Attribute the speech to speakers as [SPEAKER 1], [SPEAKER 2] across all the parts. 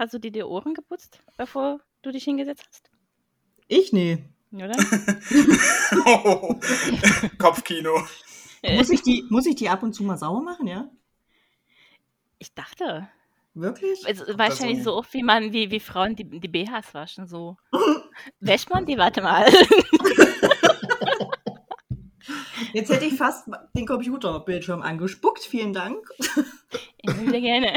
[SPEAKER 1] Hast du dir die Ohren geputzt, bevor du dich hingesetzt hast?
[SPEAKER 2] Ich nee.
[SPEAKER 1] Oder?
[SPEAKER 3] Oh, Kopfkino.
[SPEAKER 2] Muss ich, Äh, die, muss ich die ab und zu mal sauer machen, ja?
[SPEAKER 1] Ich dachte.
[SPEAKER 2] Wirklich?
[SPEAKER 1] Also, wahrscheinlich so oft, wie man, wie, wie Frauen die, die BHs waschen, so. Wäscht man die? Warte mal.
[SPEAKER 2] Jetzt hätte ich fast den Computerbildschirm angespuckt. Vielen Dank.
[SPEAKER 1] Sehr gerne.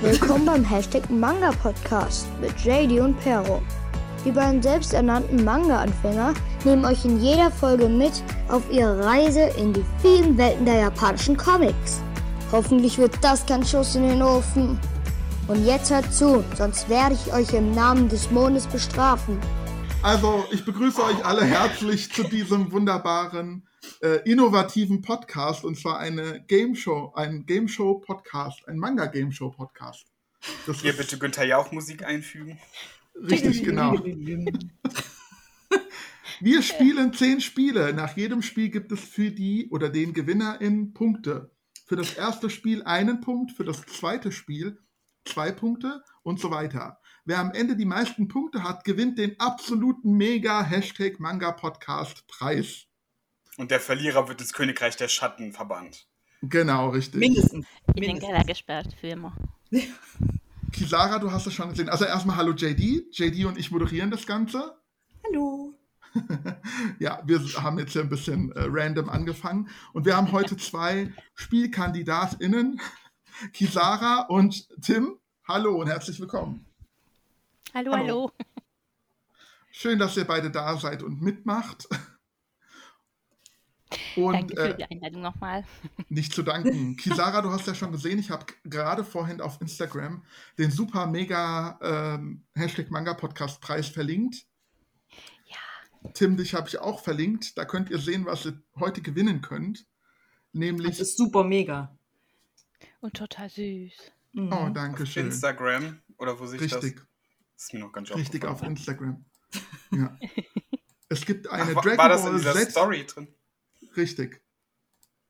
[SPEAKER 4] Willkommen beim Hashtag Manga Podcast mit JD und Pero. Die beiden selbsternannten Manga-Anfänger nehmen euch in jeder Folge mit auf ihre Reise in die vielen Welten der japanischen Comics. Hoffentlich wird das kein Schuss in den Ofen. Und jetzt hört zu, sonst werde ich euch im Namen des Mondes bestrafen.
[SPEAKER 5] Also, ich begrüße euch alle herzlich zu diesem wunderbaren, äh, innovativen Podcast und zwar eine Game Show, ein Game Show Podcast, ein Manga Game Show Podcast. Das
[SPEAKER 3] Hier
[SPEAKER 5] ist
[SPEAKER 3] bitte Günther Jauch Musik einfügen.
[SPEAKER 5] richtig genau. Wir spielen zehn Spiele. Nach jedem Spiel gibt es für die oder den Gewinner in Punkte. Für das erste Spiel einen Punkt, für das zweite Spiel zwei Punkte und so weiter. Wer am Ende die meisten Punkte hat, gewinnt den absoluten Mega-Hashtag Manga Podcast Preis.
[SPEAKER 3] Und der Verlierer wird ins Königreich der Schatten verbannt.
[SPEAKER 5] Genau, richtig.
[SPEAKER 2] Mindestens.
[SPEAKER 1] In den
[SPEAKER 2] Mindestens.
[SPEAKER 1] Keller gesperrt, für immer.
[SPEAKER 5] Kisara, du hast es schon gesehen. Also erstmal hallo JD. JD und ich moderieren das Ganze.
[SPEAKER 2] Hallo.
[SPEAKER 5] Ja, wir haben jetzt hier ein bisschen äh, random angefangen. Und wir haben heute zwei SpielkandidatInnen, Kisara und Tim. Hallo und herzlich willkommen.
[SPEAKER 1] Hallo,
[SPEAKER 2] Hallo.
[SPEAKER 1] hallo.
[SPEAKER 5] Schön, dass ihr beide da seid und mitmacht. Und
[SPEAKER 1] Danke für
[SPEAKER 5] äh,
[SPEAKER 1] die Einladung nochmal.
[SPEAKER 5] nicht zu danken. Kisara, du hast ja schon gesehen, ich habe gerade vorhin auf Instagram den super mega ähm, Hashtag Manga Podcast Preis verlinkt.
[SPEAKER 1] Ja.
[SPEAKER 5] Tim, dich habe ich auch verlinkt. Da könnt ihr sehen, was ihr heute gewinnen könnt.
[SPEAKER 2] Das
[SPEAKER 5] Nämlich,
[SPEAKER 2] ist super mega.
[SPEAKER 1] Und total süß.
[SPEAKER 2] Mhm.
[SPEAKER 5] oh, danke
[SPEAKER 3] Auf
[SPEAKER 5] schön.
[SPEAKER 3] Instagram oder wo sich
[SPEAKER 5] Richtig,
[SPEAKER 3] das? Ist mir noch ganz
[SPEAKER 5] richtig auf
[SPEAKER 3] aufgefallen.
[SPEAKER 5] Instagram. Ja. Es gibt
[SPEAKER 3] Ach,
[SPEAKER 5] eine
[SPEAKER 3] wa-
[SPEAKER 5] Dragon
[SPEAKER 3] war das in
[SPEAKER 5] Ball
[SPEAKER 3] dieser
[SPEAKER 5] Z.
[SPEAKER 3] Story drin?
[SPEAKER 5] Richtig.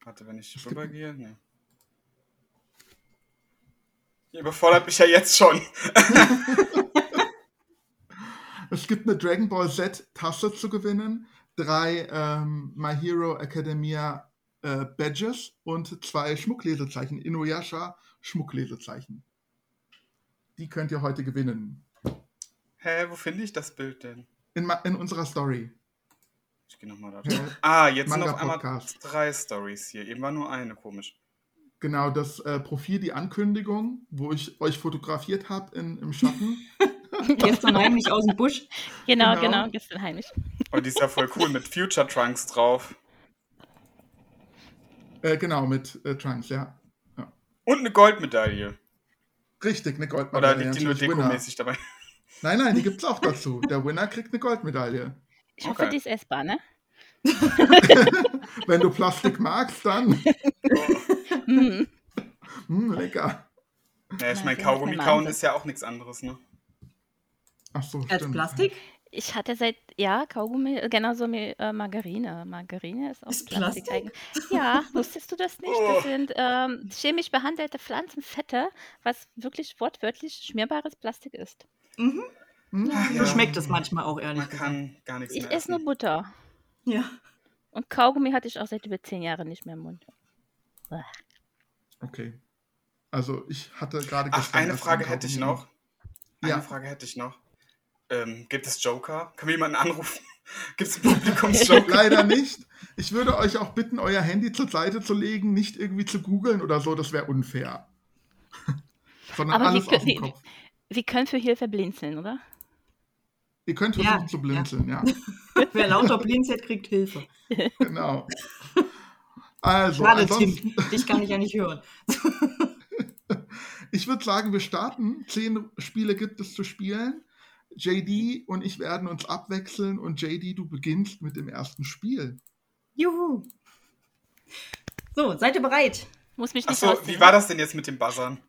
[SPEAKER 3] Warte, wenn ich
[SPEAKER 5] gibt-
[SPEAKER 3] rübergehe. Nee. Ihr überfordert mich ja jetzt schon.
[SPEAKER 5] Es gibt eine Dragon Ball Z Tasse zu gewinnen, drei ähm, My Hero Academia äh, Badges und zwei Schmucklesezeichen, Inuyasha Schmucklesezeichen. Die könnt ihr heute gewinnen.
[SPEAKER 3] Hä, wo finde ich das Bild denn?
[SPEAKER 5] In, ma- in unserer Story. Äh,
[SPEAKER 3] Ich gehe nochmal da
[SPEAKER 5] Ja.
[SPEAKER 3] drauf. Ah, jetzt sind auf einmal
[SPEAKER 5] Manga-Podcast.
[SPEAKER 3] drei Stories hier. Eben war nur eine, komisch.
[SPEAKER 5] Genau, das äh, Profil, die Ankündigung, wo ich euch fotografiert habe im Schatten.
[SPEAKER 2] Gestern heimlich aus dem Busch.
[SPEAKER 1] Genau,
[SPEAKER 5] Genau.
[SPEAKER 1] genau, gestern heimisch.
[SPEAKER 3] Und Oh, die ist ja voll cool mit Future Trunks drauf.
[SPEAKER 5] äh, genau, mit äh, Trunks, ja.
[SPEAKER 3] Und eine Goldmedaille.
[SPEAKER 5] Richtig, eine
[SPEAKER 3] Oder
[SPEAKER 5] Goldmedaille.
[SPEAKER 3] liegt die nur
[SPEAKER 5] natürlich Winner.
[SPEAKER 3] dekomäßig dabei?
[SPEAKER 5] Nein, nein, die gibt es auch dazu. Der Winner kriegt eine Goldmedaille.
[SPEAKER 1] Ich hoffe,
[SPEAKER 3] Okay.
[SPEAKER 1] die ist essbar, ne?
[SPEAKER 5] Wenn du Plastik magst, dann.
[SPEAKER 1] Hm.
[SPEAKER 5] Hm, lecker.
[SPEAKER 3] Ja,
[SPEAKER 1] Na,
[SPEAKER 3] ich meine,
[SPEAKER 1] den muss man
[SPEAKER 3] Kaugummi
[SPEAKER 1] mal
[SPEAKER 3] kauen
[SPEAKER 1] ansetzen.
[SPEAKER 3] ist ja auch nichts anderes, ne?
[SPEAKER 5] Ach so,
[SPEAKER 2] Als
[SPEAKER 5] stimmt.
[SPEAKER 2] Plastik?
[SPEAKER 1] Ich hatte seit, ja, Kaugummi, äh, genauso mir äh, Margarine. Margarine ist aus
[SPEAKER 2] Ist Plastik?
[SPEAKER 1] Plastik eigentlich. Ja, wusstest du das nicht?
[SPEAKER 3] Oh.
[SPEAKER 1] Das sind ähm, chemisch behandelte Pflanzenfette, was wirklich wortwörtlich schmierbares Plastik ist.
[SPEAKER 2] Mhm.
[SPEAKER 5] Hm?
[SPEAKER 3] Ja.
[SPEAKER 2] So schmeckt es manchmal auch, ehrlich
[SPEAKER 3] Man
[SPEAKER 2] gesagt.
[SPEAKER 3] kann gar nichts
[SPEAKER 1] Ich
[SPEAKER 3] mehr
[SPEAKER 1] esse nur
[SPEAKER 3] essen.
[SPEAKER 1] Butter.
[SPEAKER 2] Ja.
[SPEAKER 1] Und Kaugummi hatte ich auch seit über zehn Jahren nicht mehr im Mund.
[SPEAKER 5] Okay. Also, ich hatte gerade
[SPEAKER 3] Ach,
[SPEAKER 5] gestern
[SPEAKER 3] eine
[SPEAKER 5] erst
[SPEAKER 3] Frage
[SPEAKER 5] einen
[SPEAKER 3] hätte ich
[SPEAKER 5] Kaugummi.
[SPEAKER 3] noch. Eine
[SPEAKER 5] Ja.
[SPEAKER 3] Frage hätte ich noch. Ähm, gibt es Joker? Können wir jemanden anrufen? Gibt es Publikumsjoker?
[SPEAKER 5] Leider nicht. Ich würde euch auch bitten, euer Handy zur Seite zu legen, nicht irgendwie zu googeln oder so, das wäre unfair. Sondern
[SPEAKER 1] Aber
[SPEAKER 5] alles
[SPEAKER 1] wir-
[SPEAKER 5] auf den
[SPEAKER 1] wir-
[SPEAKER 5] Kopf.
[SPEAKER 1] Wir können für Hilfe blinzeln, oder?
[SPEAKER 5] Ihr könnt versuchen
[SPEAKER 2] Ja,
[SPEAKER 5] zu blinzeln, ja.
[SPEAKER 2] Wer lauter blinzelt, kriegt Hilfe.
[SPEAKER 5] Genau. Also,
[SPEAKER 2] Schade,
[SPEAKER 5] ansonsten,
[SPEAKER 2] Tim. Dich kann ich ja nicht hören.
[SPEAKER 5] ich würde sagen, wir starten. Zehn Spiele gibt es zu spielen. JD und ich werden uns abwechseln und JD, du beginnst mit dem ersten Spiel.
[SPEAKER 2] Juhu. So, seid ihr bereit?
[SPEAKER 1] Muss mich nicht
[SPEAKER 3] Achso,
[SPEAKER 1] ausziehen,
[SPEAKER 3] wie
[SPEAKER 1] ne?
[SPEAKER 3] war das denn jetzt mit dem Buzzern?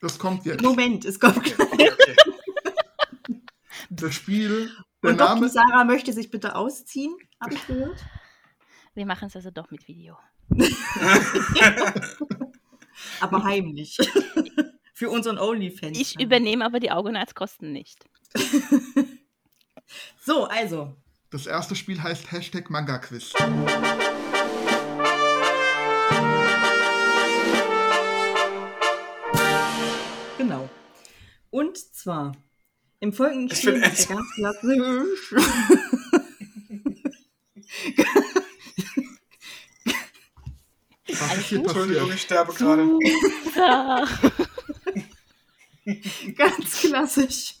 [SPEAKER 5] Das kommt jetzt.
[SPEAKER 2] Moment, es kommt gleich.
[SPEAKER 3] Okay, okay.
[SPEAKER 5] Das Spiel, der
[SPEAKER 2] Und doch,
[SPEAKER 5] Name,
[SPEAKER 2] Sarah möchte sich bitte ausziehen, habe ich gehört.
[SPEAKER 1] Wir machen es also doch mit Video.
[SPEAKER 2] Aber heimlich. Für unseren OnlyFans.
[SPEAKER 1] Ich übernehme aber die Augenarzt-Kosten nicht.
[SPEAKER 2] So, also.
[SPEAKER 5] Das erste Spiel heißt Hashtag Manga Quiz.
[SPEAKER 2] Genau. Und zwar im folgenden
[SPEAKER 3] Ich
[SPEAKER 2] Spiel
[SPEAKER 3] bin
[SPEAKER 2] mit
[SPEAKER 3] echt-
[SPEAKER 2] der ganz klassisch.
[SPEAKER 5] Was
[SPEAKER 1] Ein
[SPEAKER 5] ist hier
[SPEAKER 1] Schuh?
[SPEAKER 3] Entschuldigung,
[SPEAKER 5] passiert?
[SPEAKER 3] ich sterbe gerade.
[SPEAKER 1] So.
[SPEAKER 2] ganz klassisch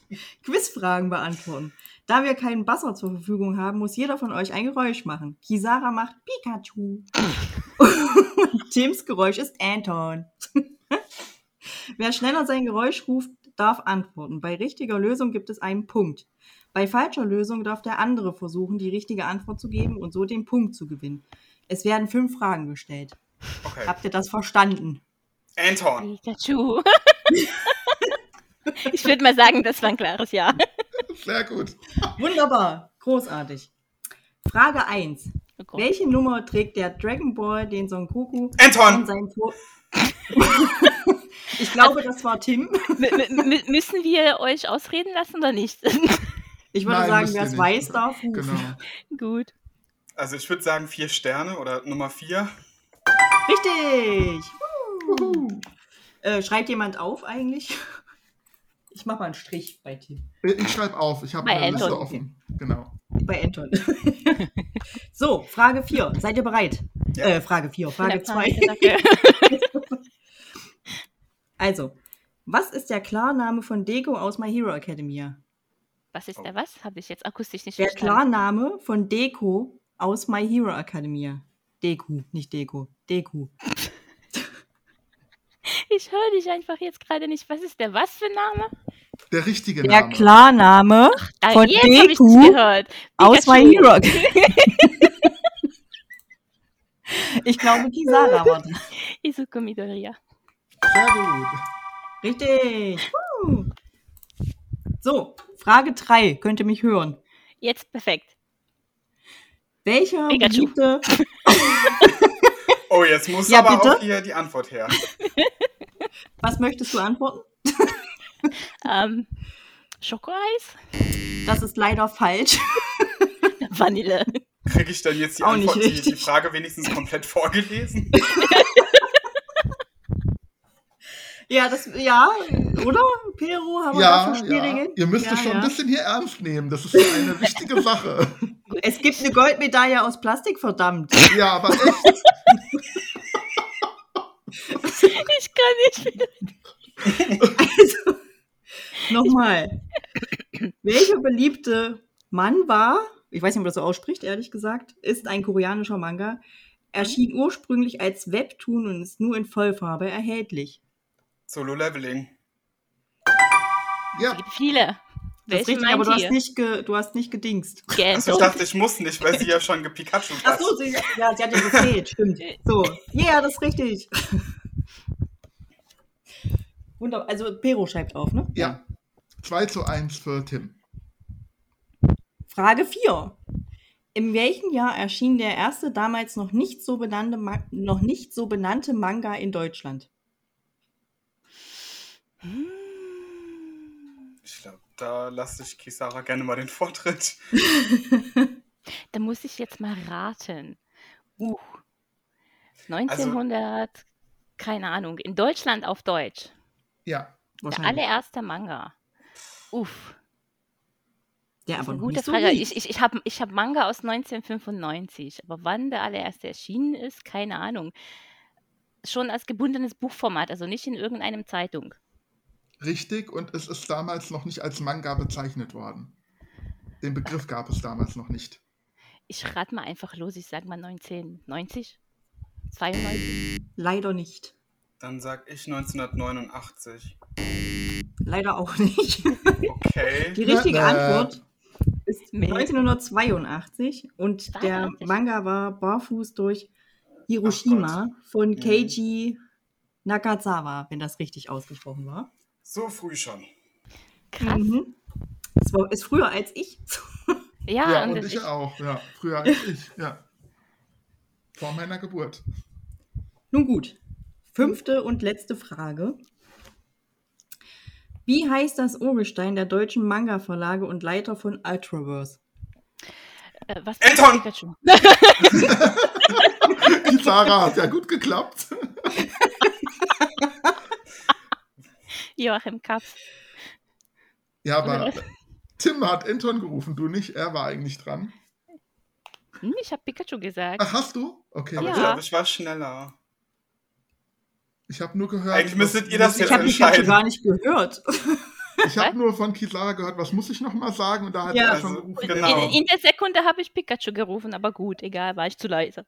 [SPEAKER 2] Quizfragen beantworten. Da wir keinen Buzzer zur Verfügung haben, muss jeder von euch ein Geräusch machen. Kisara macht Pikachu. Und Tims Geräusch ist Anton. Wer schneller sein Geräusch ruft, darf antworten. Bei richtiger Lösung gibt es einen Punkt. Bei falscher Lösung darf der andere versuchen, die richtige Antwort zu geben und so den Punkt zu gewinnen. Es werden fünf Fragen gestellt.
[SPEAKER 3] Okay.
[SPEAKER 2] Habt ihr das verstanden?
[SPEAKER 3] Anton.
[SPEAKER 1] Pikachu. ich würde mal sagen, das war ein klares Ja.
[SPEAKER 5] Sehr gut.
[SPEAKER 2] Wunderbar, großartig. Frage 1.
[SPEAKER 1] Oh Gott.
[SPEAKER 2] Welche Nummer trägt der Dragon Ball, den Son Goku und
[SPEAKER 3] Anton!
[SPEAKER 2] sein Tor? ich glaube, das war Tim.
[SPEAKER 1] M- m- m- müssen wir euch ausreden lassen oder nicht?
[SPEAKER 2] Ich würde
[SPEAKER 5] Nein,
[SPEAKER 2] sagen,
[SPEAKER 5] müsst
[SPEAKER 2] wer
[SPEAKER 5] ihr
[SPEAKER 2] es
[SPEAKER 5] nicht.
[SPEAKER 2] weiß, darf rufen.
[SPEAKER 5] Genau.
[SPEAKER 1] Gut.
[SPEAKER 3] Also ich würde sagen vier Sterne oder Nummer vier.
[SPEAKER 2] Richtig! Äh, schreibt jemand auf eigentlich? Ich mache mal einen Strich bei Tim.
[SPEAKER 5] Äh, Ich schreibe auf, ich habe
[SPEAKER 1] Bei
[SPEAKER 5] eine Liste
[SPEAKER 1] Anton.
[SPEAKER 5] offen. Genau.
[SPEAKER 2] Bei Anton. so, Frage 4. Seid ihr bereit?
[SPEAKER 3] Ja.
[SPEAKER 2] Äh, Frage 4, Frage 2.
[SPEAKER 1] Danke.
[SPEAKER 2] Also, was ist der Klarname von Deko aus My Hero Academia?
[SPEAKER 1] Was
[SPEAKER 2] Oh.
[SPEAKER 1] ist der was? Habe ich jetzt akustisch nicht
[SPEAKER 2] Der
[SPEAKER 1] verstanden.
[SPEAKER 2] Klarname von Deko aus My Hero Academia. Deku, nicht Deko. Deku.
[SPEAKER 1] Ich höre dich einfach jetzt gerade nicht. Was ist der was für ein Name?
[SPEAKER 5] Der richtige
[SPEAKER 2] Der
[SPEAKER 5] Name.
[SPEAKER 2] Klarname
[SPEAKER 1] Ah,
[SPEAKER 2] Von
[SPEAKER 1] jetzt habe ich
[SPEAKER 2] Deku
[SPEAKER 1] es gehört.
[SPEAKER 2] aus My
[SPEAKER 1] Pikachu.
[SPEAKER 2] Hero Academia. ich glaube, Kisara war das.
[SPEAKER 1] Izuku Midoriya.
[SPEAKER 5] Sehr gut.
[SPEAKER 2] Richtig. Woo. So, Frage 3. Könnt ihr mich hören?
[SPEAKER 1] Jetzt perfekt.
[SPEAKER 2] Welcher
[SPEAKER 1] Pikachu.
[SPEAKER 2] beliebte
[SPEAKER 3] Oh, jetzt muss
[SPEAKER 2] Ja,
[SPEAKER 3] aber
[SPEAKER 2] bitte?
[SPEAKER 3] auch hier die Antwort her.
[SPEAKER 2] Was möchtest du antworten?
[SPEAKER 1] Ähm, Schokoeis?
[SPEAKER 2] Das ist leider falsch.
[SPEAKER 1] Vanille.
[SPEAKER 3] Kriege ich dann jetzt die
[SPEAKER 2] Auch nicht
[SPEAKER 3] Antwort, die, die
[SPEAKER 2] richtig.
[SPEAKER 3] Frage wenigstens komplett vorgelesen?
[SPEAKER 2] Ja, das, ja, oder? Peru, haben wir
[SPEAKER 5] Ja,
[SPEAKER 2] da schon
[SPEAKER 5] ja.
[SPEAKER 2] Schwierigen?
[SPEAKER 5] Ihr müsst
[SPEAKER 2] ja,
[SPEAKER 5] es schon
[SPEAKER 2] ja.
[SPEAKER 5] ein bisschen hier ernst nehmen. Das ist eine wichtige Sache.
[SPEAKER 2] Es gibt eine Goldmedaille aus Plastik, verdammt.
[SPEAKER 5] Ja, aber echt.
[SPEAKER 1] Ich kann nicht. mehr.
[SPEAKER 2] Also, nochmal. Welcher beliebte Manhwa, ich weiß nicht, ob man das so ausspricht, ehrlich gesagt, ist ein koreanischer Manga, erschien ursprünglich als Webtoon und ist nur in Vollfarbe erhältlich.
[SPEAKER 3] Solo Leveling.
[SPEAKER 1] Es
[SPEAKER 5] Ja,
[SPEAKER 1] gibt viele.
[SPEAKER 2] Das
[SPEAKER 1] Welchen
[SPEAKER 2] ist richtig, aber du
[SPEAKER 1] meint
[SPEAKER 2] hast,
[SPEAKER 1] ihr?
[SPEAKER 2] nicht ge, du hast nicht gedingst.
[SPEAKER 3] Also ich
[SPEAKER 1] Gänse.
[SPEAKER 3] dachte, ich muss nicht, weil sie ja schon gepikachu hat.
[SPEAKER 2] Achso, sie, ja, sie hat ja gezählt, stimmt. So, ja, yeah, das ist richtig. Wunderbar, also Pero schreibt auf, ne?
[SPEAKER 5] ja. 2 zu 1 für Tim.
[SPEAKER 2] Frage 4. In welchem Jahr erschien der erste damals noch nicht so benannte, Ma noch nicht so benannte Manga in Deutschland?
[SPEAKER 3] Ich glaube, da lasse ich Kisara gerne mal den Vortritt.
[SPEAKER 1] Da muss ich jetzt mal raten. Uh.
[SPEAKER 2] Also
[SPEAKER 1] 1900, keine Ahnung, in Deutschland auf Deutsch.
[SPEAKER 5] Ja.
[SPEAKER 1] Der allererste Manga. Uff,
[SPEAKER 2] Der
[SPEAKER 1] das ist
[SPEAKER 2] aber
[SPEAKER 1] eine
[SPEAKER 2] noch
[SPEAKER 1] gute
[SPEAKER 2] nicht so
[SPEAKER 1] Frage.
[SPEAKER 2] lief.
[SPEAKER 1] Ich, ich, ich habe ich hab Manga aus 1995, aber wann der allererste erschienen ist, keine Ahnung. Schon als gebundenes Buchformat, also nicht in irgendeinem Zeitung.
[SPEAKER 5] Richtig, und es ist damals noch nicht als Manga bezeichnet worden. Den Begriff gab es damals noch nicht.
[SPEAKER 1] Ich rate mal einfach los, ich sage mal 1990, 92.
[SPEAKER 2] Leider nicht.
[SPEAKER 3] Dann sag ich 1989.
[SPEAKER 2] Leider auch nicht. Die
[SPEAKER 3] Okay.
[SPEAKER 2] richtige
[SPEAKER 5] Na, na.
[SPEAKER 2] Antwort ist
[SPEAKER 1] Nee.
[SPEAKER 2] 1982 und der
[SPEAKER 1] 82.
[SPEAKER 2] Manga war Barfuß durch Hiroshima von
[SPEAKER 3] Mhm.
[SPEAKER 2] Keiji Nakazawa, wenn das richtig ausgesprochen war.
[SPEAKER 3] So früh schon.
[SPEAKER 1] Krass.
[SPEAKER 2] Mhm. Das war, ist früher als ich.
[SPEAKER 1] Ja,
[SPEAKER 5] ja,
[SPEAKER 1] und,
[SPEAKER 5] und
[SPEAKER 1] das
[SPEAKER 5] ich
[SPEAKER 1] ist-
[SPEAKER 5] auch, ja. Früher als ich, ja. Vor meiner Geburt.
[SPEAKER 2] Nun gut. Fünfte und letzte Frage. Wie heißt das Urgestein der deutschen Manga-Verlage und Leiter von Ultraverse?
[SPEAKER 1] Äh, was
[SPEAKER 3] Anton!
[SPEAKER 1] Pikachu?
[SPEAKER 5] Die Sarah hat ja gut geklappt.
[SPEAKER 1] Joachim Kaps.
[SPEAKER 5] Ja, aber Tim hat Anton gerufen, du nicht. Er war eigentlich dran.
[SPEAKER 1] Hm, ich habe Pikachu gesagt.
[SPEAKER 5] Ach, hast du? Okay.
[SPEAKER 3] Aber
[SPEAKER 1] Ja.
[SPEAKER 3] ich glaube, ich war schneller.
[SPEAKER 5] Ich habe nur gehört.
[SPEAKER 3] Eigentlich müsstet
[SPEAKER 5] was-
[SPEAKER 3] ihr das
[SPEAKER 5] was-
[SPEAKER 2] Ich
[SPEAKER 3] jetzt
[SPEAKER 2] habe Pikachu
[SPEAKER 3] entscheiden.
[SPEAKER 2] gar nicht gehört.
[SPEAKER 5] Ich habe nur von Kisara gehört, was muss ich nochmal sagen? Und da hat
[SPEAKER 2] Ja.
[SPEAKER 5] er schon
[SPEAKER 3] Also,
[SPEAKER 5] gerufen. Äh,
[SPEAKER 3] genau.
[SPEAKER 1] In, in der Sekunde habe ich Pikachu gerufen, aber gut, egal, war ich zu leise.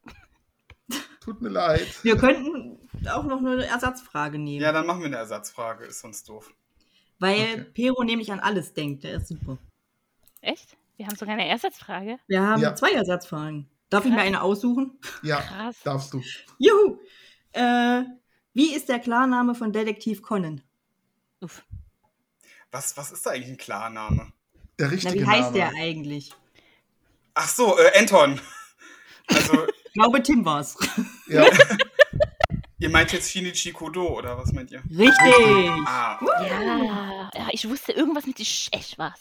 [SPEAKER 5] Tut mir leid.
[SPEAKER 2] Wir könnten auch noch eine Ersatzfrage nehmen,
[SPEAKER 3] Ja, dann machen wir eine Ersatzfrage, ist sonst doof.
[SPEAKER 2] weil
[SPEAKER 5] Okay.
[SPEAKER 2] Pero nämlich an alles denkt. Der ist super.
[SPEAKER 1] Echt? Wir haben sogar eine Ersatzfrage.
[SPEAKER 2] Wir haben
[SPEAKER 5] Ja.
[SPEAKER 2] zwei Ersatzfragen. Darf ich mir
[SPEAKER 1] Krass.
[SPEAKER 2] eine aussuchen?
[SPEAKER 5] Ja,
[SPEAKER 1] Krass.
[SPEAKER 5] darfst du.
[SPEAKER 2] Juhu! Äh, wie ist der Klarname von Detektiv Conan?
[SPEAKER 1] Uff.
[SPEAKER 3] Was, was ist da eigentlich ein Klarname?
[SPEAKER 5] Der
[SPEAKER 2] Na,
[SPEAKER 5] richtige
[SPEAKER 2] wie heißt
[SPEAKER 5] Name.
[SPEAKER 2] der eigentlich?
[SPEAKER 3] Ach so, äh, Anton. Also,
[SPEAKER 2] Ich glaube, Tim war's.
[SPEAKER 5] Ja.
[SPEAKER 3] ihr meint jetzt Shinichi Kodo, oder was meint ihr?
[SPEAKER 2] Richtig!
[SPEAKER 3] Ah,
[SPEAKER 1] Ja, ja, ich wusste irgendwas mit die Sch ich war's.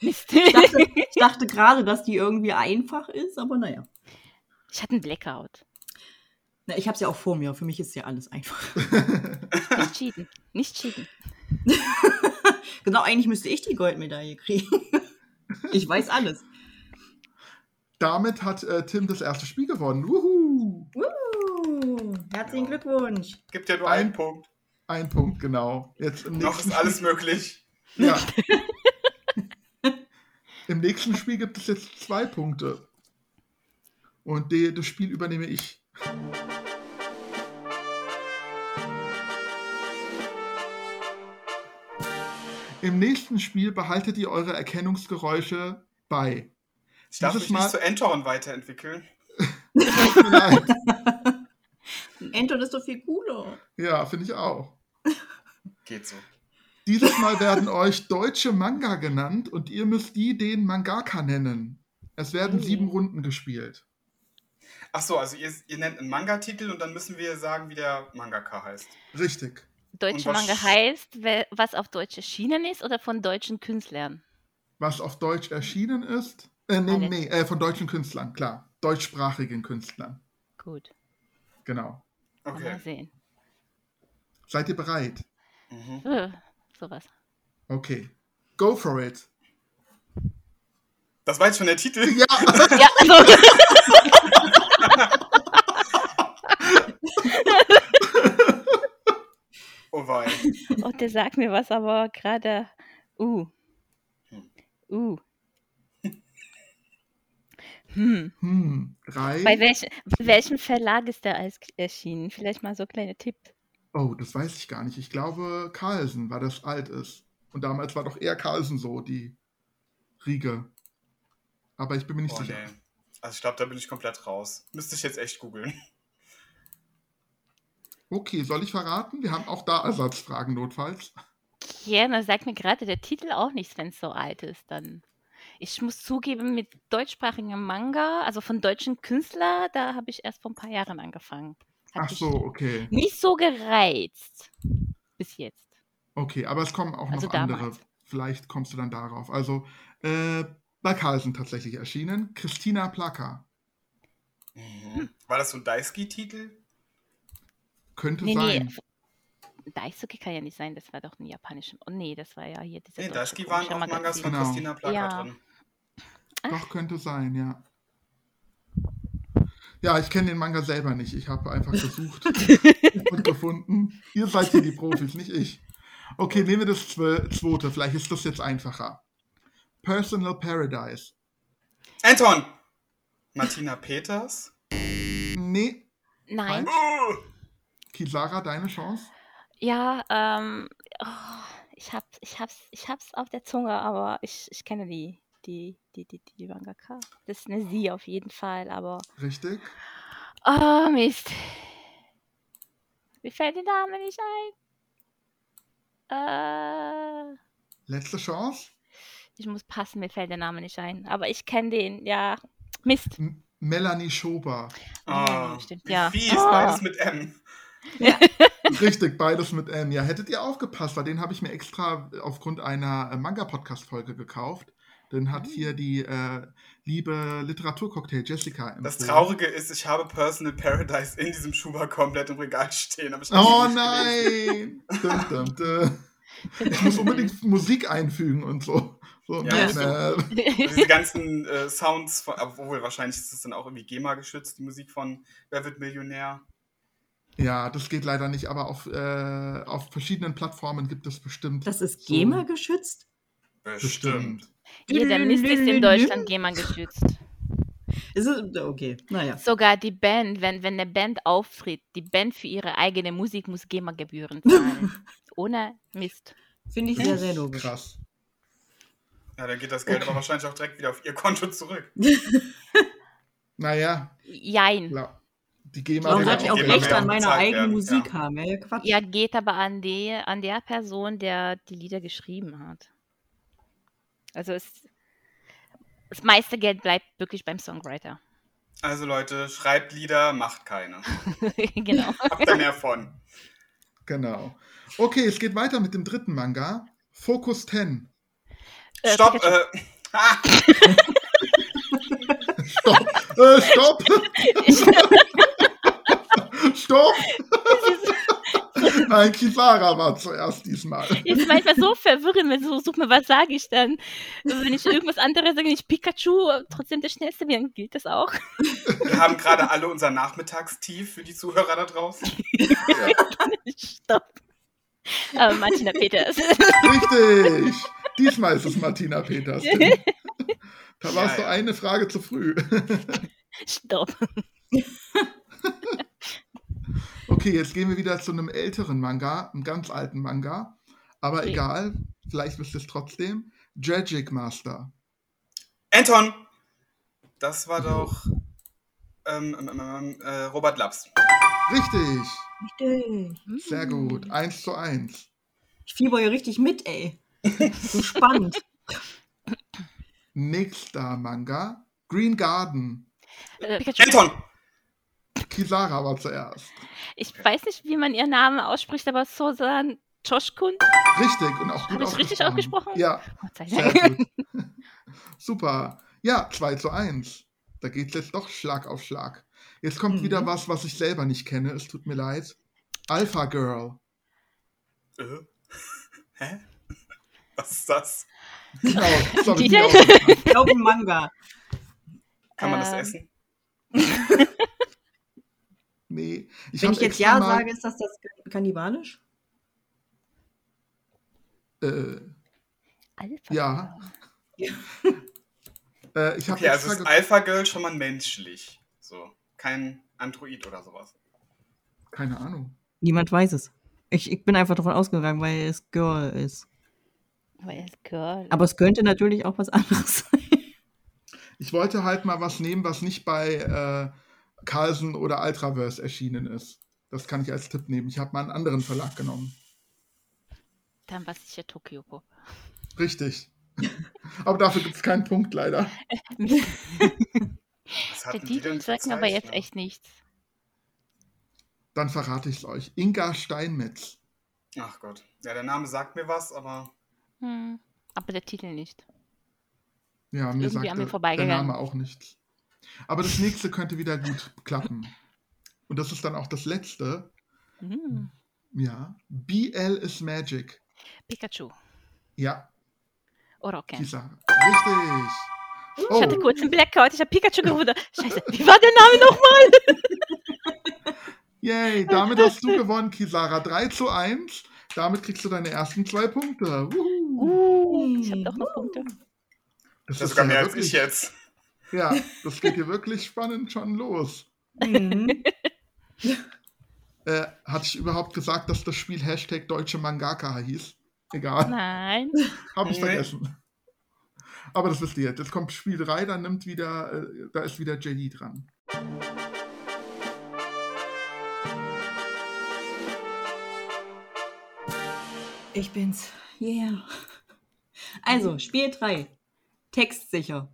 [SPEAKER 1] Mist.
[SPEAKER 2] Ich dachte, ich dachte gerade, dass die irgendwie einfach ist, aber naja.
[SPEAKER 1] Ich hatte einen Blackout.
[SPEAKER 2] Na, ich habe ja auch vor mir. Für mich ist ja alles einfach.
[SPEAKER 1] Nicht cheaten. Nicht cheaten.
[SPEAKER 2] Genau, eigentlich müsste ich die Goldmedaille kriegen. Ich weiß alles.
[SPEAKER 5] Damit hat äh, Tim das erste Spiel gewonnen. Wuhu!
[SPEAKER 2] Uh, herzlichen
[SPEAKER 3] Ja.
[SPEAKER 2] Glückwunsch.
[SPEAKER 3] gibt ja nur
[SPEAKER 5] Ein-
[SPEAKER 3] einen Punkt.
[SPEAKER 5] Ein Punkt, genau. Jetzt im
[SPEAKER 3] Noch
[SPEAKER 5] nächsten
[SPEAKER 3] ist alles möglich.
[SPEAKER 5] Spiel, ja. Im nächsten Spiel gibt es jetzt zwei Punkte. Und die, das Spiel übernehme ich. Im nächsten Spiel behaltet ihr eure Erkennungsgeräusche bei.
[SPEAKER 3] Ich darf
[SPEAKER 5] Dieses
[SPEAKER 3] mich
[SPEAKER 5] Mal-
[SPEAKER 3] nicht zu Anton weiterentwickeln.
[SPEAKER 5] Tut mir leid.
[SPEAKER 2] Anton ist doch viel cooler.
[SPEAKER 5] Ja, finde ich auch.
[SPEAKER 3] Geht so.
[SPEAKER 5] Dieses Mal werden euch deutsche Manga genannt und ihr müsst die den Mangaka nennen. Es werden
[SPEAKER 1] Oh.
[SPEAKER 5] sieben Runden gespielt.
[SPEAKER 3] Ach so, also ihr, ihr nennt einen Manga-Titel und dann müssen wir sagen, wie der Mangaka heißt.
[SPEAKER 5] Richtig.
[SPEAKER 1] Deutsche
[SPEAKER 3] Und was-
[SPEAKER 1] Manga heißt, we- was auf Deutsch erschienen ist oder von deutschen Künstlern.
[SPEAKER 5] Was auf Deutsch erschienen ist. Äh, nee,
[SPEAKER 1] Alle.
[SPEAKER 5] nee, äh, von deutschen Künstlern, klar. Deutschsprachigen Künstlern.
[SPEAKER 1] Gut,
[SPEAKER 5] Genau.
[SPEAKER 1] mal
[SPEAKER 3] Okay.
[SPEAKER 1] sehen.
[SPEAKER 5] Seid ihr bereit?
[SPEAKER 3] Mhm.
[SPEAKER 1] Äh, sowas.
[SPEAKER 5] Okay. Go for it.
[SPEAKER 3] Das war jetzt schon der Titel.
[SPEAKER 5] Ja,
[SPEAKER 1] Ja, also,
[SPEAKER 3] Oh wei.
[SPEAKER 1] oh, der sagt mir was, aber gerade. Uh. Uh. Hm.
[SPEAKER 5] hm,
[SPEAKER 1] Bei,
[SPEAKER 5] drei.
[SPEAKER 1] welch, bei welchem Verlag ist der als erschienen? Vielleicht mal so kleine Tipp.
[SPEAKER 5] Oh, das weiß ich gar nicht. Ich glaube, Carlsen, weil das alt ist. Und damals war doch eher Carlsen so, die Riege. Aber ich bin mir nicht
[SPEAKER 3] Oh
[SPEAKER 5] sicher.
[SPEAKER 3] nee. Also ich glaube, da bin ich komplett raus. Müsste ich jetzt echt googeln.
[SPEAKER 5] Okay, soll ich verraten? Wir haben auch da Ersatzfragen notfalls.
[SPEAKER 1] Gerne, sagt mir gerade der Titel auch nichts, wenn es so alt ist. Dann. Ich muss zugeben, mit deutschsprachigem Manga, also von deutschen Künstlern, da habe ich erst vor ein paar Jahren angefangen. Hat
[SPEAKER 5] Ach
[SPEAKER 1] mich
[SPEAKER 5] so, okay.
[SPEAKER 1] Nicht so gereizt. Bis jetzt.
[SPEAKER 5] Okay, aber es kommen auch
[SPEAKER 1] Also
[SPEAKER 5] noch andere.
[SPEAKER 1] damals.
[SPEAKER 5] Vielleicht kommst du dann darauf. Also, äh, bei Carlsen tatsächlich erschienen. Christina Plaka.
[SPEAKER 3] Mhm. War das so ein Daisuke-Titel?
[SPEAKER 5] Könnte
[SPEAKER 1] Nee, nee.
[SPEAKER 5] sein.
[SPEAKER 1] f- Daisuke kann ja nicht sein, das war doch ein japanischer. Oh nee, das war ja hier dieser.
[SPEAKER 3] Nee,
[SPEAKER 1] deutsche
[SPEAKER 3] Daisuke waren
[SPEAKER 1] komische
[SPEAKER 3] auch Mangas von
[SPEAKER 5] Genau.
[SPEAKER 3] Christina Plaka
[SPEAKER 1] Ja.
[SPEAKER 3] drin.
[SPEAKER 5] Doch, könnte sein, ja. Ja, ich kenne den Manga selber nicht. Ich habe einfach gesucht und gefunden. Ihr seid hier die Profis, nicht ich. Okay, nehmen wir das zwe- zweite. Vielleicht ist das jetzt einfacher. Personal Paradise.
[SPEAKER 3] Anton! Martina Peters?
[SPEAKER 5] Nee.
[SPEAKER 1] Nein,
[SPEAKER 5] Oh.
[SPEAKER 3] Uh,
[SPEAKER 5] Kisara, deine Chance?
[SPEAKER 1] ja, ähm, oh, ich, hab, ich, hab's, ich hab's auf der Zunge, aber ich, ich kenne die, die, die, die, die Mangaka. Das ist eine Sie auf jeden Fall, aber.
[SPEAKER 5] Richtig?
[SPEAKER 1] Oh Mist. Mir fällt der Name nicht ein. Äh,
[SPEAKER 5] Letzte Chance?
[SPEAKER 1] ich muss passen, mir fällt der Name nicht ein. Aber ich kenne den, ja. Mist.
[SPEAKER 5] M Melanie Schober.
[SPEAKER 1] Ah, stimmt, ja.
[SPEAKER 3] Wie fies,
[SPEAKER 1] Ah.
[SPEAKER 3] beides mit M.
[SPEAKER 5] Richtig, beides mit N. Ja, hättet ihr aufgepasst, weil den habe ich mir extra aufgrund einer äh, Manga-Podcast-Folge gekauft. Den
[SPEAKER 3] Hm.
[SPEAKER 5] hat hier die äh, liebe Literaturcocktail Jessica empfohlen.
[SPEAKER 3] Das Traurige ist, ich habe Personal Paradise in diesem Schuber komplett im Regal stehen. Aber ich hab's
[SPEAKER 5] Oh
[SPEAKER 3] nicht gelesen.
[SPEAKER 5] nein! dum, dum, dum. Ich muss unbedingt Musik einfügen und so. so
[SPEAKER 3] Ja,
[SPEAKER 5] nein,
[SPEAKER 3] ist so.
[SPEAKER 5] äh,
[SPEAKER 3] Und Also Diese ganzen äh, Sounds, von, obwohl wahrscheinlich ist es dann auch irgendwie GEMA geschützt, die Musik von Wer wird Millionär?
[SPEAKER 5] ja, das geht leider nicht, aber auf, äh, auf verschiedenen Plattformen gibt es bestimmt.
[SPEAKER 2] Das ist GEMA geschützt?
[SPEAKER 5] Bestimmt.
[SPEAKER 1] Jeder Mist ist in Deutschland GEMA geschützt.
[SPEAKER 2] Ist es, okay, naja.
[SPEAKER 1] Sogar die Band, wenn, wenn eine Band auftritt, die Band für ihre eigene Musik muss GEMA-Gebühren zahlen. Ohne Mist.
[SPEAKER 2] Finde ich sehr, sehr logisch.
[SPEAKER 5] Krass.
[SPEAKER 3] Ja, dann geht das Geld aber wahrscheinlich auch direkt wieder auf ihr Konto zurück.
[SPEAKER 5] Naja,
[SPEAKER 1] Jein.
[SPEAKER 5] klar. Die GEMA
[SPEAKER 2] Warum
[SPEAKER 5] will
[SPEAKER 2] sollte ich
[SPEAKER 5] ja
[SPEAKER 2] auch
[SPEAKER 3] GEMA
[SPEAKER 2] Recht
[SPEAKER 3] mehr
[SPEAKER 2] an meiner
[SPEAKER 3] bezahlt
[SPEAKER 2] eigenen
[SPEAKER 3] werden,
[SPEAKER 2] Musik
[SPEAKER 3] ja.
[SPEAKER 2] haben? Ja, ja, Quatsch.
[SPEAKER 1] Ja, geht aber an, die, an der Person, der die Lieder geschrieben hat. Also es, das meiste Geld bleibt wirklich beim Songwriter.
[SPEAKER 3] Also Leute, schreibt Lieder, macht keine.
[SPEAKER 1] genau.
[SPEAKER 3] Habt da mehr von.
[SPEAKER 5] Genau. Okay, es geht weiter mit dem dritten Manga. Focus 10.
[SPEAKER 1] Äh,
[SPEAKER 3] Stopp!
[SPEAKER 1] Pikachu.
[SPEAKER 3] Äh, ah,
[SPEAKER 5] Stopp! äh, stopp! stopp! Nein, Kisara war zuerst diesmal.
[SPEAKER 1] Ist manchmal so verwirrend, wenn so, such mal, was sage ich dann? Wenn ich irgendwas anderes sage, nicht Pikachu, trotzdem der Schnellste, wäre, gilt das auch?
[SPEAKER 3] äh, wir haben gerade alle unser Nachmittagstief für die Zuhörer da draußen.
[SPEAKER 1] Stopp. Aber Äh, Martina Peters.
[SPEAKER 5] Richtig! Diesmal ist es Martina Peters. Da warst
[SPEAKER 3] Ja,
[SPEAKER 5] du
[SPEAKER 3] ja.
[SPEAKER 5] eine Frage zu früh.
[SPEAKER 1] Stopp.
[SPEAKER 5] Okay, jetzt gehen wir wieder zu einem älteren Manga, einem ganz alten Manga. Aber
[SPEAKER 1] Okay.
[SPEAKER 5] egal, vielleicht wisst ihr es trotzdem. Dragic Master.
[SPEAKER 3] Anton! Das war doch ähm, ähm, ähm, äh, Robert Laps.
[SPEAKER 5] Richtig!
[SPEAKER 2] Richtig.
[SPEAKER 5] Sehr gut. Eins zu eins.
[SPEAKER 2] Ich fieber hier richtig mit, ey. So spannend.
[SPEAKER 5] Nächster Manga. Green Garden.
[SPEAKER 1] Äh, Pikachu.
[SPEAKER 3] Anton!
[SPEAKER 5] Kisara war zuerst.
[SPEAKER 1] Ich weiß nicht, wie man ihren Namen ausspricht, aber Susan Choshkun.
[SPEAKER 5] Richtig und auch gut
[SPEAKER 1] Hab ich's richtig ausgesprochen?
[SPEAKER 5] Ja,
[SPEAKER 1] Gott sei
[SPEAKER 5] sehr
[SPEAKER 1] Dank.
[SPEAKER 5] gut. Super. Ja, 2 zu 1. Da geht's jetzt doch Schlag auf Schlag. Jetzt kommt
[SPEAKER 2] Mhm.
[SPEAKER 5] wieder was, was ich selber nicht kenne. Es tut mir leid. Alpha Girl.
[SPEAKER 3] Äh? Hä? Was ist das?
[SPEAKER 5] Genau, das hab ich
[SPEAKER 1] Die-
[SPEAKER 5] mir ausgedacht.
[SPEAKER 2] Ich glaube, ein Manga.
[SPEAKER 3] Kann man das
[SPEAKER 1] Ähm.
[SPEAKER 3] essen?
[SPEAKER 5] Nee. Ich
[SPEAKER 2] Wenn
[SPEAKER 5] hab
[SPEAKER 2] ich jetzt
[SPEAKER 5] extra
[SPEAKER 2] Ja
[SPEAKER 5] mal,
[SPEAKER 2] sage, ist das das kannibalisch?
[SPEAKER 5] Äh,
[SPEAKER 1] Alpha.
[SPEAKER 5] ja. äh, ich habe
[SPEAKER 3] Okay, also
[SPEAKER 5] extra
[SPEAKER 3] ist
[SPEAKER 5] ge-
[SPEAKER 3] Alpha Girl schon mal menschlich. So. Kein Android oder sowas.
[SPEAKER 5] Keine Ahnung.
[SPEAKER 2] Niemand weiß es. Ich, ich bin einfach davon ausgegangen, weil es Girl ist.
[SPEAKER 1] Aber er ist Girl.
[SPEAKER 2] Aber es könnte natürlich auch was anderes sein.
[SPEAKER 5] Ich wollte halt mal was nehmen, was nicht bei äh, Carlsen oder Ultraverse erschienen ist. Das kann ich als Tipp nehmen. Ich habe mal einen anderen Verlag genommen.
[SPEAKER 1] Dann was ist ja Tokyo Pop.
[SPEAKER 5] Richtig. Aber dafür gibt es keinen Punkt, leider.
[SPEAKER 1] Der
[SPEAKER 3] Was hatten die
[SPEAKER 1] Titel
[SPEAKER 3] denn für
[SPEAKER 1] sagt mir aber jetzt
[SPEAKER 3] Zeichner?
[SPEAKER 1] echt nichts.
[SPEAKER 5] Dann verrate ich es euch. Inga Steinmetz.
[SPEAKER 3] Ach Gott. Ja, der Name sagt mir was, aber
[SPEAKER 1] Hm. Aber der Titel nicht.
[SPEAKER 5] Ja, mir
[SPEAKER 1] Irgendwie
[SPEAKER 5] sagt
[SPEAKER 1] an mir
[SPEAKER 5] der
[SPEAKER 1] vorbeigegangen.
[SPEAKER 5] Name auch nichts. Aber das nächste könnte wieder gut klappen. Und das ist dann auch das letzte.
[SPEAKER 1] Hm.
[SPEAKER 5] Ja. BL is Magic.
[SPEAKER 1] Pikachu.
[SPEAKER 5] Ja,
[SPEAKER 1] Oroken.
[SPEAKER 5] die Sache. Richtig.
[SPEAKER 1] Ich hatte
[SPEAKER 5] Oh.
[SPEAKER 1] kurz einen Blackout, ich habe Pikachu gerufen. Scheiße, wie war der Name nochmal?
[SPEAKER 5] Yay, damit hast du gewonnen, Kisara. 3 zu 1. Damit kriegst du deine ersten zwei Punkte. Wuhu.
[SPEAKER 1] Uh, ich habe doch noch Punkte.
[SPEAKER 5] Das,
[SPEAKER 3] das ist sogar
[SPEAKER 5] ja
[SPEAKER 3] mehr als
[SPEAKER 5] wirklich-
[SPEAKER 3] ich jetzt.
[SPEAKER 5] Ja, das geht hier wirklich spannend schon los.
[SPEAKER 2] Mhm.
[SPEAKER 5] Äh, hatte ich überhaupt gesagt, dass das Spiel Hashtag Deutsche Mangaka hieß? Egal,
[SPEAKER 1] Nein.
[SPEAKER 5] habe ich
[SPEAKER 3] Nee.
[SPEAKER 5] vergessen. Aber das wisst ihr jetzt. Jetzt kommt Spiel 3, dann nimmt wieder, äh, da ist wieder JD dran.
[SPEAKER 2] Ich bin's. Yeah. Also, Spiel 3. Textsicher.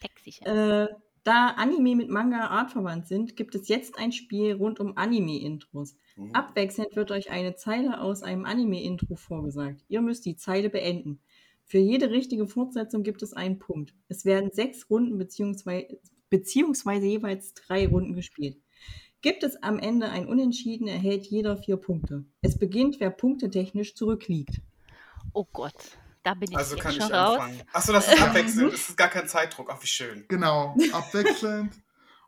[SPEAKER 1] Textsicher.
[SPEAKER 2] Äh, Da Anime mit Manga artverwandt sind, gibt es jetzt ein Spiel rund um Anime-Intros. Abwechselnd wird euch eine Zeile aus einem Anime-Intro vorgesagt. Ihr müsst die Zeile beenden. Für jede richtige Fortsetzung gibt es einen Punkt. Es werden sechs Runden beziehungsweise, beziehungsweise jeweils drei Runden gespielt. Gibt es am Ende ein Unentschieden, erhält jeder vier Punkte. Es beginnt, wer punktetechnisch zurückliegt.
[SPEAKER 1] Oh Gott, da bin ich
[SPEAKER 3] Also
[SPEAKER 1] jetzt
[SPEAKER 3] kann ich
[SPEAKER 1] schon raus.
[SPEAKER 3] anfangen. Achso, das ist abwechselnd. Es ist gar kein Zeitdruck. Ach, wie schön.
[SPEAKER 5] Genau, abwechselnd.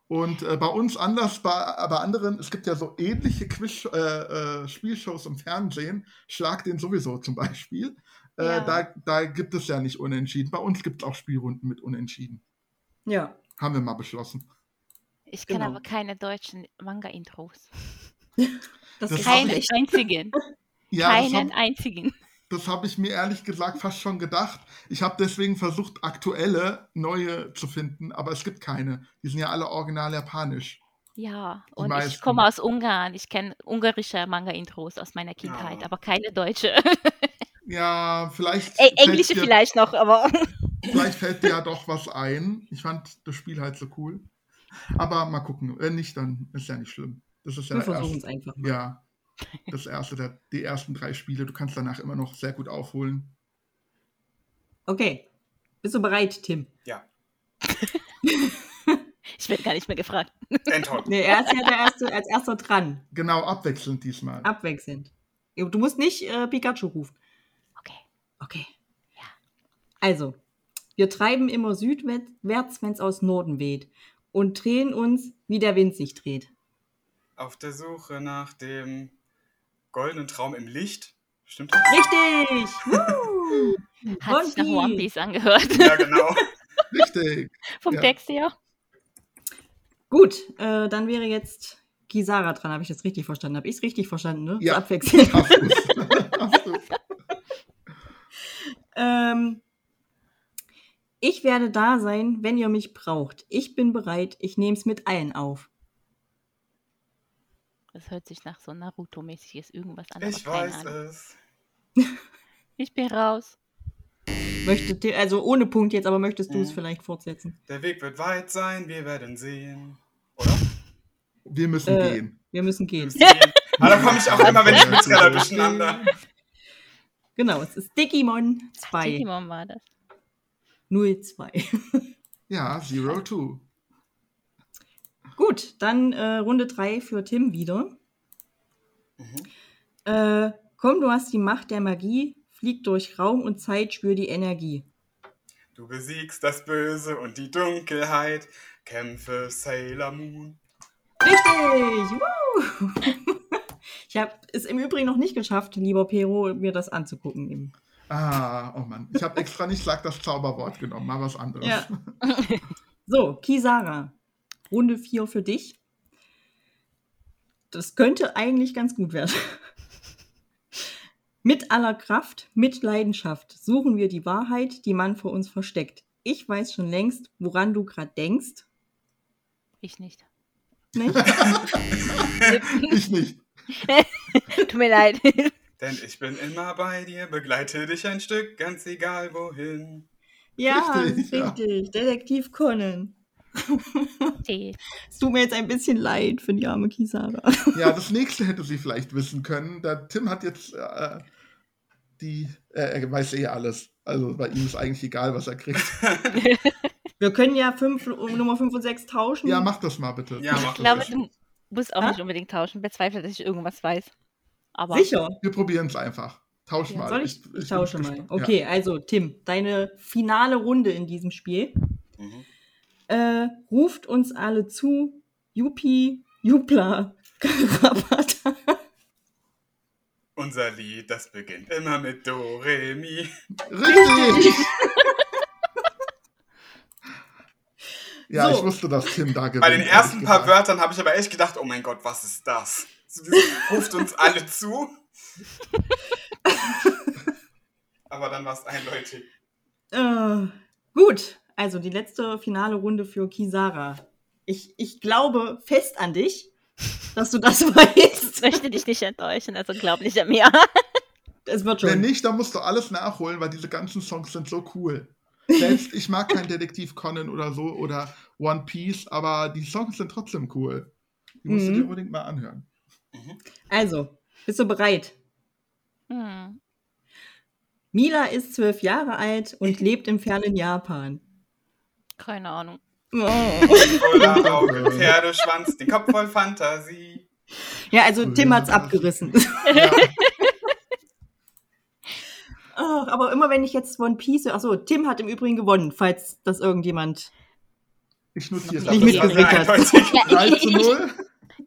[SPEAKER 5] Und äh, bei uns anders, bei, bei anderen, es gibt ja so ähnliche Quiz, äh, äh, Spielshows im Fernsehen, Schlag den sowieso zum Beispiel. Äh,
[SPEAKER 1] Ja.
[SPEAKER 5] da, da gibt es ja nicht Unentschieden. Bei uns gibt es auch Spielrunden mit Unentschieden.
[SPEAKER 2] Ja.
[SPEAKER 5] Haben wir mal beschlossen.
[SPEAKER 1] Ich kann
[SPEAKER 2] Genau.
[SPEAKER 1] aber keine deutschen Manga-Intros.
[SPEAKER 2] Das,
[SPEAKER 5] Das
[SPEAKER 2] ist
[SPEAKER 5] hab
[SPEAKER 1] Keinen
[SPEAKER 2] schlecht.
[SPEAKER 1] einzigen.
[SPEAKER 5] Ja, das
[SPEAKER 1] keinen
[SPEAKER 5] hab-
[SPEAKER 1] einzigen.
[SPEAKER 5] das habe ich mir ehrlich gesagt fast schon gedacht. Ich habe deswegen versucht, aktuelle, neue zu finden, aber es gibt keine. Die sind ja alle original japanisch.
[SPEAKER 1] Ja,
[SPEAKER 5] Die
[SPEAKER 1] und ich
[SPEAKER 5] meisten.
[SPEAKER 1] komme aus Ungarn. Ich kenne ungarische Manga-Intros aus meiner Kindheit,
[SPEAKER 3] Ja.
[SPEAKER 1] aber keine deutsche.
[SPEAKER 5] Ja, vielleicht.
[SPEAKER 1] Ey,
[SPEAKER 5] fällt
[SPEAKER 1] Englische
[SPEAKER 5] dir-
[SPEAKER 1] vielleicht noch, aber.
[SPEAKER 5] Vielleicht fällt dir ja doch was ein. Ich fand das Spiel halt so cool. Aber mal gucken. Wenn nicht, dann ist ja nicht schlimm. Das ist ja
[SPEAKER 2] Wir
[SPEAKER 5] der
[SPEAKER 2] versuchen es
[SPEAKER 5] erste,
[SPEAKER 2] einfach mal.
[SPEAKER 5] ja, das erste der, die ersten drei Spiele. Du kannst danach immer noch sehr gut aufholen.
[SPEAKER 2] Okay. Bist du bereit, Tim?
[SPEAKER 3] Ja.
[SPEAKER 1] Ich werde gar nicht mehr gefragt.
[SPEAKER 3] Anton.
[SPEAKER 2] Nee, er ist ja der erste, als erster dran.
[SPEAKER 5] Genau, abwechselnd diesmal.
[SPEAKER 2] Abwechselnd. Du musst nicht äh, Pikachu rufen.
[SPEAKER 1] Okay.
[SPEAKER 2] Okay.
[SPEAKER 1] Ja.
[SPEAKER 2] Also, wir treiben immer südwärts, wenn es aus Norden weht. Und drehen uns, wie der Wind sich dreht.
[SPEAKER 3] Auf der Suche nach dem goldenen Traum im Licht. Stimmt das?
[SPEAKER 2] Richtig! Woo!
[SPEAKER 1] Hat sich nach One
[SPEAKER 2] Piece.
[SPEAKER 1] Piece angehört.
[SPEAKER 3] Ja, genau.
[SPEAKER 5] Richtig.
[SPEAKER 1] Vom
[SPEAKER 5] Ja.
[SPEAKER 1] Text her.
[SPEAKER 2] Gut, äh, dann wäre jetzt Gisara dran. Habe ich das richtig verstanden? Habe ich es richtig verstanden, ne?
[SPEAKER 5] Ja.
[SPEAKER 2] So Abwechselnd.
[SPEAKER 5] Hast du's. Hast du's.
[SPEAKER 2] ähm, ich werde da sein, wenn ihr mich braucht. Ich bin bereit. Ich nehme es mit allen auf.
[SPEAKER 1] Das hört sich nach so Naruto-mäßiges irgendwas an.
[SPEAKER 3] Ich
[SPEAKER 1] aber keine
[SPEAKER 3] weiß äh,
[SPEAKER 1] Ahnung.
[SPEAKER 3] es.
[SPEAKER 1] Ich bin raus.
[SPEAKER 2] Möchtet, ihr- also ohne Punkt jetzt, aber möchtest du es
[SPEAKER 3] Mhm.
[SPEAKER 2] vielleicht fortsetzen?
[SPEAKER 3] Der Weg wird weit sein. Wir werden sehen. Oder?
[SPEAKER 5] Wir müssen
[SPEAKER 2] Äh,
[SPEAKER 5] gehen.
[SPEAKER 2] Wir müssen gehen.
[SPEAKER 3] Aber Ah, da komme ich auch immer, wenn ich mitkriege, durcheinander.
[SPEAKER 2] Genau, es ist Digimon
[SPEAKER 1] Digimon
[SPEAKER 2] 2.
[SPEAKER 1] war das.
[SPEAKER 2] 02.
[SPEAKER 5] Ja, Zero Two.
[SPEAKER 2] Gut, dann äh, Runde 3 für Tim wieder.
[SPEAKER 3] Mhm.
[SPEAKER 2] Äh, komm, du hast die Macht der Magie, flieg durch Raum und Zeit, spür die Energie.
[SPEAKER 3] Du besiegst das Böse und die Dunkelheit. Kämpfe Sailor Moon.
[SPEAKER 2] Richtig! Woo! Ich habe es im Übrigen noch nicht geschafft, lieber Pero, mir das anzugucken. Eben.
[SPEAKER 5] Ah, oh Mann. Ich habe extra nicht Schlag das Zauberwort genommen, mal was anderes.
[SPEAKER 2] Ja. So, Kisara, Runde 4 für dich. Das könnte eigentlich ganz gut werden. Mit aller Kraft, mit Leidenschaft suchen wir die Wahrheit, die man vor uns versteckt. Ich weiß schon längst, woran du gerade denkst.
[SPEAKER 1] Ich nicht.
[SPEAKER 2] Nicht?
[SPEAKER 5] Ich nicht.
[SPEAKER 1] Tut mir leid.
[SPEAKER 3] Denn ich bin immer bei dir, begleite dich ein Stück, ganz egal wohin.
[SPEAKER 2] Ja,
[SPEAKER 5] Richtig,
[SPEAKER 2] richtig,
[SPEAKER 5] ja.
[SPEAKER 2] richtig. Detektiv Conan.
[SPEAKER 1] Die-
[SPEAKER 2] Es tut mir jetzt ein bisschen leid für die arme Kisara.
[SPEAKER 5] Ja, das nächste hätte sie vielleicht wissen können. Da Tim hat jetzt äh, die, äh, er weiß eh alles. Also bei ihm ist eigentlich egal, was er kriegt.
[SPEAKER 2] Wir können ja fünf, um Nummer 5 und 6 tauschen.
[SPEAKER 5] Ja, mach das mal bitte.
[SPEAKER 3] Ja,
[SPEAKER 1] Ich
[SPEAKER 3] mach
[SPEAKER 1] glaube,
[SPEAKER 3] das.
[SPEAKER 1] du musst auch
[SPEAKER 2] Hä?
[SPEAKER 1] nicht unbedingt tauschen. Bezweifle, dass ich irgendwas weiß. Aber
[SPEAKER 2] Sicher.
[SPEAKER 5] Wir probieren es einfach. Tausch
[SPEAKER 1] Ja,
[SPEAKER 5] mal.
[SPEAKER 2] Soll ich?
[SPEAKER 5] bin
[SPEAKER 2] Ich tausche mal.
[SPEAKER 5] gespannt.
[SPEAKER 2] Okay, also Tim, deine finale Runde in diesem Spiel.
[SPEAKER 3] Mhm.
[SPEAKER 2] Äh, ruft uns alle zu. Jupi, Jupla, Karabata.
[SPEAKER 3] Unser Lied, das beginnt immer mit Do, Re, Mi.
[SPEAKER 5] Ja. Richtig! ja,
[SPEAKER 2] So.
[SPEAKER 5] ich wusste, dass Tim da gewinnt.
[SPEAKER 3] Bei den ersten
[SPEAKER 5] ehrlich
[SPEAKER 3] paar
[SPEAKER 5] gesagt.
[SPEAKER 3] Wörtern habe ich aber echt gedacht, oh mein Gott, was ist das? Sie ruft uns alle zu. aber dann war es eindeutig.
[SPEAKER 2] Äh, gut, also die letzte finale Runde für Kisara. Ich, ich glaube fest an dich, dass du das
[SPEAKER 1] ich
[SPEAKER 2] weißt.
[SPEAKER 1] möchte dich nicht enttäuschen, also glaub nicht an mir.
[SPEAKER 2] Es wird
[SPEAKER 5] Wenn
[SPEAKER 2] schon.
[SPEAKER 5] nicht, dann musst du alles nachholen, weil diese ganzen Songs sind so cool. Selbst ich mag keinen Detektiv Conan oder so oder One Piece, aber die Songs sind trotzdem cool. Die musst
[SPEAKER 2] Mhm.
[SPEAKER 5] du dir unbedingt mal anhören.
[SPEAKER 2] Also, bist du bereit?
[SPEAKER 1] Hm.
[SPEAKER 2] Mila ist zwölf Jahre alt und lebt im fernen Japan.
[SPEAKER 1] Keine Ahnung.
[SPEAKER 3] Voller Augen, Pferdeschwanz, den Kopf voll Fantasie.
[SPEAKER 2] Ja, also Tim hat's
[SPEAKER 5] Oh, Ja.
[SPEAKER 2] abgerissen.
[SPEAKER 5] Ja,
[SPEAKER 2] Ach, aber immer wenn ich jetzt One Piece. Achso, Tim hat im Übrigen gewonnen, falls das irgendjemand.
[SPEAKER 5] ich notiere
[SPEAKER 3] Ich
[SPEAKER 5] das.
[SPEAKER 3] glaub,
[SPEAKER 2] Nicht
[SPEAKER 3] das
[SPEAKER 2] mitgekriegt hast.
[SPEAKER 3] war eindeutig.
[SPEAKER 1] Ja,
[SPEAKER 5] 3
[SPEAKER 1] ich
[SPEAKER 5] zu
[SPEAKER 1] ich, ich,
[SPEAKER 5] 0.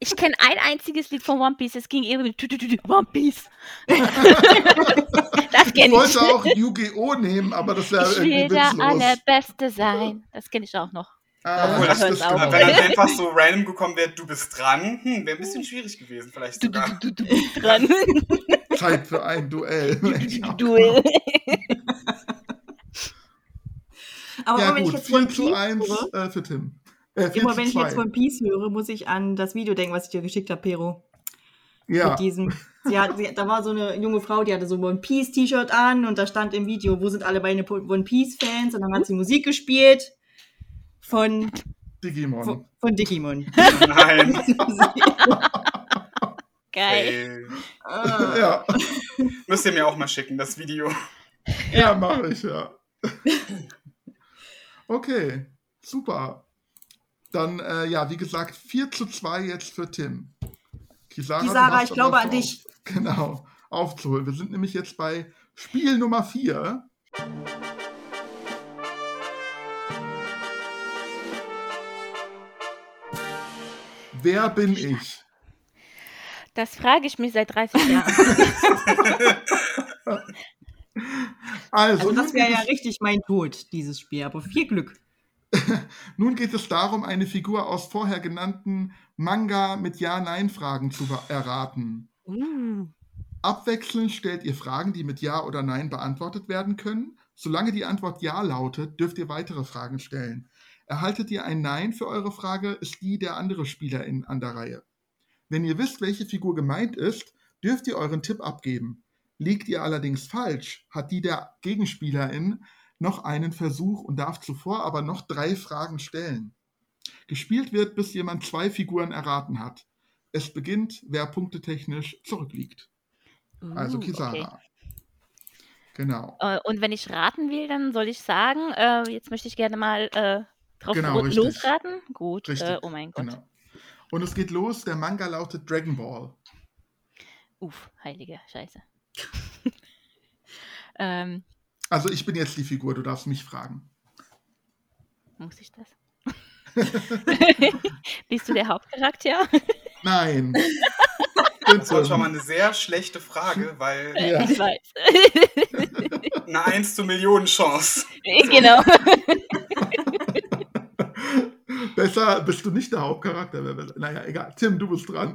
[SPEAKER 1] ich kenne ein einziges Lied von One Piece. Es ging irgendwie tü, tü, tü, tü, One Piece. das
[SPEAKER 5] Ich
[SPEAKER 1] kenne ich.
[SPEAKER 5] wollte auch Yu-Gi-Oh! nehmen, aber das wäre
[SPEAKER 1] Ich will
[SPEAKER 5] irgendwie
[SPEAKER 1] der
[SPEAKER 5] witzlos.
[SPEAKER 1] Allerbeste sein. Das kenne ich auch noch.
[SPEAKER 5] Ah,
[SPEAKER 3] Obwohl, das
[SPEAKER 1] ist auch-
[SPEAKER 5] genau.
[SPEAKER 3] Wenn dann einfach so random gekommen wäre, du bist dran, hm, wäre ein bisschen schwierig gewesen, vielleicht
[SPEAKER 1] Du, du,
[SPEAKER 3] sogar.
[SPEAKER 1] du, du, du bist dran.
[SPEAKER 5] Zeit für ein Duell.
[SPEAKER 1] Duell.
[SPEAKER 2] Aber
[SPEAKER 5] ja
[SPEAKER 2] immer wenn ich
[SPEAKER 5] gut,
[SPEAKER 2] jetzt One
[SPEAKER 5] 4 zu
[SPEAKER 2] Piece
[SPEAKER 5] 1
[SPEAKER 2] höre,
[SPEAKER 5] äh, für Tim. Äh, 4
[SPEAKER 2] immer
[SPEAKER 5] zu
[SPEAKER 2] wenn ich jetzt
[SPEAKER 5] 2.
[SPEAKER 2] One Piece höre, muss ich an das Video denken, was ich dir geschickt habe, Pero.
[SPEAKER 5] Ja,
[SPEAKER 2] Mit diesem. Sie hat, sie, da war so eine junge Frau, die hatte so ein One Piece T-Shirt an und da stand im Video, wo sind alle meine Po- One Piece Fans? Und dann hat sie Musik gespielt von,
[SPEAKER 5] Digimon.
[SPEAKER 2] von, von Digimon.
[SPEAKER 3] Nein.
[SPEAKER 1] Geil.
[SPEAKER 3] Ey.
[SPEAKER 2] Ah.
[SPEAKER 5] Ja,
[SPEAKER 3] Müsst ihr mir auch mal schicken, das Video.
[SPEAKER 5] ja mache ich, ja. Okay, super. Dann, äh, ja, wie gesagt, 4 zu 2 jetzt für Tim. Kisara, du
[SPEAKER 2] Kisara, ich
[SPEAKER 5] hast aber
[SPEAKER 2] glaube
[SPEAKER 5] was
[SPEAKER 2] an
[SPEAKER 5] auf-
[SPEAKER 2] dich.
[SPEAKER 5] Genau, aufzuholen. Wir sind nämlich jetzt bei Spiel Nummer 4. Wer bin ich?
[SPEAKER 1] Das frage ich mich seit 30 Jahren.
[SPEAKER 5] Also,
[SPEAKER 2] Also das
[SPEAKER 5] nun
[SPEAKER 2] wäre
[SPEAKER 5] geht
[SPEAKER 2] ja
[SPEAKER 5] es-
[SPEAKER 2] richtig mein Tod, dieses Spiel. Aber viel Glück.
[SPEAKER 5] Nun geht es darum, eine Figur aus vorher genannten Manga mit Ja-Nein-Fragen zu be- erraten.
[SPEAKER 2] Uh.
[SPEAKER 5] Abwechselnd stellt ihr Fragen, die mit Ja oder Nein beantwortet werden können. Solange die Antwort Ja lautet, dürft ihr weitere Fragen stellen. Erhaltet ihr ein Nein für eure Frage, ist die der andere Spieler in, an der Reihe. Wenn ihr wisst, welche Figur gemeint ist, dürft ihr euren Tipp abgeben. Liegt ihr allerdings falsch, hat die der Gegenspielerin noch einen Versuch und darf zuvor aber noch drei Fragen stellen. Gespielt wird, bis jemand zwei Figuren erraten hat. Es beginnt, wer punktetechnisch zurückliegt.
[SPEAKER 1] Uh,
[SPEAKER 5] Also
[SPEAKER 1] okay.
[SPEAKER 5] Kisara. Genau.
[SPEAKER 1] Äh, Und wenn ich raten will, dann soll ich sagen, äh, jetzt möchte ich gerne mal äh, drauf
[SPEAKER 5] Genau,
[SPEAKER 1] ro-
[SPEAKER 5] richtig.
[SPEAKER 1] losraten. Gut,
[SPEAKER 5] Richtig,
[SPEAKER 1] äh, oh mein Gott.
[SPEAKER 5] genau. Und es geht los. Der Manga lautet Dragon Ball.
[SPEAKER 1] Uff, heilige Scheiße. ähm,
[SPEAKER 5] Also ich bin jetzt die Figur, du darfst mich fragen.
[SPEAKER 1] muss ich das? Bist du der Hauptcharakter?
[SPEAKER 5] Nein.
[SPEAKER 3] Das war schon mal eine sehr schlechte Frage, weil
[SPEAKER 5] ja.
[SPEAKER 1] Ich weiß.
[SPEAKER 3] eine 1 zu Millionen Chance.
[SPEAKER 1] genau.
[SPEAKER 5] Besser bist du nicht der Hauptcharakter. wer will- Naja, egal. Tim, du bist dran.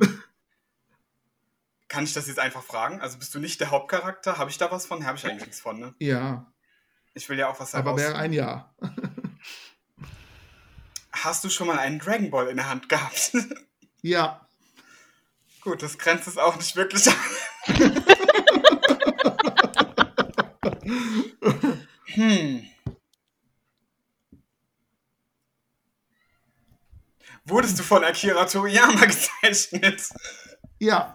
[SPEAKER 3] Kann ich das jetzt einfach fragen? Also bist du nicht der Hauptcharakter? Habe ich da was von? Habe ich eigentlich nichts von, ne?
[SPEAKER 5] Ja,
[SPEAKER 3] Ich will ja auch was
[SPEAKER 5] aber
[SPEAKER 3] heraus.
[SPEAKER 5] wäre ein Ja.
[SPEAKER 3] Hast du schon mal einen Dragon Ball in der Hand gehabt?
[SPEAKER 5] Ja.
[SPEAKER 3] Gut, das grenzt es auch nicht wirklich an. hm. Wurdest du von Akira Toriyama gezeichnet?
[SPEAKER 5] Ja.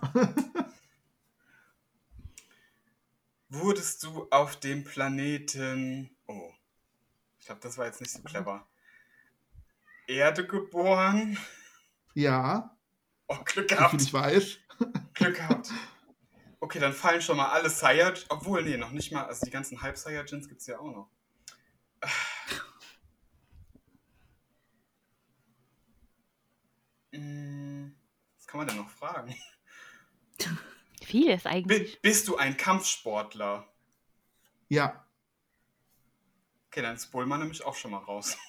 [SPEAKER 3] Wurdest du auf dem Planeten. Oh. Ich glaube, das war jetzt nicht so clever. Erde geboren?
[SPEAKER 5] Ja.
[SPEAKER 3] Oh, Glück
[SPEAKER 5] Wie viel
[SPEAKER 3] gehabt.
[SPEAKER 5] ich weiß.
[SPEAKER 3] Glück gehabt. Okay, dann fallen schon mal alle Saiyajins. Obwohl, nee, noch nicht mal. Also die ganzen Halb-Saiyajins gibt es ja auch noch. Mm, Was kann man denn noch fragen?
[SPEAKER 1] Vieles
[SPEAKER 3] Bi-
[SPEAKER 1] eigentlich.
[SPEAKER 3] bist du ein Kampfsportler?
[SPEAKER 5] Ja.
[SPEAKER 3] Okay, dann ist Bullmann nämlich auch schon mal raus.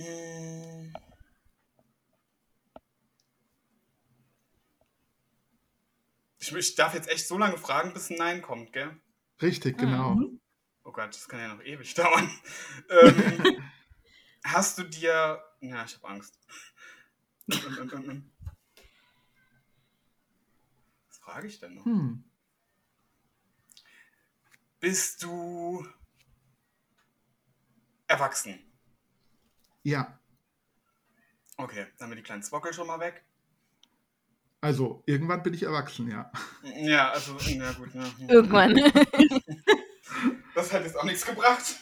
[SPEAKER 3] Mm. Ich, ich darf jetzt echt so lange fragen, bis ein Nein kommt, gell?
[SPEAKER 5] Richtig, genau.
[SPEAKER 2] Mhm.
[SPEAKER 3] Oh Gott, das kann ja noch ewig dauern. Ähm, hast du dir. Ja, ich habe Angst. Ähm, ähm, ähm, ähm. Was frage ich denn noch?
[SPEAKER 5] Hm.
[SPEAKER 3] Bist du Erwachsen.
[SPEAKER 5] Ja,
[SPEAKER 3] Okay, dann haben wir die kleinen Zwockel schon mal weg.
[SPEAKER 5] also irgendwann bin ich erwachsen, ja.
[SPEAKER 3] Ja, also, na gut. Ne.
[SPEAKER 1] Irgendwann.
[SPEAKER 3] Das hat jetzt auch nichts gebracht.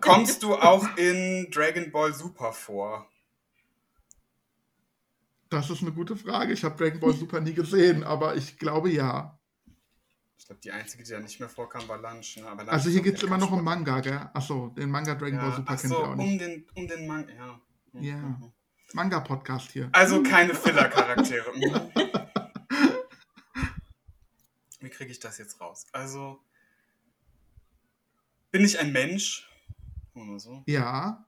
[SPEAKER 3] Kommst du auch in Dragon Ball Super vor?
[SPEAKER 5] Das ist eine gute Frage. Ich habe Dragon Ball Super nie gesehen, aber ich glaube ja.
[SPEAKER 3] Ich glaube, die einzige, die da nicht mehr vorkam, war Lunch. Ne? Aber Lunch
[SPEAKER 5] Also
[SPEAKER 3] ist
[SPEAKER 5] hier
[SPEAKER 3] auch
[SPEAKER 5] geht es
[SPEAKER 3] kein
[SPEAKER 5] immer noch um
[SPEAKER 3] Kampfsport.
[SPEAKER 5] Manga, gell? Achso, den Manga Dragon Ball
[SPEAKER 3] Ja,
[SPEAKER 5] Super
[SPEAKER 3] ach
[SPEAKER 5] kennt
[SPEAKER 3] so,
[SPEAKER 5] ihr auch nicht.
[SPEAKER 3] Um den, um den Manga, ja. Mhm,
[SPEAKER 5] Ja.
[SPEAKER 3] mhm.
[SPEAKER 5] Manga-Podcast hier.
[SPEAKER 3] Also keine Filler-Charaktere. Mhm. Wie kriege ich das jetzt raus? Also, bin ich ein Mensch? Oder so.
[SPEAKER 5] Ja,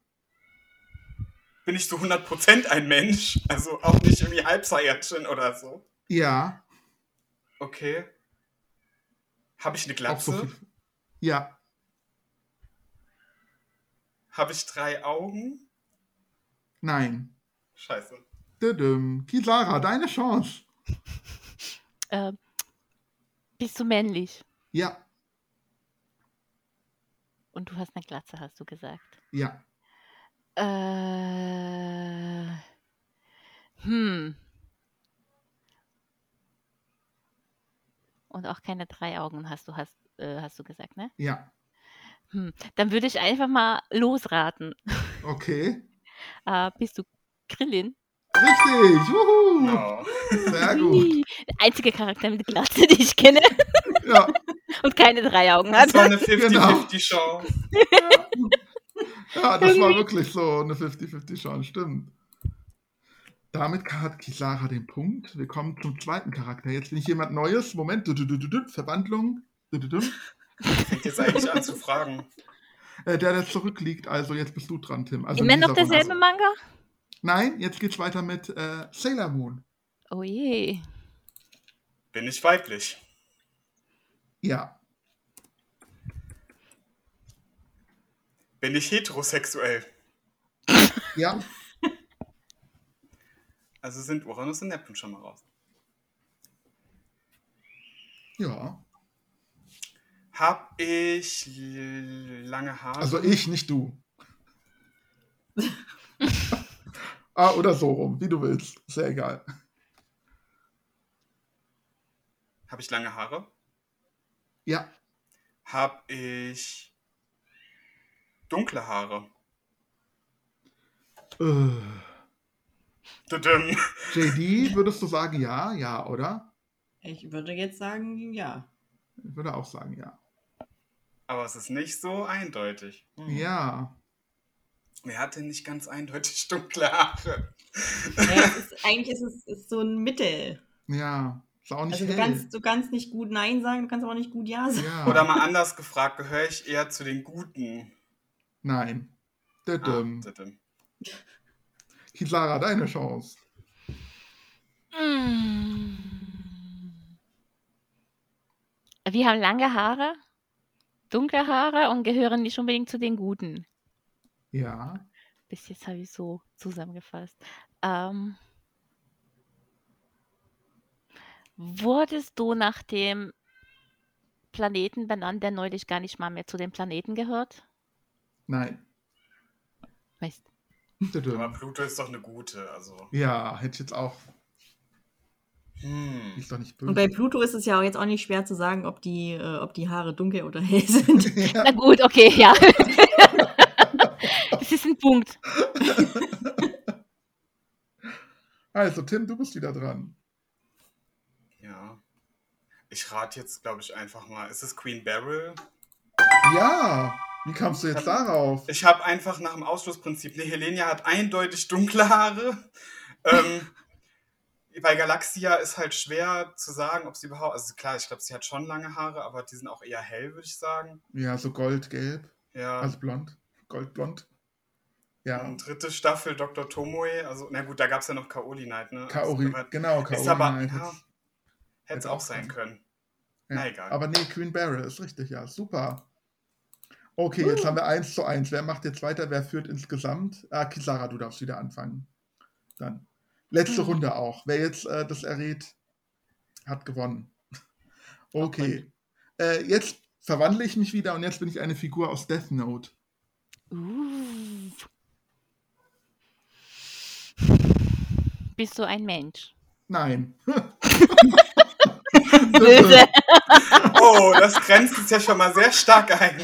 [SPEAKER 3] Bin ich zu 100% ein Mensch? Also auch nicht irgendwie halb Saiyajin oder so.
[SPEAKER 5] ja.
[SPEAKER 3] Okay. Habe ich eine
[SPEAKER 5] Auch so
[SPEAKER 3] Glatze?
[SPEAKER 5] viel. Ja,
[SPEAKER 3] Habe ich drei Augen?
[SPEAKER 5] nein.
[SPEAKER 3] Scheiße.
[SPEAKER 5] Düdüm. Kisara, deine Chance.
[SPEAKER 1] äh, bist du männlich?
[SPEAKER 5] Ja,
[SPEAKER 1] Und du hast eine Glatze, hast du gesagt.
[SPEAKER 5] ja.
[SPEAKER 1] Äh, hm. Und auch keine drei Augen hast du, hast, äh, hast du gesagt, ne?
[SPEAKER 5] Ja,
[SPEAKER 1] Hm. Dann würde ich einfach mal losraten.
[SPEAKER 5] okay.
[SPEAKER 1] Äh, bist du Krillin?
[SPEAKER 5] Richtig, juhu.
[SPEAKER 3] Oh.
[SPEAKER 5] Sehr gut.
[SPEAKER 1] Der einzige Charakter mit Glatze, die ich kenne
[SPEAKER 5] Ja,
[SPEAKER 1] und keine drei Augen hat.
[SPEAKER 3] Das war eine
[SPEAKER 5] Genau.
[SPEAKER 3] 50-50-Show.
[SPEAKER 5] ja das war wirklich so eine 50-50-Chance, stimmt. Damit hat Kisara den Punkt. Wir kommen zum zweiten Charakter. Jetzt bin ich jemand Neues. Moment, dü- dü- dü- dü- dü- Verwandlung. Dü- dü- dü.
[SPEAKER 3] Fängt jetzt eigentlich an zu fragen.
[SPEAKER 5] Äh, Der, der zurückliegt. Also jetzt bist du dran, Tim. Also in
[SPEAKER 1] Immer noch
[SPEAKER 5] dieser Runde.
[SPEAKER 1] derselbe Manga?
[SPEAKER 5] Nein, jetzt geht's weiter mit äh, Sailor Moon.
[SPEAKER 1] Oh je.
[SPEAKER 3] Bin ich weiblich?
[SPEAKER 5] Ja,
[SPEAKER 3] Bin ich heterosexuell?
[SPEAKER 5] ja,
[SPEAKER 3] Also sind Uranus und Neptun schon mal raus.
[SPEAKER 5] ja.
[SPEAKER 3] Hab ich l- lange Haare?
[SPEAKER 5] Also ich, nicht du. ah, oder so rum, wie du willst. Ist ja egal.
[SPEAKER 3] Hab ich lange Haare?
[SPEAKER 5] Ja,
[SPEAKER 3] Hab ich dunkle Haare?
[SPEAKER 5] äh,
[SPEAKER 3] Tudum.
[SPEAKER 5] JD, würdest du sagen ja, ja, oder?
[SPEAKER 2] Ich würde jetzt sagen, ja.
[SPEAKER 5] Ich würde auch sagen ja.
[SPEAKER 3] Aber es ist nicht so eindeutig. Hm.
[SPEAKER 5] Ja,
[SPEAKER 3] Wer hatte nicht ganz eindeutig dunkle Haare?
[SPEAKER 2] Naja, es ist, eigentlich ist es ist so ein Mittel.
[SPEAKER 5] ja. Ist auch nicht
[SPEAKER 2] Also du
[SPEAKER 5] hell.
[SPEAKER 2] kannst, du kannst nicht gut Nein sagen, du kannst aber auch nicht gut Ja sagen.
[SPEAKER 5] ja.
[SPEAKER 3] Oder mal anders gefragt, gehöre ich eher zu den Guten?
[SPEAKER 5] Nein.
[SPEAKER 3] Ah,
[SPEAKER 5] Dödüm.
[SPEAKER 3] tudum.
[SPEAKER 5] Kisara, deine Chance.
[SPEAKER 1] Hm. Mm. Wir haben lange Haare, dunkle Haare und gehören nicht unbedingt zu den Guten.
[SPEAKER 5] Ja,
[SPEAKER 1] Bis jetzt habe ich so zusammengefasst. Ähm, wurdest du nach dem Planeten benannt, der neulich gar nicht mal mehr zu den Planeten gehört?
[SPEAKER 5] nein.
[SPEAKER 1] Mist.
[SPEAKER 3] Aber
[SPEAKER 5] Dödüm.
[SPEAKER 3] Pluto ist doch eine gute, also.
[SPEAKER 5] Ja, hätte ich jetzt auch. Die
[SPEAKER 3] Hm.
[SPEAKER 5] Ist doch nicht böse.
[SPEAKER 2] Und bei Pluto ist es ja auch jetzt auch nicht schwer zu sagen, ob die, äh, ob die Haare dunkel oder hell sind.
[SPEAKER 1] Na
[SPEAKER 5] ja,
[SPEAKER 1] gut, okay, ja. Es ist ein Punkt.
[SPEAKER 5] also, Tim, du bist wieder dran.
[SPEAKER 3] Ja. Ich rate jetzt, glaube ich, einfach mal. Ist es Queen Beryl?
[SPEAKER 5] Ja, wie kamst du jetzt darauf?
[SPEAKER 3] Ich habe einfach nach dem Ausschlussprinzip, nee, Helenia hat eindeutig dunkle Haare. Ähm, bei Galaxia ist halt schwer zu sagen, ob sie überhaupt, also klar, ich glaube, sie hat schon lange Haare, aber die sind auch eher hell, würde ich sagen.
[SPEAKER 5] Ja, so goldgelb,
[SPEAKER 3] Ja.
[SPEAKER 5] also blond, goldblond. Ja,
[SPEAKER 3] Und dritte Staffel Dr. Tomoe, also na gut, da gab es ja noch Kaoli Night, ne?
[SPEAKER 5] Kaori,
[SPEAKER 3] Also,
[SPEAKER 5] genau,
[SPEAKER 3] aber-
[SPEAKER 5] Kaori.
[SPEAKER 3] ist aber,
[SPEAKER 5] Knight
[SPEAKER 3] ja,
[SPEAKER 5] jetzt.
[SPEAKER 3] hätte es
[SPEAKER 5] hätte
[SPEAKER 3] auch
[SPEAKER 5] auch
[SPEAKER 3] sein
[SPEAKER 5] sein.
[SPEAKER 3] können.
[SPEAKER 5] Ja.
[SPEAKER 3] Na, egal.
[SPEAKER 5] Aber nee, Queen Barrel ist richtig, ja, super. Okay,
[SPEAKER 1] Uh.
[SPEAKER 5] jetzt haben wir 1 zu 1. Wer macht jetzt weiter? Wer führt insgesamt? Ah, Kisara, du darfst wieder anfangen. Dann. Letzte
[SPEAKER 1] Hm.
[SPEAKER 5] Runde auch. Wer jetzt äh, das errät, hat gewonnen. Okay. Äh, jetzt verwandle ich mich wieder und jetzt bin ich eine Figur aus Death Note.
[SPEAKER 1] Uh. Bist du ein Mensch?
[SPEAKER 5] Nein.
[SPEAKER 1] Böse.
[SPEAKER 3] Oh, das grenzt es ja schon mal sehr stark ein.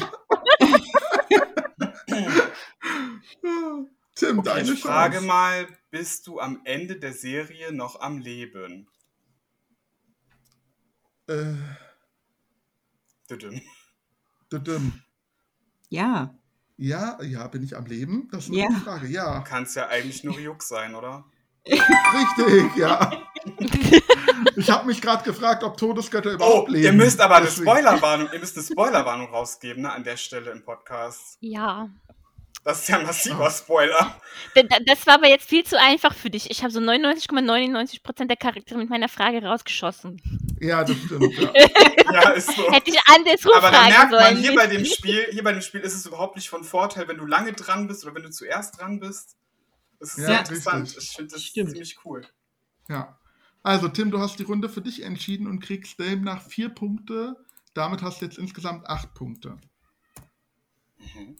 [SPEAKER 5] Tim,
[SPEAKER 3] Ich
[SPEAKER 5] deine
[SPEAKER 3] frage
[SPEAKER 5] Chance.
[SPEAKER 3] mal, bist du am Ende der Serie noch am Leben?
[SPEAKER 5] Äh,
[SPEAKER 3] Düdüm.
[SPEAKER 5] düdüm.
[SPEAKER 2] Ja.
[SPEAKER 5] ja, ja, bin ich am Leben? Das ist eine
[SPEAKER 2] Ja.
[SPEAKER 5] gute Frage. Ja,
[SPEAKER 3] Kann es ja eigentlich nur Ryuk sein, oder?
[SPEAKER 5] richtig, ja. Ich habe mich gerade gefragt, ob Todesgötter
[SPEAKER 3] Oh,
[SPEAKER 5] überhaupt leben.
[SPEAKER 3] ihr müsst aber eine
[SPEAKER 5] Deswegen-
[SPEAKER 3] Spoilerwarnung, ihr müsst eine Spoilerwarnung rausgeben, ne, an der Stelle im Podcast.
[SPEAKER 1] ja.
[SPEAKER 3] Das ist ja ein massiver Spoiler.
[SPEAKER 1] D- d- Das war aber jetzt viel zu einfach für dich. Ich habe so 99,99 Prozent der Charaktere mit meiner Frage rausgeschossen.
[SPEAKER 5] Ja, das stimmt. Ja.
[SPEAKER 3] Ja, ist so.
[SPEAKER 1] Hätte ich andersrum
[SPEAKER 3] Aber da
[SPEAKER 1] fragen
[SPEAKER 3] merkt man,
[SPEAKER 1] sollen.
[SPEAKER 3] hier bei dem Spiel, hier bei dem Spiel ist es überhaupt nicht von Vorteil, wenn du lange dran bist oder wenn du zuerst dran bist. Das ist
[SPEAKER 5] Ja,
[SPEAKER 3] sehr interessant.
[SPEAKER 5] richtig.
[SPEAKER 3] Ich finde das
[SPEAKER 2] Stimmt.
[SPEAKER 3] ziemlich cool.
[SPEAKER 5] Ja. Also, Tim, du hast die Runde für dich entschieden und kriegst demnach vier Punkte. Damit hast du jetzt insgesamt acht Punkte.
[SPEAKER 3] Mhm.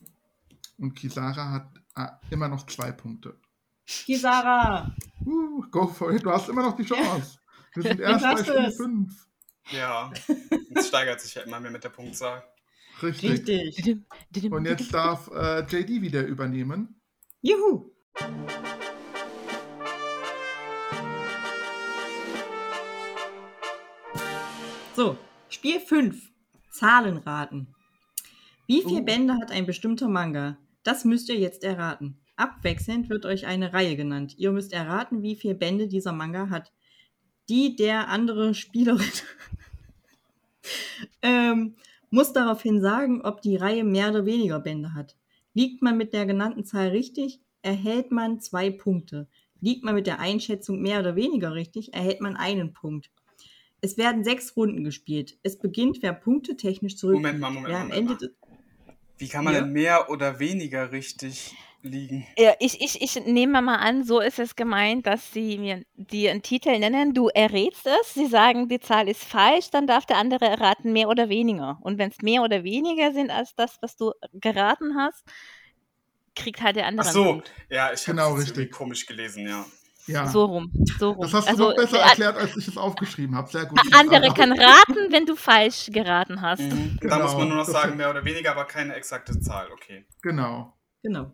[SPEAKER 5] Und Kisara hat ah, immer noch zwei Punkte.
[SPEAKER 2] Kisara.
[SPEAKER 5] Uh, go for it. Du hast immer noch die Chance. Wir sind
[SPEAKER 2] Du
[SPEAKER 5] erst bei
[SPEAKER 2] schaffst
[SPEAKER 5] Stunde
[SPEAKER 2] es.
[SPEAKER 5] fünf.
[SPEAKER 3] Ja. Es steigert sich ja immer mehr mit der Punktzahl.
[SPEAKER 5] Richtig.
[SPEAKER 2] Richtig.
[SPEAKER 5] Und jetzt darf äh, JD wieder übernehmen.
[SPEAKER 2] Juhu. So, Spiel 5. Zahlenraten. Wie viele
[SPEAKER 5] Uh.
[SPEAKER 2] Bände hat ein bestimmter Manga? Das müsst ihr jetzt erraten. Abwechselnd wird euch eine Reihe genannt. Ihr müsst erraten, wie viele Bände dieser Manga hat, die der andere Spielerin ähm, muss daraufhin sagen, ob die Reihe mehr oder weniger Bände hat. Liegt man mit der genannten Zahl richtig, erhält man zwei Punkte. Liegt man mit der Einschätzung mehr oder weniger richtig, erhält man einen Punkt. Es werden sechs Runden gespielt. Es beginnt, wer Punkte technisch zurück.
[SPEAKER 3] Moment mal, Moment
[SPEAKER 2] wer
[SPEAKER 3] mal,
[SPEAKER 2] am
[SPEAKER 3] Moment
[SPEAKER 2] Ende
[SPEAKER 3] mal. Wie kann man
[SPEAKER 2] Ja?
[SPEAKER 3] denn mehr oder weniger richtig liegen?
[SPEAKER 1] Ja, ich, ich, ich nehme mal an, so ist es gemeint, dass sie mir dir einen Titel nennen, du errätst es, sie sagen, die Zahl ist falsch, dann darf der andere erraten, mehr oder weniger. Und wenn es mehr oder weniger sind als das, was du geraten hast, kriegt halt der andere
[SPEAKER 3] Ach
[SPEAKER 1] einen
[SPEAKER 3] so,
[SPEAKER 1] Punkt.
[SPEAKER 3] ja, ich habe
[SPEAKER 5] Genau,
[SPEAKER 3] es irgendwie
[SPEAKER 5] richtig.
[SPEAKER 3] komisch gelesen, ja.
[SPEAKER 5] Ja.
[SPEAKER 1] So rum, so rum.
[SPEAKER 5] Das hast du
[SPEAKER 1] also,
[SPEAKER 5] noch besser
[SPEAKER 1] der
[SPEAKER 5] erklärt, als ich es aufgeschrieben habe. Sehr gut. Also,
[SPEAKER 1] der andere
[SPEAKER 5] Kisara.
[SPEAKER 1] kann raten, wenn du falsch geraten hast.
[SPEAKER 3] Mhm. Da
[SPEAKER 5] Genau.
[SPEAKER 3] muss man nur noch
[SPEAKER 5] Das
[SPEAKER 3] sagen,
[SPEAKER 5] ist-
[SPEAKER 3] mehr oder weniger, aber keine exakte Zahl, okay.
[SPEAKER 5] Genau.
[SPEAKER 2] Genau.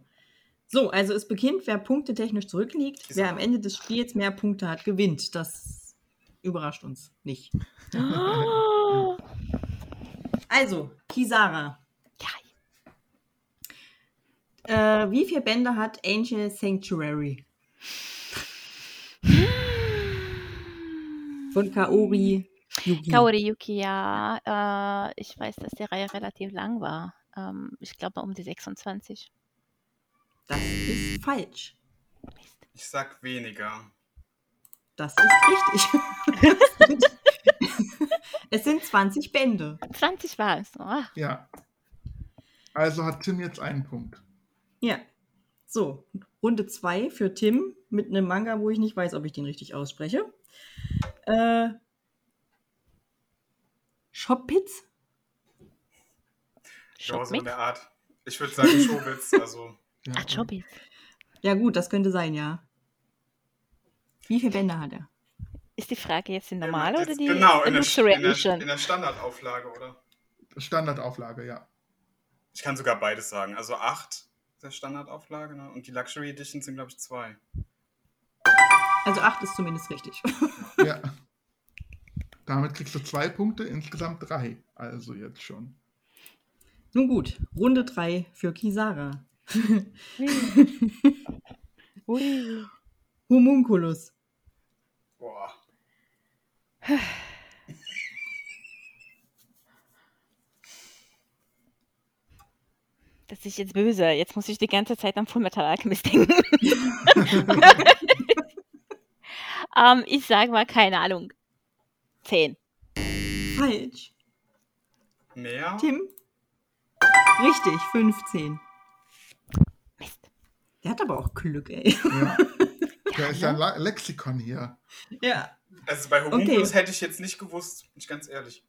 [SPEAKER 2] So, also es beginnt, wer Punkte technisch zurückliegt.
[SPEAKER 3] Ist
[SPEAKER 2] Wer
[SPEAKER 3] so.
[SPEAKER 2] am Ende des Spiels mehr Punkte hat, gewinnt. Das überrascht uns nicht.
[SPEAKER 1] Oh.
[SPEAKER 2] Also, Kisara.
[SPEAKER 1] Ja,
[SPEAKER 2] Äh, wie viele Bände hat Angel Sanctuary? Von Kaori Yugi.
[SPEAKER 1] Kaori Yuki, ja. Äh, ich weiß, dass die Reihe relativ lang war. Ähm, ich glaube um die 26.
[SPEAKER 2] Das ist falsch.
[SPEAKER 1] Mist.
[SPEAKER 3] Ich sag weniger.
[SPEAKER 2] Das ist richtig. es sind 20 Bände.
[SPEAKER 1] 20 war es. Oh,
[SPEAKER 5] Ja. Also hat Tim jetzt einen Punkt.
[SPEAKER 2] Ja. So, Runde 2 für Tim mit einem Manga, wo ich nicht weiß, ob ich den richtig ausspreche. Äh, Shoppitz?
[SPEAKER 3] Ja, so
[SPEAKER 1] Schock
[SPEAKER 3] in
[SPEAKER 1] mit.
[SPEAKER 3] der Art. Ich würde sagen Schobitz, also
[SPEAKER 5] Ja.
[SPEAKER 1] Ach, Chobis.
[SPEAKER 2] Ja, gut, das könnte sein, ja. Wie viele Bände hat er?
[SPEAKER 1] Ist die Frage jetzt die normale
[SPEAKER 3] jetzt-
[SPEAKER 1] oder die
[SPEAKER 3] Genau, in der, in, der,
[SPEAKER 1] Alliteration?
[SPEAKER 3] in der Standardauflage, oder?
[SPEAKER 5] Standardauflage, ja.
[SPEAKER 3] Ich kann sogar beides sagen. Also acht ist der Standardauflage, ne? Und die Luxury Edition sind, glaube ich, zwei.
[SPEAKER 2] Also 8 ist zumindest richtig.
[SPEAKER 5] ja. Damit kriegst du zwei Punkte, insgesamt drei. Also jetzt schon.
[SPEAKER 2] Nun gut, Runde 3 für Kisara.
[SPEAKER 1] Ui.
[SPEAKER 2] Homunculus.
[SPEAKER 3] Boah.
[SPEAKER 1] Das ist jetzt böse. Jetzt muss ich die ganze Zeit an Fullmetal Alchemist denken. ähm, ich sage mal, keine Ahnung. 10.
[SPEAKER 2] Falsch.
[SPEAKER 3] Mehr?
[SPEAKER 2] Tim? Richtig, 15.
[SPEAKER 1] Mist.
[SPEAKER 2] Der hat aber auch Glück, ey.
[SPEAKER 5] Ja. Der ist ja ein La- Lexikon hier.
[SPEAKER 2] Ja.
[SPEAKER 3] Also bei Homunculus
[SPEAKER 2] Okay.
[SPEAKER 3] hätte ich jetzt nicht gewusst, bin ich ganz ehrlich.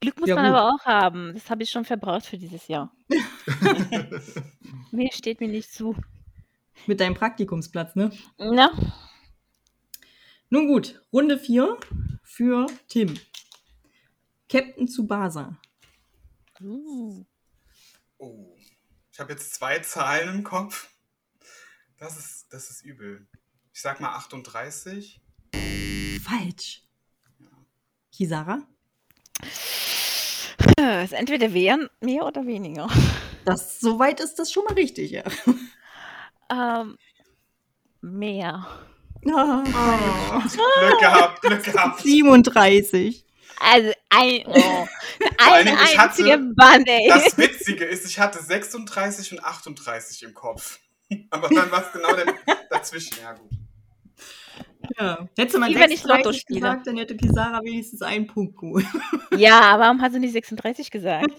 [SPEAKER 1] Glück muss
[SPEAKER 2] Ja,
[SPEAKER 1] man
[SPEAKER 2] gut.
[SPEAKER 1] aber auch haben. Das habe ich schon verbraucht für dieses Jahr. Mir steht mir nicht zu.
[SPEAKER 2] Mit deinem Praktikumsplatz, ne?
[SPEAKER 1] Na,
[SPEAKER 2] Nun gut, Runde 4 für Tim. Captain Tsubasa.
[SPEAKER 1] uh,
[SPEAKER 3] Oh. Ich habe jetzt zwei Zahlen im Kopf. Das ist, das ist übel. Ich sag mal 38.
[SPEAKER 2] Falsch. Kisara?
[SPEAKER 1] Äh, ist entweder wären mehr oder weniger.
[SPEAKER 2] Das, soweit ist das schon mal richtig, ja.
[SPEAKER 1] Ähm, mehr.
[SPEAKER 2] Ah,
[SPEAKER 3] Glück gehabt, Glück gehabt.
[SPEAKER 2] 37.
[SPEAKER 1] Also ein, oh,
[SPEAKER 3] allen
[SPEAKER 1] ein
[SPEAKER 3] Dingen, ich hatte
[SPEAKER 1] einziger Band, ey.
[SPEAKER 3] Das Witzige ist, ich hatte 36 und 38 im Kopf. Aber dann war es genau der, dazwischen. Ja, gut.
[SPEAKER 2] Ja. Hätte man
[SPEAKER 1] Wie wenn ich
[SPEAKER 2] 36
[SPEAKER 1] Lotto spiele.
[SPEAKER 2] gesagt, dann hätte Kisara wenigstens einen Punkt geholt.
[SPEAKER 1] Ja, warum hast du nicht 36 gesagt?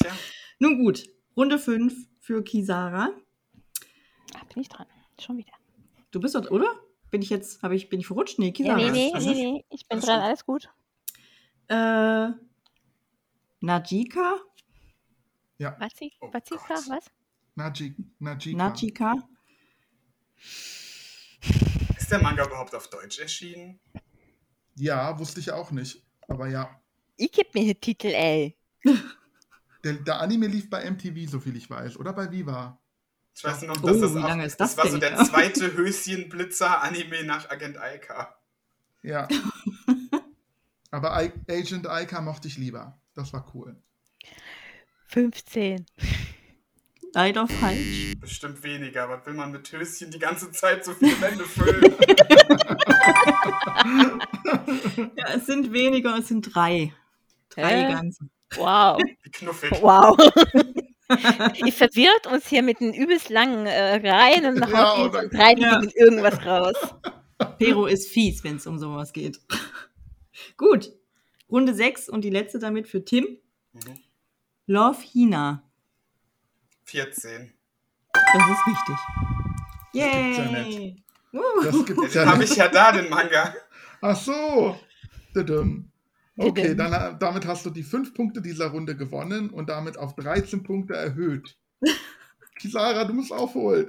[SPEAKER 3] Tja,
[SPEAKER 2] Nun gut, Runde 5 für Kisara.
[SPEAKER 1] Ach, bin ich dran. Schon wieder.
[SPEAKER 2] Du bist dort, oder? Bin ich jetzt, habe ich, bin ich verrutscht? Nee,
[SPEAKER 1] Ja,
[SPEAKER 2] Kisara.
[SPEAKER 1] nee, nee,
[SPEAKER 3] das-
[SPEAKER 1] nee, nee. Ich bin
[SPEAKER 3] das-
[SPEAKER 1] dran, alles gut.
[SPEAKER 2] Äh, Najika?
[SPEAKER 1] Wazi,
[SPEAKER 3] Oh
[SPEAKER 1] Wazika,
[SPEAKER 3] Gott.
[SPEAKER 1] was?
[SPEAKER 5] Naji, Najika.
[SPEAKER 2] Najika?
[SPEAKER 3] ist der Manga überhaupt auf Deutsch erschienen?
[SPEAKER 5] Ja, wusste ich auch nicht. Aber ja.
[SPEAKER 1] Ich geb mir den Titel, ey.
[SPEAKER 5] Der, der Anime lief bei MTV, so viel ich weiß. Oder bei Viva.
[SPEAKER 3] Ich weiß nur noch,
[SPEAKER 2] Oh,
[SPEAKER 3] dass das,
[SPEAKER 2] wie
[SPEAKER 3] auf-
[SPEAKER 2] lange ist das
[SPEAKER 3] das war so
[SPEAKER 2] denn
[SPEAKER 3] der
[SPEAKER 2] her?
[SPEAKER 3] zweite Höschenblitzer-Anime nach Agent Aika.
[SPEAKER 5] Ja. Aber I Agent Aika mochte ich lieber. Das war cool.
[SPEAKER 1] 15.
[SPEAKER 2] Leider falsch.
[SPEAKER 3] Bestimmt weniger. Was will man mit Höschen die ganze Zeit so viele Wände füllen?
[SPEAKER 2] Ja, es sind weniger, es sind drei. Drei
[SPEAKER 1] Hä?
[SPEAKER 2] ganze.
[SPEAKER 1] Wow.
[SPEAKER 3] Wie knuffig.
[SPEAKER 1] Wow. Ihr verwirrt uns hier mit einem übelst langen äh, Reihen und nach
[SPEAKER 5] Ja,
[SPEAKER 1] ja,
[SPEAKER 5] oder-
[SPEAKER 1] und rein
[SPEAKER 2] Ja.
[SPEAKER 1] irgendwas raus.
[SPEAKER 2] Pero ist fies, wenn es um sowas geht. Gut. Runde 6 und die letzte damit für Tim.
[SPEAKER 3] Mhm.
[SPEAKER 2] Love Hina.
[SPEAKER 3] 14.
[SPEAKER 2] Das ist richtig.
[SPEAKER 5] gibt's ja
[SPEAKER 2] Yay! Uh,
[SPEAKER 5] Das gibt's
[SPEAKER 3] Den
[SPEAKER 5] ja
[SPEAKER 3] habe
[SPEAKER 5] nicht.
[SPEAKER 3] ich ja da, den Manga.
[SPEAKER 5] Ach so. Düdüm. Okay,
[SPEAKER 1] Düdüm.
[SPEAKER 5] dann, äh, damit hast du die fünf Punkte dieser Runde gewonnen und damit auf 13 Punkte erhöht. Kisara, du musst aufholen.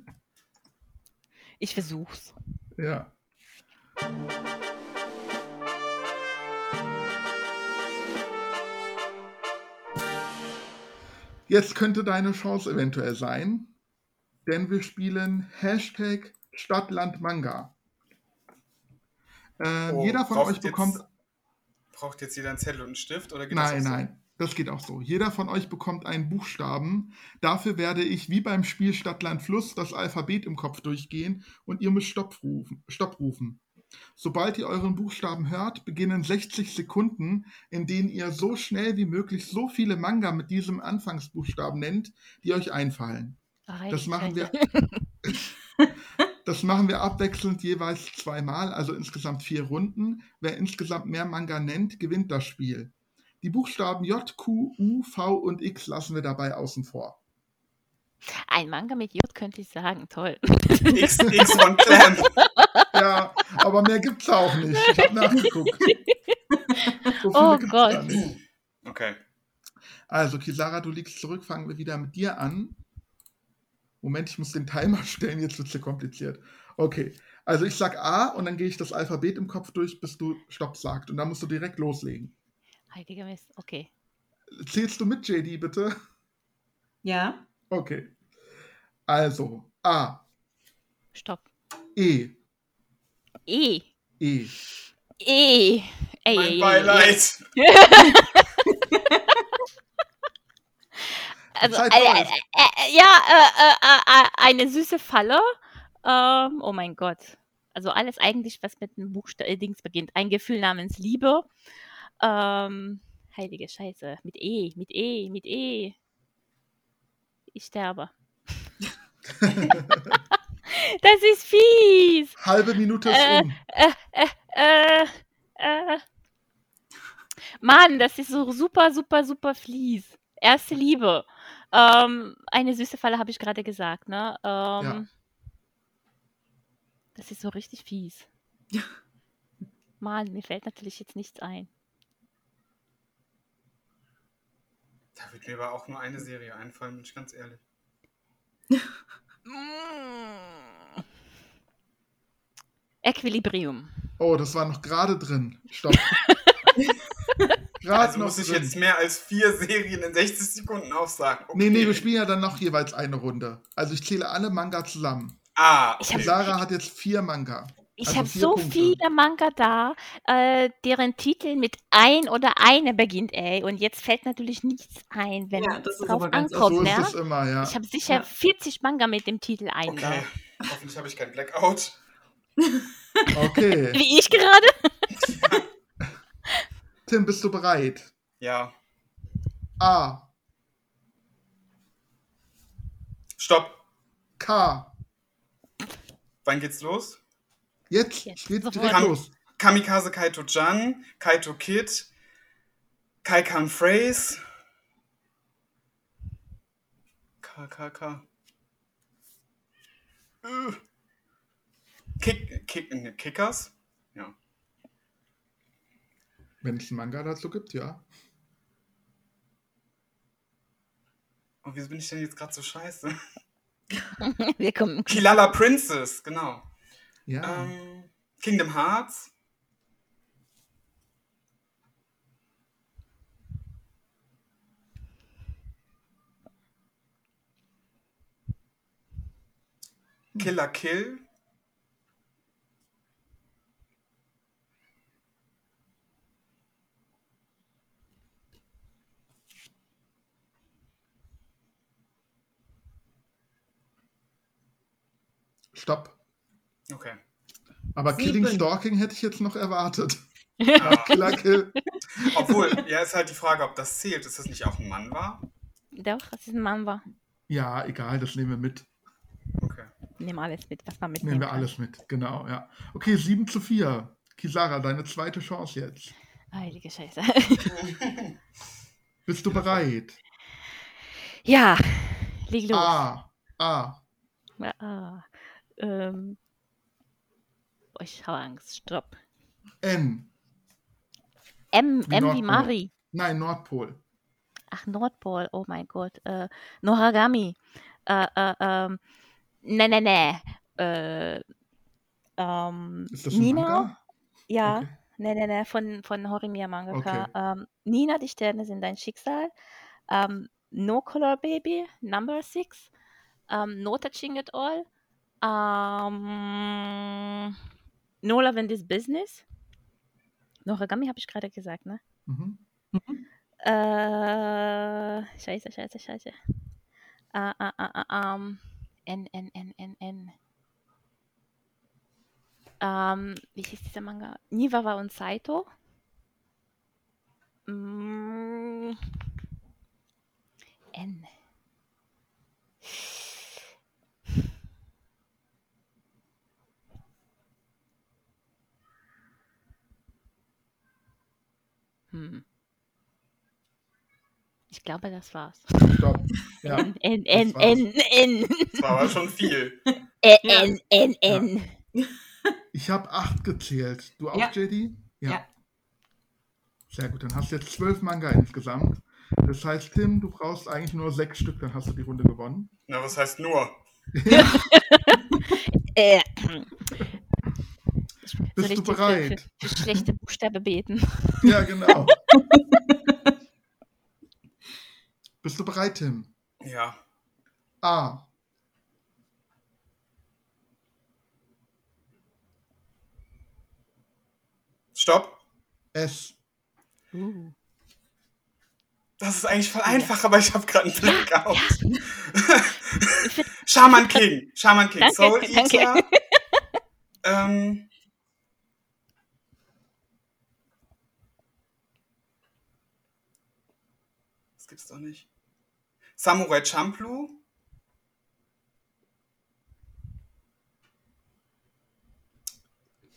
[SPEAKER 1] Ich versuch's.
[SPEAKER 5] Ja. Jetzt könnte deine Chance eventuell sein, denn wir spielen Hashtag Stadtland Manga. Ähm,
[SPEAKER 3] Oh,
[SPEAKER 5] jeder von
[SPEAKER 3] braucht
[SPEAKER 5] euch bekommt
[SPEAKER 3] Jetzt, braucht jetzt jeder einen Zettel und einen Stift? Oder geht
[SPEAKER 5] Nein,
[SPEAKER 3] das auch so?
[SPEAKER 5] nein, das geht auch so. Jeder von euch bekommt einen Buchstaben. Dafür werde ich wie beim Spiel Stadtland Fluss das Alphabet im Kopf durchgehen und ihr müsst Stopp rufen. Stopp rufen. Sobald ihr euren Buchstaben hört, beginnen 60 Sekunden, in denen ihr so schnell wie möglich so viele Manga mit diesem Anfangsbuchstaben nennt, die euch einfallen.
[SPEAKER 1] Ach,
[SPEAKER 5] Das
[SPEAKER 1] ich-
[SPEAKER 5] machen wir. Das machen wir abwechselnd jeweils zweimal, also insgesamt vier Runden. Wer insgesamt mehr Manga nennt, gewinnt das Spiel. Die Buchstaben J, Q, U, V und X lassen wir dabei außen vor.
[SPEAKER 1] Ein Manga mit J könnte ich sagen. Toll.
[SPEAKER 3] X, X von Clan.
[SPEAKER 5] Ja, aber mehr gibt's auch nicht. Ich habe nachgeguckt. So viele
[SPEAKER 1] Oh
[SPEAKER 5] gibt's
[SPEAKER 1] Gott.
[SPEAKER 5] gar nicht.
[SPEAKER 3] Okay.
[SPEAKER 5] Also, Kisara, du liegst zurück, fangen wir wieder mit dir an. Moment, ich muss den Timer stellen, jetzt wird's hier kompliziert. Okay, also ich sag A und dann gehe ich das Alphabet im Kopf durch, bis du Stopp sagt. Und dann musst du direkt loslegen.
[SPEAKER 1] Heiliger Mist. Okay.
[SPEAKER 5] Zählst du mit, JD, bitte?
[SPEAKER 2] ja.
[SPEAKER 5] Okay. Also, A,
[SPEAKER 1] Stopp.
[SPEAKER 5] E,
[SPEAKER 1] E.
[SPEAKER 5] E.
[SPEAKER 1] E. Ey, ey,
[SPEAKER 3] Mein
[SPEAKER 1] ey,
[SPEAKER 3] Beileid.
[SPEAKER 1] Also,
[SPEAKER 5] Zeit
[SPEAKER 1] äh,
[SPEAKER 5] läuft.
[SPEAKER 1] äh, äh, ja, äh, äh, äh, eine süße Falle. Ähm, oh mein Gott. Also alles eigentlich, was mit einem Buchstaben Dings beginnt. Ein Gefühl namens Liebe. Ähm, heilige Scheiße. Mit E, mit E, mit E. Ich sterbe. das ist fies.
[SPEAKER 5] Halbe Minute ist
[SPEAKER 1] Äh.
[SPEAKER 5] um.
[SPEAKER 1] Äh, äh, äh, äh. Mann, das ist so super, super, super fies. Erste Liebe. Ähm, eine süße Falle habe ich gerade gesagt, ne? Ähm, Das ist so richtig fies. Mann, mir fällt natürlich jetzt nichts ein.
[SPEAKER 3] Da wird mir aber auch nur eine Serie einfallen, bin ich ganz ehrlich.
[SPEAKER 1] Mm. Equilibrium.
[SPEAKER 5] Oh, das war noch gerade drin. Stopp. gerade
[SPEAKER 3] Also
[SPEAKER 5] noch
[SPEAKER 3] muss ich
[SPEAKER 5] drin.
[SPEAKER 3] jetzt mehr als vier Serien in 60 Sekunden aufsagen. Okay.
[SPEAKER 5] Nee, nee, wir spielen ja dann noch jeweils eine Runde. Also ich zähle alle Manga zusammen.
[SPEAKER 3] Ah,
[SPEAKER 1] Äh, Ich hab-
[SPEAKER 3] okay.
[SPEAKER 5] Sarah hat jetzt vier Manga.
[SPEAKER 1] Ich
[SPEAKER 5] Also
[SPEAKER 1] habe
[SPEAKER 5] vier
[SPEAKER 1] so
[SPEAKER 5] Punkte.
[SPEAKER 1] viele Manga da, äh, deren Titel mit ein oder eine beginnt, ey. Und jetzt fällt natürlich nichts ein, wenn
[SPEAKER 2] Ja,
[SPEAKER 1] ja,
[SPEAKER 2] das ist
[SPEAKER 1] drauf
[SPEAKER 2] aber ganz oft
[SPEAKER 1] ankommt,
[SPEAKER 5] so ist
[SPEAKER 1] ne?
[SPEAKER 5] es immer, ja.
[SPEAKER 1] Ich habe sicher
[SPEAKER 2] Ja.
[SPEAKER 1] 40 Manga mit dem Titel ein.
[SPEAKER 3] okay. Hoffentlich habe ich keinen Blackout.
[SPEAKER 5] Okay.
[SPEAKER 1] Wie ich gerade?
[SPEAKER 5] Tim, bist du bereit?
[SPEAKER 3] Ja.
[SPEAKER 5] A,
[SPEAKER 3] Stopp.
[SPEAKER 5] K.
[SPEAKER 3] Wann geht's los?
[SPEAKER 5] Jetzt,
[SPEAKER 1] Jetzt,
[SPEAKER 5] geht's
[SPEAKER 1] sofort.
[SPEAKER 5] direkt
[SPEAKER 3] Kam-
[SPEAKER 5] los.
[SPEAKER 3] Kamikaze Kaito Jan, Kaito Kid, Kai Kan Phrase. KKK. Äh. Kick, Kick, ne, Kickers? Ja.
[SPEAKER 5] Wenn es einen Manga dazu gibt, ja.
[SPEAKER 3] Oh, wieso bin ich denn jetzt gerade so scheiße?
[SPEAKER 1] Wir kommen.
[SPEAKER 3] Kilala Princess, genau.
[SPEAKER 5] Ja.
[SPEAKER 3] Ähm, Kingdom Hearts. Killer Kill.
[SPEAKER 5] Stopp.
[SPEAKER 3] Okay.
[SPEAKER 5] Aber Killing
[SPEAKER 2] Sieben.
[SPEAKER 5] Stalking hätte ich jetzt noch erwartet.
[SPEAKER 3] Ah,
[SPEAKER 5] Killer Kill.
[SPEAKER 3] obwohl, ja, ist halt die Frage, ob das zählt. Ist das nicht auch ein Mann war?
[SPEAKER 1] Doch, das ist ein Manga.
[SPEAKER 5] Ja, egal, das nehmen wir mit.
[SPEAKER 3] Okay.
[SPEAKER 1] Nehmen alles mit, was man mitnehmen
[SPEAKER 5] Nehmen wir
[SPEAKER 1] kann.
[SPEAKER 5] alles mit. Genau, ja. Okay, 7 zu 4. Kisara, deine zweite Chance jetzt.
[SPEAKER 1] Heilige Scheiße.
[SPEAKER 5] Bist du bereit?
[SPEAKER 1] ja, leg los.
[SPEAKER 5] A. A.
[SPEAKER 1] Ja, ah. Ähm. Oh, ich habe Angst. Stopp.
[SPEAKER 5] N.
[SPEAKER 1] M,
[SPEAKER 5] Wie
[SPEAKER 1] M wie
[SPEAKER 5] Nordpol.
[SPEAKER 1] Mari.
[SPEAKER 5] Nein, Nordpol.
[SPEAKER 1] Ach, Nordpol. Oh mein Gott. Äh, Noragami. Äh, äh, ähm. Ne, ne, ne. Äh, ähm,
[SPEAKER 5] Ist das ein
[SPEAKER 1] Nina?
[SPEAKER 5] Manga?
[SPEAKER 1] Ja.
[SPEAKER 5] Okay.
[SPEAKER 1] Ne, ne, ne. Von, von Horimiya Mangaka.
[SPEAKER 5] Okay.
[SPEAKER 1] Ähm, Nina, die Sterne sind dein Schicksal. Ähm, no Color Baby. Number Six. Ähm, no Touching It All. Ähm, no Love in This Business. Noragami habe ich gerade gesagt, ne?
[SPEAKER 5] Mhm.
[SPEAKER 1] Äh, scheiße, scheiße, scheiße. Ah, ah, ah, ah, ähm, N, N, N, N, N. Ähm, wie hieß dieser Manga? Niwawa und Saito. Mm, N. Hm. Ich glaube, das war's.
[SPEAKER 5] Stopp. Ja.
[SPEAKER 1] N, N, N,
[SPEAKER 5] war's.
[SPEAKER 1] N, N,
[SPEAKER 3] Das war aber schon viel.
[SPEAKER 1] Ä-
[SPEAKER 2] Ja.
[SPEAKER 1] N, N, N.
[SPEAKER 5] Ich habe 8 gezählt. Du auch,
[SPEAKER 2] Ja.
[SPEAKER 5] JD?
[SPEAKER 2] Ja.
[SPEAKER 5] Sehr gut, dann hast du jetzt 12 Manga insgesamt. Das heißt, Tim, du brauchst eigentlich nur 6 Stück, dann hast du die Runde gewonnen.
[SPEAKER 3] Na, was heißt nur?
[SPEAKER 1] Äh.
[SPEAKER 5] Bist du
[SPEAKER 1] dir für-
[SPEAKER 5] bereit?
[SPEAKER 1] Für, für schlechte Buchstabe beten.
[SPEAKER 5] Ja, genau. Bist du bereit, Tim?
[SPEAKER 3] Ja.
[SPEAKER 5] A.
[SPEAKER 3] Stopp.
[SPEAKER 5] S. Uh.
[SPEAKER 3] Das ist eigentlich voll einfach, aber ich habe gerade einen Blackout.
[SPEAKER 1] find-
[SPEAKER 3] Shaman King. Shaman King.
[SPEAKER 1] Danke,
[SPEAKER 3] Soul
[SPEAKER 1] danke.
[SPEAKER 3] Eater. Ähm, das gibt's doch nicht. Samurai Champloo.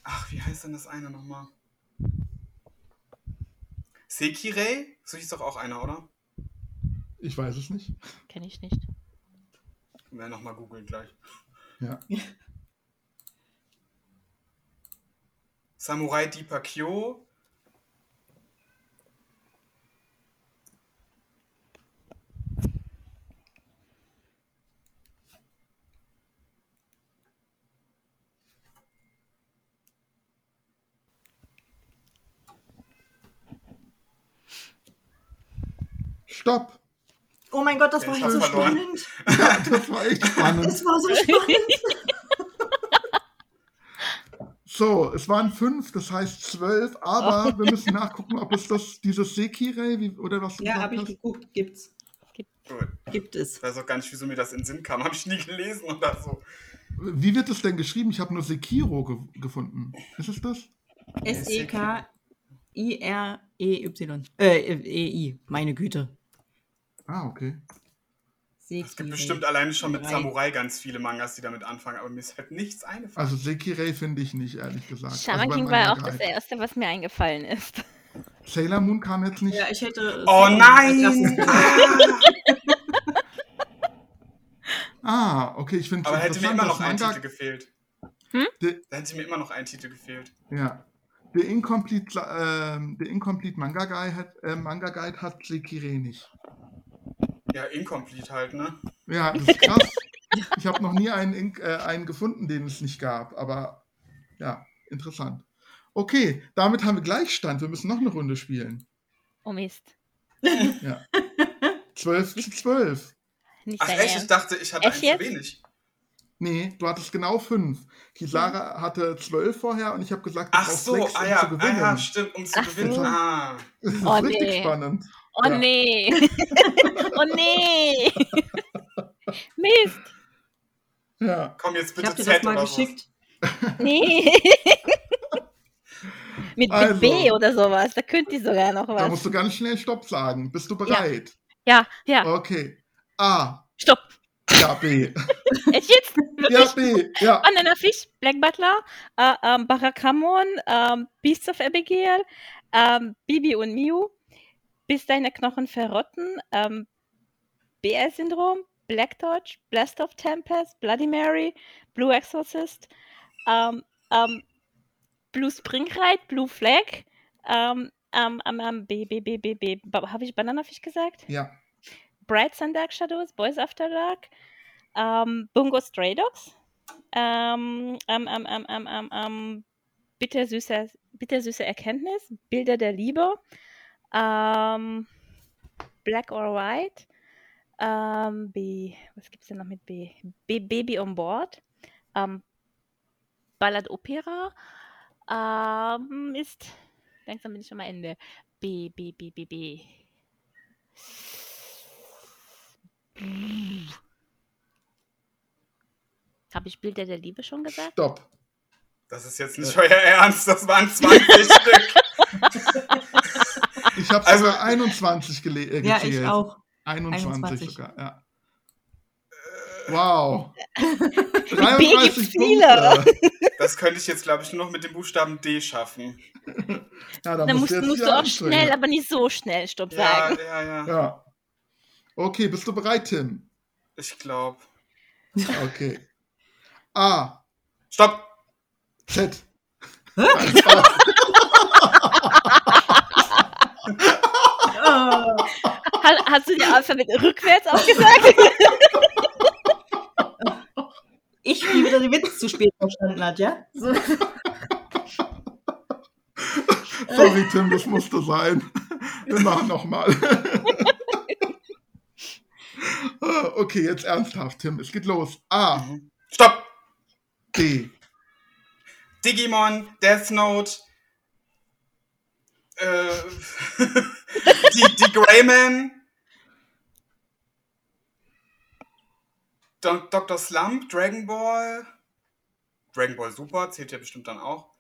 [SPEAKER 3] Ach, wie heißt denn das eine nochmal? Sekirei? So hieß doch auch einer, oder?
[SPEAKER 5] Ich weiß es nicht.
[SPEAKER 1] Kenne ich nicht.
[SPEAKER 3] Können wir nochmal googeln gleich.
[SPEAKER 5] Ja.
[SPEAKER 3] Samurai Deeper Kyo.
[SPEAKER 5] Stopp.
[SPEAKER 2] Oh mein Gott, das war
[SPEAKER 3] Ich
[SPEAKER 2] ja
[SPEAKER 3] hab
[SPEAKER 2] so
[SPEAKER 3] verloren.
[SPEAKER 2] spannend.
[SPEAKER 5] Ja, das war echt spannend.
[SPEAKER 2] Das war so spannend.
[SPEAKER 5] So, es waren fünf, das heißt zwölf,
[SPEAKER 2] Oh.
[SPEAKER 5] aber wir müssen nachgucken, ob es das, dieses Sekirei wie, oder was du
[SPEAKER 2] ja,
[SPEAKER 5] gesagt
[SPEAKER 2] habe ich
[SPEAKER 5] hast.
[SPEAKER 2] geguckt. Gibt's.
[SPEAKER 3] Gut.
[SPEAKER 2] Gibt es.
[SPEAKER 3] Ich weiß auch gar nicht, wieso mir das in den Sinn kam. Habe ich nie gelesen oder so.
[SPEAKER 5] Wie wird es denn geschrieben? Ich habe nur Sekiro ge gefunden. Ist es das?
[SPEAKER 2] E S-E-K-I-R-E-Y. Äh, E-I. Meine Güte.
[SPEAKER 5] Ah, okay.
[SPEAKER 3] Es gibt bestimmt alleine schon mit Samurai ganz viele Mangas, die damit anfangen, aber mir ist halt nichts eingefallen.
[SPEAKER 5] Also Sekirei finde ich nicht, ehrlich gesagt.
[SPEAKER 1] Shaman
[SPEAKER 5] also
[SPEAKER 1] King
[SPEAKER 5] beim
[SPEAKER 1] war auch
[SPEAKER 5] Manga
[SPEAKER 1] das
[SPEAKER 5] halt.
[SPEAKER 1] Erste, was mir eingefallen ist.
[SPEAKER 5] Sailor Moon kam jetzt nicht.
[SPEAKER 2] Ja, ich hätte.
[SPEAKER 3] oh
[SPEAKER 2] Sailor als erstes
[SPEAKER 3] nein!
[SPEAKER 2] gesagt.
[SPEAKER 3] Ah!
[SPEAKER 5] Ah, okay, ich finde
[SPEAKER 3] aber hätte mir immer noch ein
[SPEAKER 5] Manga,
[SPEAKER 3] Titel gefehlt.
[SPEAKER 5] De-
[SPEAKER 3] Da hätte mir immer noch ein Titel gefehlt.
[SPEAKER 5] Ja. Der Incomplete, ähm, der Incomplete Manga, Guide hat, äh, Manga Guide hat Sekirei nicht.
[SPEAKER 3] Ja, incomplete halt, ne?
[SPEAKER 5] Ja, das ist krass. ich habe noch nie einen, Ink- äh, einen gefunden, den es nicht gab, aber ja, interessant. Okay, damit haben wir Gleichstand. Wir müssen noch eine Runde spielen.
[SPEAKER 1] Oh Mist.
[SPEAKER 5] 12 zu 12.
[SPEAKER 1] Nicht
[SPEAKER 3] Ach
[SPEAKER 1] dein
[SPEAKER 3] echt, ich
[SPEAKER 1] Ernst.
[SPEAKER 3] dachte, ich hatte
[SPEAKER 1] Echt
[SPEAKER 3] ein zu
[SPEAKER 1] jetzt?
[SPEAKER 3] wenig.
[SPEAKER 5] Nee, du hattest genau 5. Kisara hatte 12 vorher und ich habe gesagt, du
[SPEAKER 3] Hm? Ach
[SPEAKER 5] brauchst
[SPEAKER 3] so,
[SPEAKER 5] sechs,
[SPEAKER 3] ah
[SPEAKER 5] um
[SPEAKER 3] ja,
[SPEAKER 5] zu
[SPEAKER 3] ah,
[SPEAKER 5] gewinnen.
[SPEAKER 3] ja, stimmt, um zu
[SPEAKER 1] Ach so.
[SPEAKER 3] gewinnen. Ah.
[SPEAKER 5] Das ist
[SPEAKER 1] Oh,
[SPEAKER 5] richtig
[SPEAKER 1] nee.
[SPEAKER 5] spannend.
[SPEAKER 1] Oh
[SPEAKER 5] Ja.
[SPEAKER 1] nee. oh nee. Mist.
[SPEAKER 5] Ja.
[SPEAKER 3] Komm, jetzt
[SPEAKER 2] Ich
[SPEAKER 3] bitte
[SPEAKER 2] habe dir das
[SPEAKER 3] Z
[SPEAKER 2] mal
[SPEAKER 3] oder so.
[SPEAKER 2] geschickt.
[SPEAKER 1] Nee. Mit mit
[SPEAKER 5] Also.
[SPEAKER 1] B oder sowas. Da könnt ihr sogar noch
[SPEAKER 5] Da
[SPEAKER 1] was.
[SPEAKER 5] musst du Oh. ganz schnell Stopp sagen. Bist du bereit?
[SPEAKER 1] Ja, ja.
[SPEAKER 5] Okay. A.
[SPEAKER 1] Stopp.
[SPEAKER 5] Ja, B.
[SPEAKER 1] Echt jetzt?
[SPEAKER 5] Ja, B. Ja.
[SPEAKER 1] Banana Fish, Black Butler, äh, ähm, Barakamon, ähm, Beasts of Abigail, ähm, Bibi und Miu, Bis deine Knochen verrotten, ähm, BR-Syndrom, Black Torch, Blast of Tempest, Bloody Mary, Blue Exorcist, ähm, ähm, Blue Springride, Blue Flag, ähm, ähm, ähm, ähm, B, B, B, B, B, habe ich Banana Fish gesagt?
[SPEAKER 5] Ja.
[SPEAKER 1] Bright Sun Dark Shadows, Boys After Dark, ähm, Bungo Stray Dogs, ähm, ähm, ähm, ähm, ähm, ähm, ähm, bittersüße, bittersüße Erkenntnis, Bilder der Liebe, ähm, Black or White, ähm, B, was gibt's denn noch mit B? B Baby on Board, ähm, Ballad Opera, ähm, ist, langsam bin ich schon mal Ende. B, B, B, B, B. Habe ich Bilder der Liebe schon gesagt?
[SPEAKER 5] Stopp.
[SPEAKER 3] Das ist jetzt nicht euer Ernst, das waren 20 Stück.
[SPEAKER 5] Ich habe
[SPEAKER 3] Also-
[SPEAKER 5] sogar 21 gele äh,
[SPEAKER 2] Ja,
[SPEAKER 5] gezählt.
[SPEAKER 2] ich auch.
[SPEAKER 5] 21,
[SPEAKER 2] 21.
[SPEAKER 5] sogar, ja. Wow.
[SPEAKER 1] B gibt's viele.
[SPEAKER 5] Punkte.
[SPEAKER 3] Das könnte ich jetzt, glaube ich, nur noch mit dem Buchstaben D schaffen.
[SPEAKER 5] Ja,
[SPEAKER 1] Da musst,
[SPEAKER 5] jetzt
[SPEAKER 1] musst
[SPEAKER 5] wieder
[SPEAKER 1] du auch
[SPEAKER 5] anstrengen.
[SPEAKER 1] schnell, aber nicht so schnell Stopp
[SPEAKER 3] Ja,
[SPEAKER 1] sagen.
[SPEAKER 3] ja, ja.
[SPEAKER 5] Ja. Okay, bist du bereit, Tim?
[SPEAKER 3] Ich glaube.
[SPEAKER 5] Okay. Ah, A.
[SPEAKER 3] Stopp!
[SPEAKER 5] Z.
[SPEAKER 2] Oh,
[SPEAKER 1] Ha- Hast du dir Alphabet rückwärts aufgesagt?
[SPEAKER 2] ich, die wieder den Witz zu spät verstanden hat, ja? So.
[SPEAKER 5] Sorry, Tim, das musste sein. Wir machen nochmal. okay, jetzt ernsthaft, Tim. Es geht los. A.
[SPEAKER 3] Stopp!
[SPEAKER 5] B.
[SPEAKER 3] Digimon, Death Note, äh, die, die Greyman, Do Dr. Slump, Dragon Ball, Dragon Ball Super zählt ja bestimmt dann auch,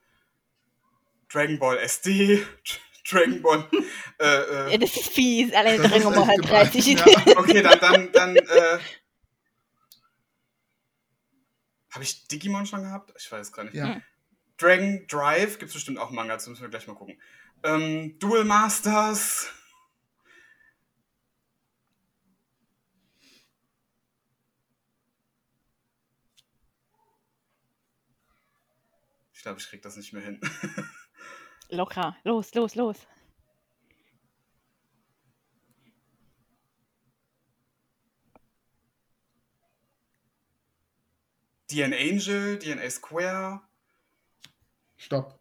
[SPEAKER 3] Dragon Ball SD, Dragon Ball, äh,
[SPEAKER 1] ja,
[SPEAKER 3] äh,
[SPEAKER 1] das ist fies. Alleine
[SPEAKER 5] Das
[SPEAKER 1] drin
[SPEAKER 5] ist
[SPEAKER 1] um
[SPEAKER 5] echt
[SPEAKER 1] halt
[SPEAKER 5] gemein.
[SPEAKER 1] 30
[SPEAKER 5] Ja.
[SPEAKER 3] okay, dann, dann, dann, äh, habe ich Digimon schon gehabt? Ich weiß gar nicht.
[SPEAKER 5] Ja.
[SPEAKER 3] Dragon Drive gibt es bestimmt auch einen Manga, dazu müssen wir gleich mal gucken. Ähm, Duel Masters. Ich glaube, ich krieg das nicht mehr hin.
[SPEAKER 1] Locker. Los, los, los.
[SPEAKER 3] DN Angel, DNA Square.
[SPEAKER 5] Stopp.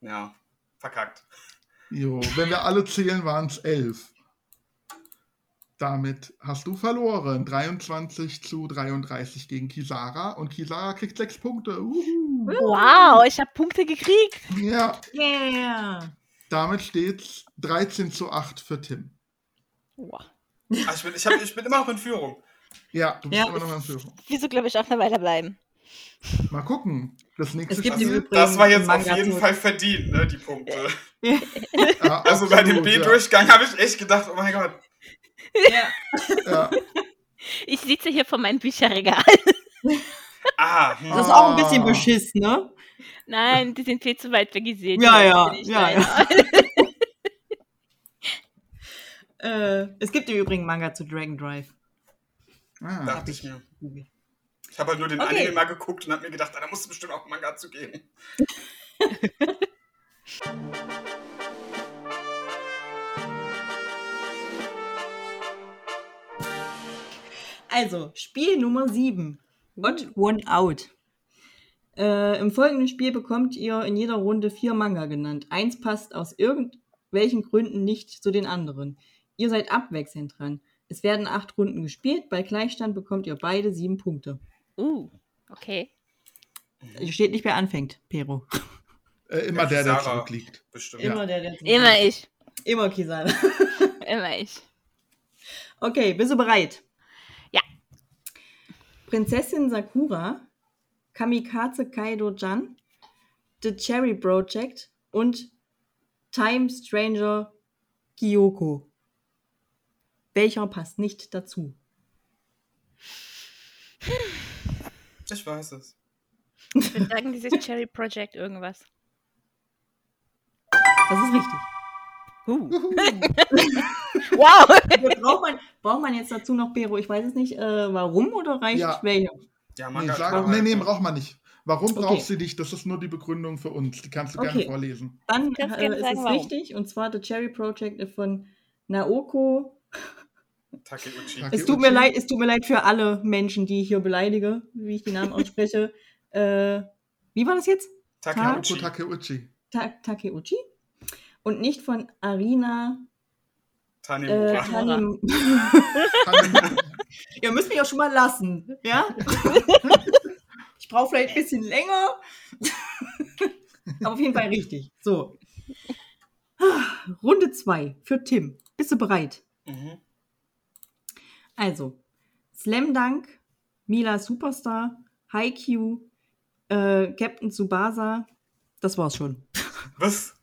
[SPEAKER 3] Ja, verkackt.
[SPEAKER 5] Jo, wenn wir alle zählen, waren es elf. Damit hast du verloren. 23 zu 33 gegen Kisara. Und Kisara kriegt sechs Punkte. Uhu.
[SPEAKER 1] Wow, ich habe Punkte gekriegt.
[SPEAKER 5] Ja,
[SPEAKER 2] Yeah.
[SPEAKER 5] damit steht's 13 zu 8 für Tim.
[SPEAKER 1] Wow.
[SPEAKER 3] Ah, ich, bin, ich, hab, ich bin immer noch in Führung.
[SPEAKER 5] Ja, du bist
[SPEAKER 2] Ja.
[SPEAKER 5] immer noch mal in Führung.
[SPEAKER 1] Wieso glaube ich auch eine Weile bleiben?
[SPEAKER 5] Mal gucken. Das nächste
[SPEAKER 2] Es gibt
[SPEAKER 5] Spiel-
[SPEAKER 2] im Übrigen-
[SPEAKER 3] Das war jetzt auf
[SPEAKER 2] Manga
[SPEAKER 3] jeden
[SPEAKER 2] tot.
[SPEAKER 3] Fall verdient, ne, die Punkte.
[SPEAKER 5] Ja,
[SPEAKER 3] Also bei dem
[SPEAKER 5] absolut, ja.
[SPEAKER 3] B-Durchgang habe ich echt gedacht, oh mein Gott,
[SPEAKER 2] Ja.
[SPEAKER 5] Ja.
[SPEAKER 1] Ich sitze hier vor meinem Bücherregal.
[SPEAKER 3] ah, hm.
[SPEAKER 2] Das ist auch ein bisschen
[SPEAKER 5] Ah.
[SPEAKER 2] beschiss, ne?
[SPEAKER 1] Nein, die sind viel zu weit weg gesehen.
[SPEAKER 2] Ja,
[SPEAKER 1] Die
[SPEAKER 2] ja,
[SPEAKER 1] sind nicht
[SPEAKER 2] ja,
[SPEAKER 1] leider.
[SPEAKER 2] Äh, es gibt im Übrigen Manga zu Dragon Drive.
[SPEAKER 5] Ah.
[SPEAKER 3] dachte ich mir.
[SPEAKER 2] Google.
[SPEAKER 3] Ich habe halt nur den
[SPEAKER 2] Okay.
[SPEAKER 3] Anime mal geguckt und habe mir gedacht, ah, da muss es bestimmt auch einen Manga zu geben.
[SPEAKER 2] Also, Spiel Nummer 7. Und One Out. Äh, Im folgenden Spiel bekommt ihr in jeder Runde vier Manga genannt. Eins passt aus irgendwelchen Gründen nicht zu den anderen. Ihr seid abwechselnd dran. Es werden acht Runden gespielt. Bei Gleichstand bekommt ihr beide sieben Punkte.
[SPEAKER 1] Uh, okay.
[SPEAKER 2] Hier Steht nicht, wer anfängt, Pero.
[SPEAKER 5] Äh, immer
[SPEAKER 3] Ja,
[SPEAKER 5] der, der
[SPEAKER 3] Sarah.
[SPEAKER 5] zurückliegt.
[SPEAKER 3] Bestimmt.
[SPEAKER 5] Ja.
[SPEAKER 2] Immer der letzte.
[SPEAKER 1] Immer ich.
[SPEAKER 2] Immer Kisana.
[SPEAKER 1] Immer ich.
[SPEAKER 2] Okay, bist du bereit?
[SPEAKER 1] Ja.
[SPEAKER 2] Prinzessin Sakura, Kamikaze Kaido-Jan, The Cherry Project und Time Stranger Kyoko. Welcher passt nicht dazu?
[SPEAKER 3] Ich weiß es.
[SPEAKER 1] Ich würde sagen, dieses Cherry Project irgendwas.
[SPEAKER 2] Das ist richtig.
[SPEAKER 1] Uh.
[SPEAKER 5] Juhu.
[SPEAKER 1] Wow!
[SPEAKER 2] braucht, man, braucht man jetzt dazu noch Bero? Ich weiß es nicht, äh, warum oder reicht
[SPEAKER 5] Ja.
[SPEAKER 2] welcher?
[SPEAKER 3] Ja,
[SPEAKER 5] Nee,
[SPEAKER 3] Manga.
[SPEAKER 5] sag,
[SPEAKER 3] klar,
[SPEAKER 5] nee,
[SPEAKER 3] halt,
[SPEAKER 5] nee,
[SPEAKER 3] ne?
[SPEAKER 5] braucht man nicht. Warum
[SPEAKER 2] Okay.
[SPEAKER 5] brauchst du dich? Das ist nur die Begründung für uns. Die kannst du gerne
[SPEAKER 2] Okay.
[SPEAKER 5] vorlesen.
[SPEAKER 2] Dann
[SPEAKER 1] kannst
[SPEAKER 2] äh,
[SPEAKER 1] gerne
[SPEAKER 2] ist
[SPEAKER 1] sagen,
[SPEAKER 2] es
[SPEAKER 1] warum.
[SPEAKER 2] richtig, und zwar The Cherry Project von Naoko
[SPEAKER 3] Takeuchi.
[SPEAKER 5] Take-
[SPEAKER 2] Es tut mir
[SPEAKER 5] Takeuchi.
[SPEAKER 2] leid, es tut mir leid für alle Menschen, die ich hier beleidige, wie ich die Namen ausspreche. äh, wie war das jetzt?
[SPEAKER 5] Naoko
[SPEAKER 3] Takeuchi.
[SPEAKER 5] Takeuchi.
[SPEAKER 2] Ta Takeuchi? Und nicht von Arina äh,
[SPEAKER 3] Tanemura.
[SPEAKER 2] Tanim.
[SPEAKER 5] Kann-
[SPEAKER 2] Ihr müsst mich auch schon mal lassen, ja? ich brauche vielleicht ein bisschen länger. Aber auf jeden Fall richtig. So. Ah, Runde 2 für Tim. Bist du bereit?
[SPEAKER 3] Mhm.
[SPEAKER 2] Also, Slam Dunk, Mila Superstar, Haikyuu, äh, Captain Tsubasa, das war's schon.
[SPEAKER 3] Was?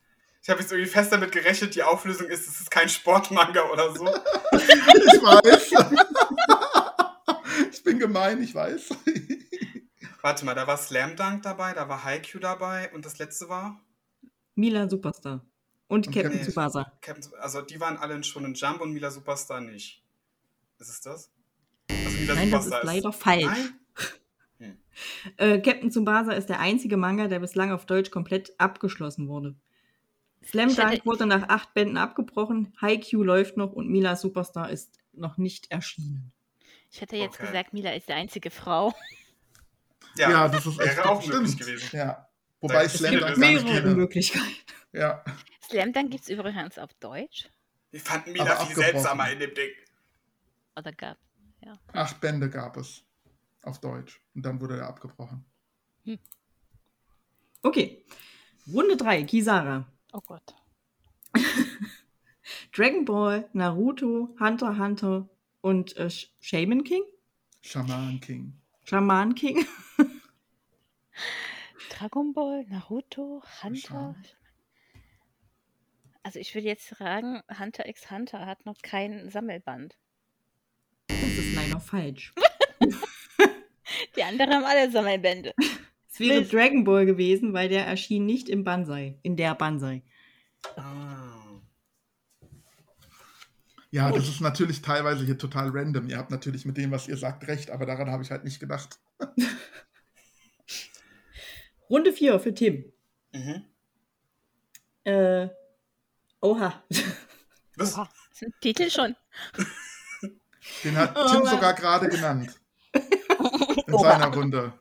[SPEAKER 3] Ich habe jetzt irgendwie fest damit gerechnet, die Auflösung ist, es ist kein Sportmanga oder so.
[SPEAKER 5] ich weiß. ich bin gemein, ich weiß.
[SPEAKER 3] Warte mal, da war Slam Dunk dabei, da war Haikyuu dabei und das letzte war
[SPEAKER 2] Mila Superstar und
[SPEAKER 5] Und
[SPEAKER 2] Captain
[SPEAKER 3] Captain-
[SPEAKER 2] Tsubasa.
[SPEAKER 3] Captain, also die waren alle in Shonen Jump und Mila Superstar nicht. Ist es das? Also Mila
[SPEAKER 2] Nein, das ist
[SPEAKER 3] Superstar
[SPEAKER 2] leider falsch.
[SPEAKER 3] Nein?
[SPEAKER 2] Äh, Captain Tsubasa ist der einzige Manga, der bislang auf Deutsch komplett abgeschlossen wurde. Slam
[SPEAKER 1] Ich hätte-
[SPEAKER 2] Dunk wurde nach acht Bänden abgebrochen, Haikyuu läuft noch und Mila Superstar ist noch nicht erschienen.
[SPEAKER 1] Ich hätte jetzt
[SPEAKER 3] Okay.
[SPEAKER 1] gesagt, Mila ist die einzige Frau.
[SPEAKER 3] Ja,
[SPEAKER 5] das ist
[SPEAKER 3] wäre auch
[SPEAKER 5] stimmt.
[SPEAKER 3] möglich gewesen.
[SPEAKER 5] Ja. Wobei
[SPEAKER 3] ist
[SPEAKER 5] ich Slam
[SPEAKER 3] viel
[SPEAKER 5] Dunk gar nicht
[SPEAKER 2] Mehrere
[SPEAKER 5] kenne.
[SPEAKER 2] Möglichkeiten.
[SPEAKER 5] Ja.
[SPEAKER 1] Slam Dunk gibt es übrigens auf Deutsch.
[SPEAKER 3] Wir fanden Mila
[SPEAKER 5] Aber
[SPEAKER 3] viel
[SPEAKER 5] abgebrochen.
[SPEAKER 3] seltsamer in dem Ding.
[SPEAKER 1] Oder gab
[SPEAKER 5] Acht Bände gab es auf Deutsch. Und dann wurde er abgebrochen.
[SPEAKER 2] Okay. Runde 3, Kisara.
[SPEAKER 1] Oh Gott.
[SPEAKER 2] Dragon Ball, Naruto, Hunter x Hunter und äh, Sh- Shaman King?
[SPEAKER 5] Shaman King.
[SPEAKER 2] Shaman King?
[SPEAKER 1] Dragon Ball, Naruto, Hunter.
[SPEAKER 5] schauen.
[SPEAKER 1] Also ich würde jetzt sagen, Hunter x Hunter hat noch kein Sammelband.
[SPEAKER 2] Das ist leider falsch.
[SPEAKER 1] Die anderen haben alle Sammelbände.
[SPEAKER 2] Es wäre
[SPEAKER 1] Mist.
[SPEAKER 2] Dragon Ball gewesen, weil der erschien nicht im Banzai, in der Banzai.
[SPEAKER 3] Ah.
[SPEAKER 5] Ja, das ist natürlich teilweise hier total random. Ihr habt natürlich mit dem, was ihr sagt, recht, aber daran habe ich halt nicht gedacht.
[SPEAKER 2] Runde 4 für Tim.
[SPEAKER 3] Mhm.
[SPEAKER 2] Äh, oha.
[SPEAKER 3] Was?
[SPEAKER 1] Oha, ist ein Titel schon.
[SPEAKER 5] Den hat
[SPEAKER 2] Oh,
[SPEAKER 5] Tim
[SPEAKER 2] Mann.
[SPEAKER 5] sogar gerade genannt. In
[SPEAKER 1] Oha.
[SPEAKER 5] seiner Runde.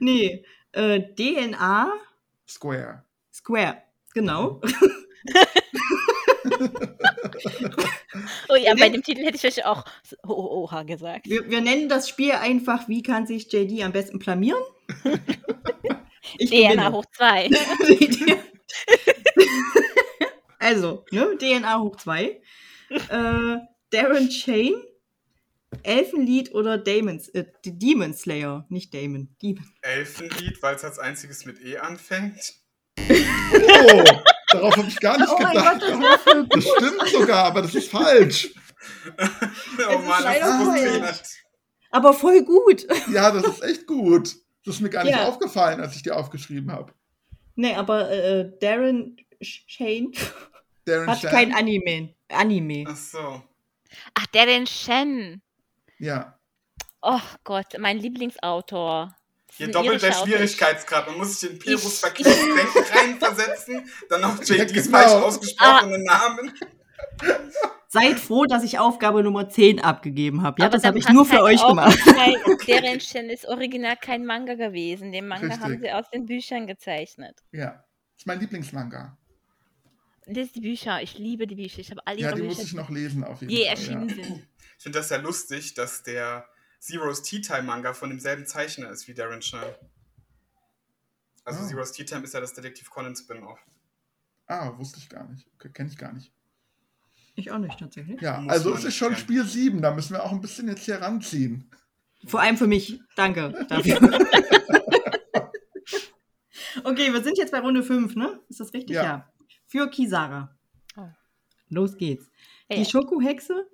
[SPEAKER 2] nee, äh, DNA
[SPEAKER 5] Square.
[SPEAKER 2] Square. Genau.
[SPEAKER 1] Oh ja, bei dem Titel hätte ich euch auch so- oh, oh, Oha gesagt.
[SPEAKER 2] Wir, wir nennen das Spiel einfach, wie kann sich JD am besten blamieren? ich
[SPEAKER 1] DNA hoch 2.
[SPEAKER 2] gewinne. also, ne, DNA hoch 2. Äh, Darren Shane, Elfenlied oder Damon's, äh, D- Demon Slayer, nicht Damon. Demon.
[SPEAKER 3] Elfenlied, weil es als einziges mit E anfängt.
[SPEAKER 5] Oh, darauf habe ich gar nicht
[SPEAKER 2] Oh mein
[SPEAKER 5] gedacht.
[SPEAKER 2] Gott, das war voll
[SPEAKER 5] das stimmt sogar, aber das ist falsch.
[SPEAKER 3] oh Mann,
[SPEAKER 2] leider
[SPEAKER 3] das
[SPEAKER 2] falsch.
[SPEAKER 3] frustriert.
[SPEAKER 2] Aber voll gut.
[SPEAKER 5] Ja, das ist echt gut. Das ist mir gar nicht
[SPEAKER 2] Ja.
[SPEAKER 5] aufgefallen, als ich dir aufgeschrieben habe.
[SPEAKER 2] Nee, aber äh, Darren Sh- Shane
[SPEAKER 5] Darren
[SPEAKER 2] hat
[SPEAKER 5] Shan-
[SPEAKER 2] kein Anime. Anime.
[SPEAKER 3] Ach so.
[SPEAKER 1] Ach, der den Shen.
[SPEAKER 5] Ja.
[SPEAKER 1] Oh Gott, mein Lieblingsautor. Das ist
[SPEAKER 3] Hier
[SPEAKER 1] ein
[SPEAKER 3] doppelt der
[SPEAKER 1] irischer Autor.
[SPEAKER 3] Schwierigkeitsgrad. Man muss sich in Pirus
[SPEAKER 1] Ich-
[SPEAKER 3] Verkehrsdenken reinversetzen, dann noch
[SPEAKER 5] Ja,
[SPEAKER 3] JDs
[SPEAKER 5] genau.
[SPEAKER 3] falsch ausgesprochenen
[SPEAKER 2] Ah.
[SPEAKER 3] Namen.
[SPEAKER 2] Seid froh, dass ich Aufgabe Nummer 10 abgegeben habe. Ja,
[SPEAKER 1] Aber
[SPEAKER 2] das
[SPEAKER 1] dann
[SPEAKER 2] habe ich
[SPEAKER 1] passt
[SPEAKER 2] nur für
[SPEAKER 1] halt
[SPEAKER 2] euch
[SPEAKER 1] auch
[SPEAKER 2] gemacht.
[SPEAKER 1] kein- Deren Shin ist original kein Manga gewesen. Den Manga haben
[SPEAKER 5] Richtig.
[SPEAKER 1] sie aus den Büchern gezeichnet.
[SPEAKER 5] Ja. Das ist mein Lieblingsmanga.
[SPEAKER 1] Lies die Bücher. Ich liebe die Bücher. Ich habe all
[SPEAKER 5] Ja,
[SPEAKER 1] ihre
[SPEAKER 5] die muss
[SPEAKER 1] Bücher,
[SPEAKER 5] ich noch lesen auf jeden
[SPEAKER 1] die je
[SPEAKER 5] Fall.
[SPEAKER 1] erschienen
[SPEAKER 5] Ja.
[SPEAKER 1] sind.
[SPEAKER 3] Ich finde das ja lustig, dass der Zero's Tea Time Manga von demselben Zeichner ist wie Darren Shan. Also
[SPEAKER 5] Ah.
[SPEAKER 3] Zero's Tea Time ist ja das Detektiv Conan Spin-off.
[SPEAKER 5] Ah, wusste ich gar nicht. Okay, Kenne ich gar nicht.
[SPEAKER 2] Ich auch nicht tatsächlich.
[SPEAKER 5] Ja,
[SPEAKER 3] Muss
[SPEAKER 5] also
[SPEAKER 3] man
[SPEAKER 5] es ist
[SPEAKER 3] nicht
[SPEAKER 5] schon
[SPEAKER 3] kennen.
[SPEAKER 5] Spiel 7. Da müssen wir auch ein bisschen jetzt hier ranziehen.
[SPEAKER 2] Vor allem für mich. Danke dafür. okay, wir sind jetzt bei Runde 5, ne? Ist das richtig?
[SPEAKER 5] Ja.
[SPEAKER 2] Für Kisara.
[SPEAKER 1] Oh.
[SPEAKER 2] Los geht's.
[SPEAKER 1] Ja.
[SPEAKER 2] Die Schokohexe,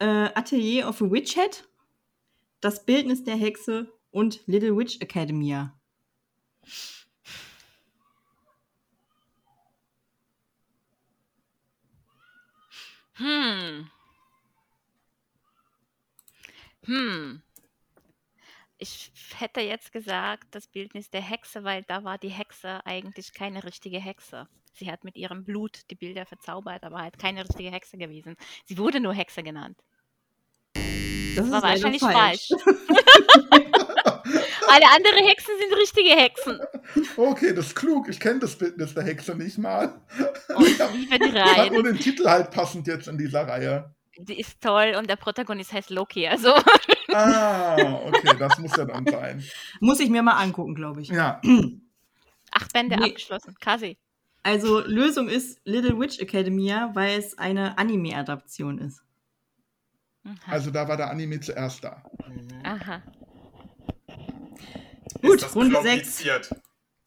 [SPEAKER 2] äh, Atelier of a Witch Hat, das Bildnis der Hexe und Little Witch Academia.
[SPEAKER 1] Hm. Hm. Ich hätte jetzt gesagt, das Bildnis der Hexe, weil da war die Hexe eigentlich keine richtige Hexe. Sie hat mit ihrem Blut die Bilder verzaubert, aber halt keine richtige Hexe gewesen. Sie wurde nur Hexe genannt.
[SPEAKER 2] Das
[SPEAKER 1] War
[SPEAKER 2] leider
[SPEAKER 1] wahrscheinlich falsch. Alle anderen Hexen sind richtige Hexen.
[SPEAKER 5] Okay, das ist klug. Ich kenne das Bildnis der Hexe nicht mal.
[SPEAKER 1] Und ich liebe die
[SPEAKER 5] Ich fand
[SPEAKER 1] Reihe.
[SPEAKER 5] nur den Titel halt passend jetzt in dieser Reihe.
[SPEAKER 1] Die ist toll und der Protagonist heißt Loki. Also
[SPEAKER 5] Ah, okay, das muss ja dann sein.
[SPEAKER 2] Muss ich mir mal angucken, glaube ich.
[SPEAKER 5] Ja,
[SPEAKER 1] acht Bände
[SPEAKER 2] Nee.
[SPEAKER 1] abgeschlossen. Quasi.
[SPEAKER 2] Also Lösung ist Little Witch Academia, weil es eine Anime-Adaption ist.
[SPEAKER 1] Aha.
[SPEAKER 5] also da war der Anime zuerst da.
[SPEAKER 3] Also-
[SPEAKER 1] Aha.
[SPEAKER 2] Gut,
[SPEAKER 3] ist das
[SPEAKER 2] Runde
[SPEAKER 3] kompliziert.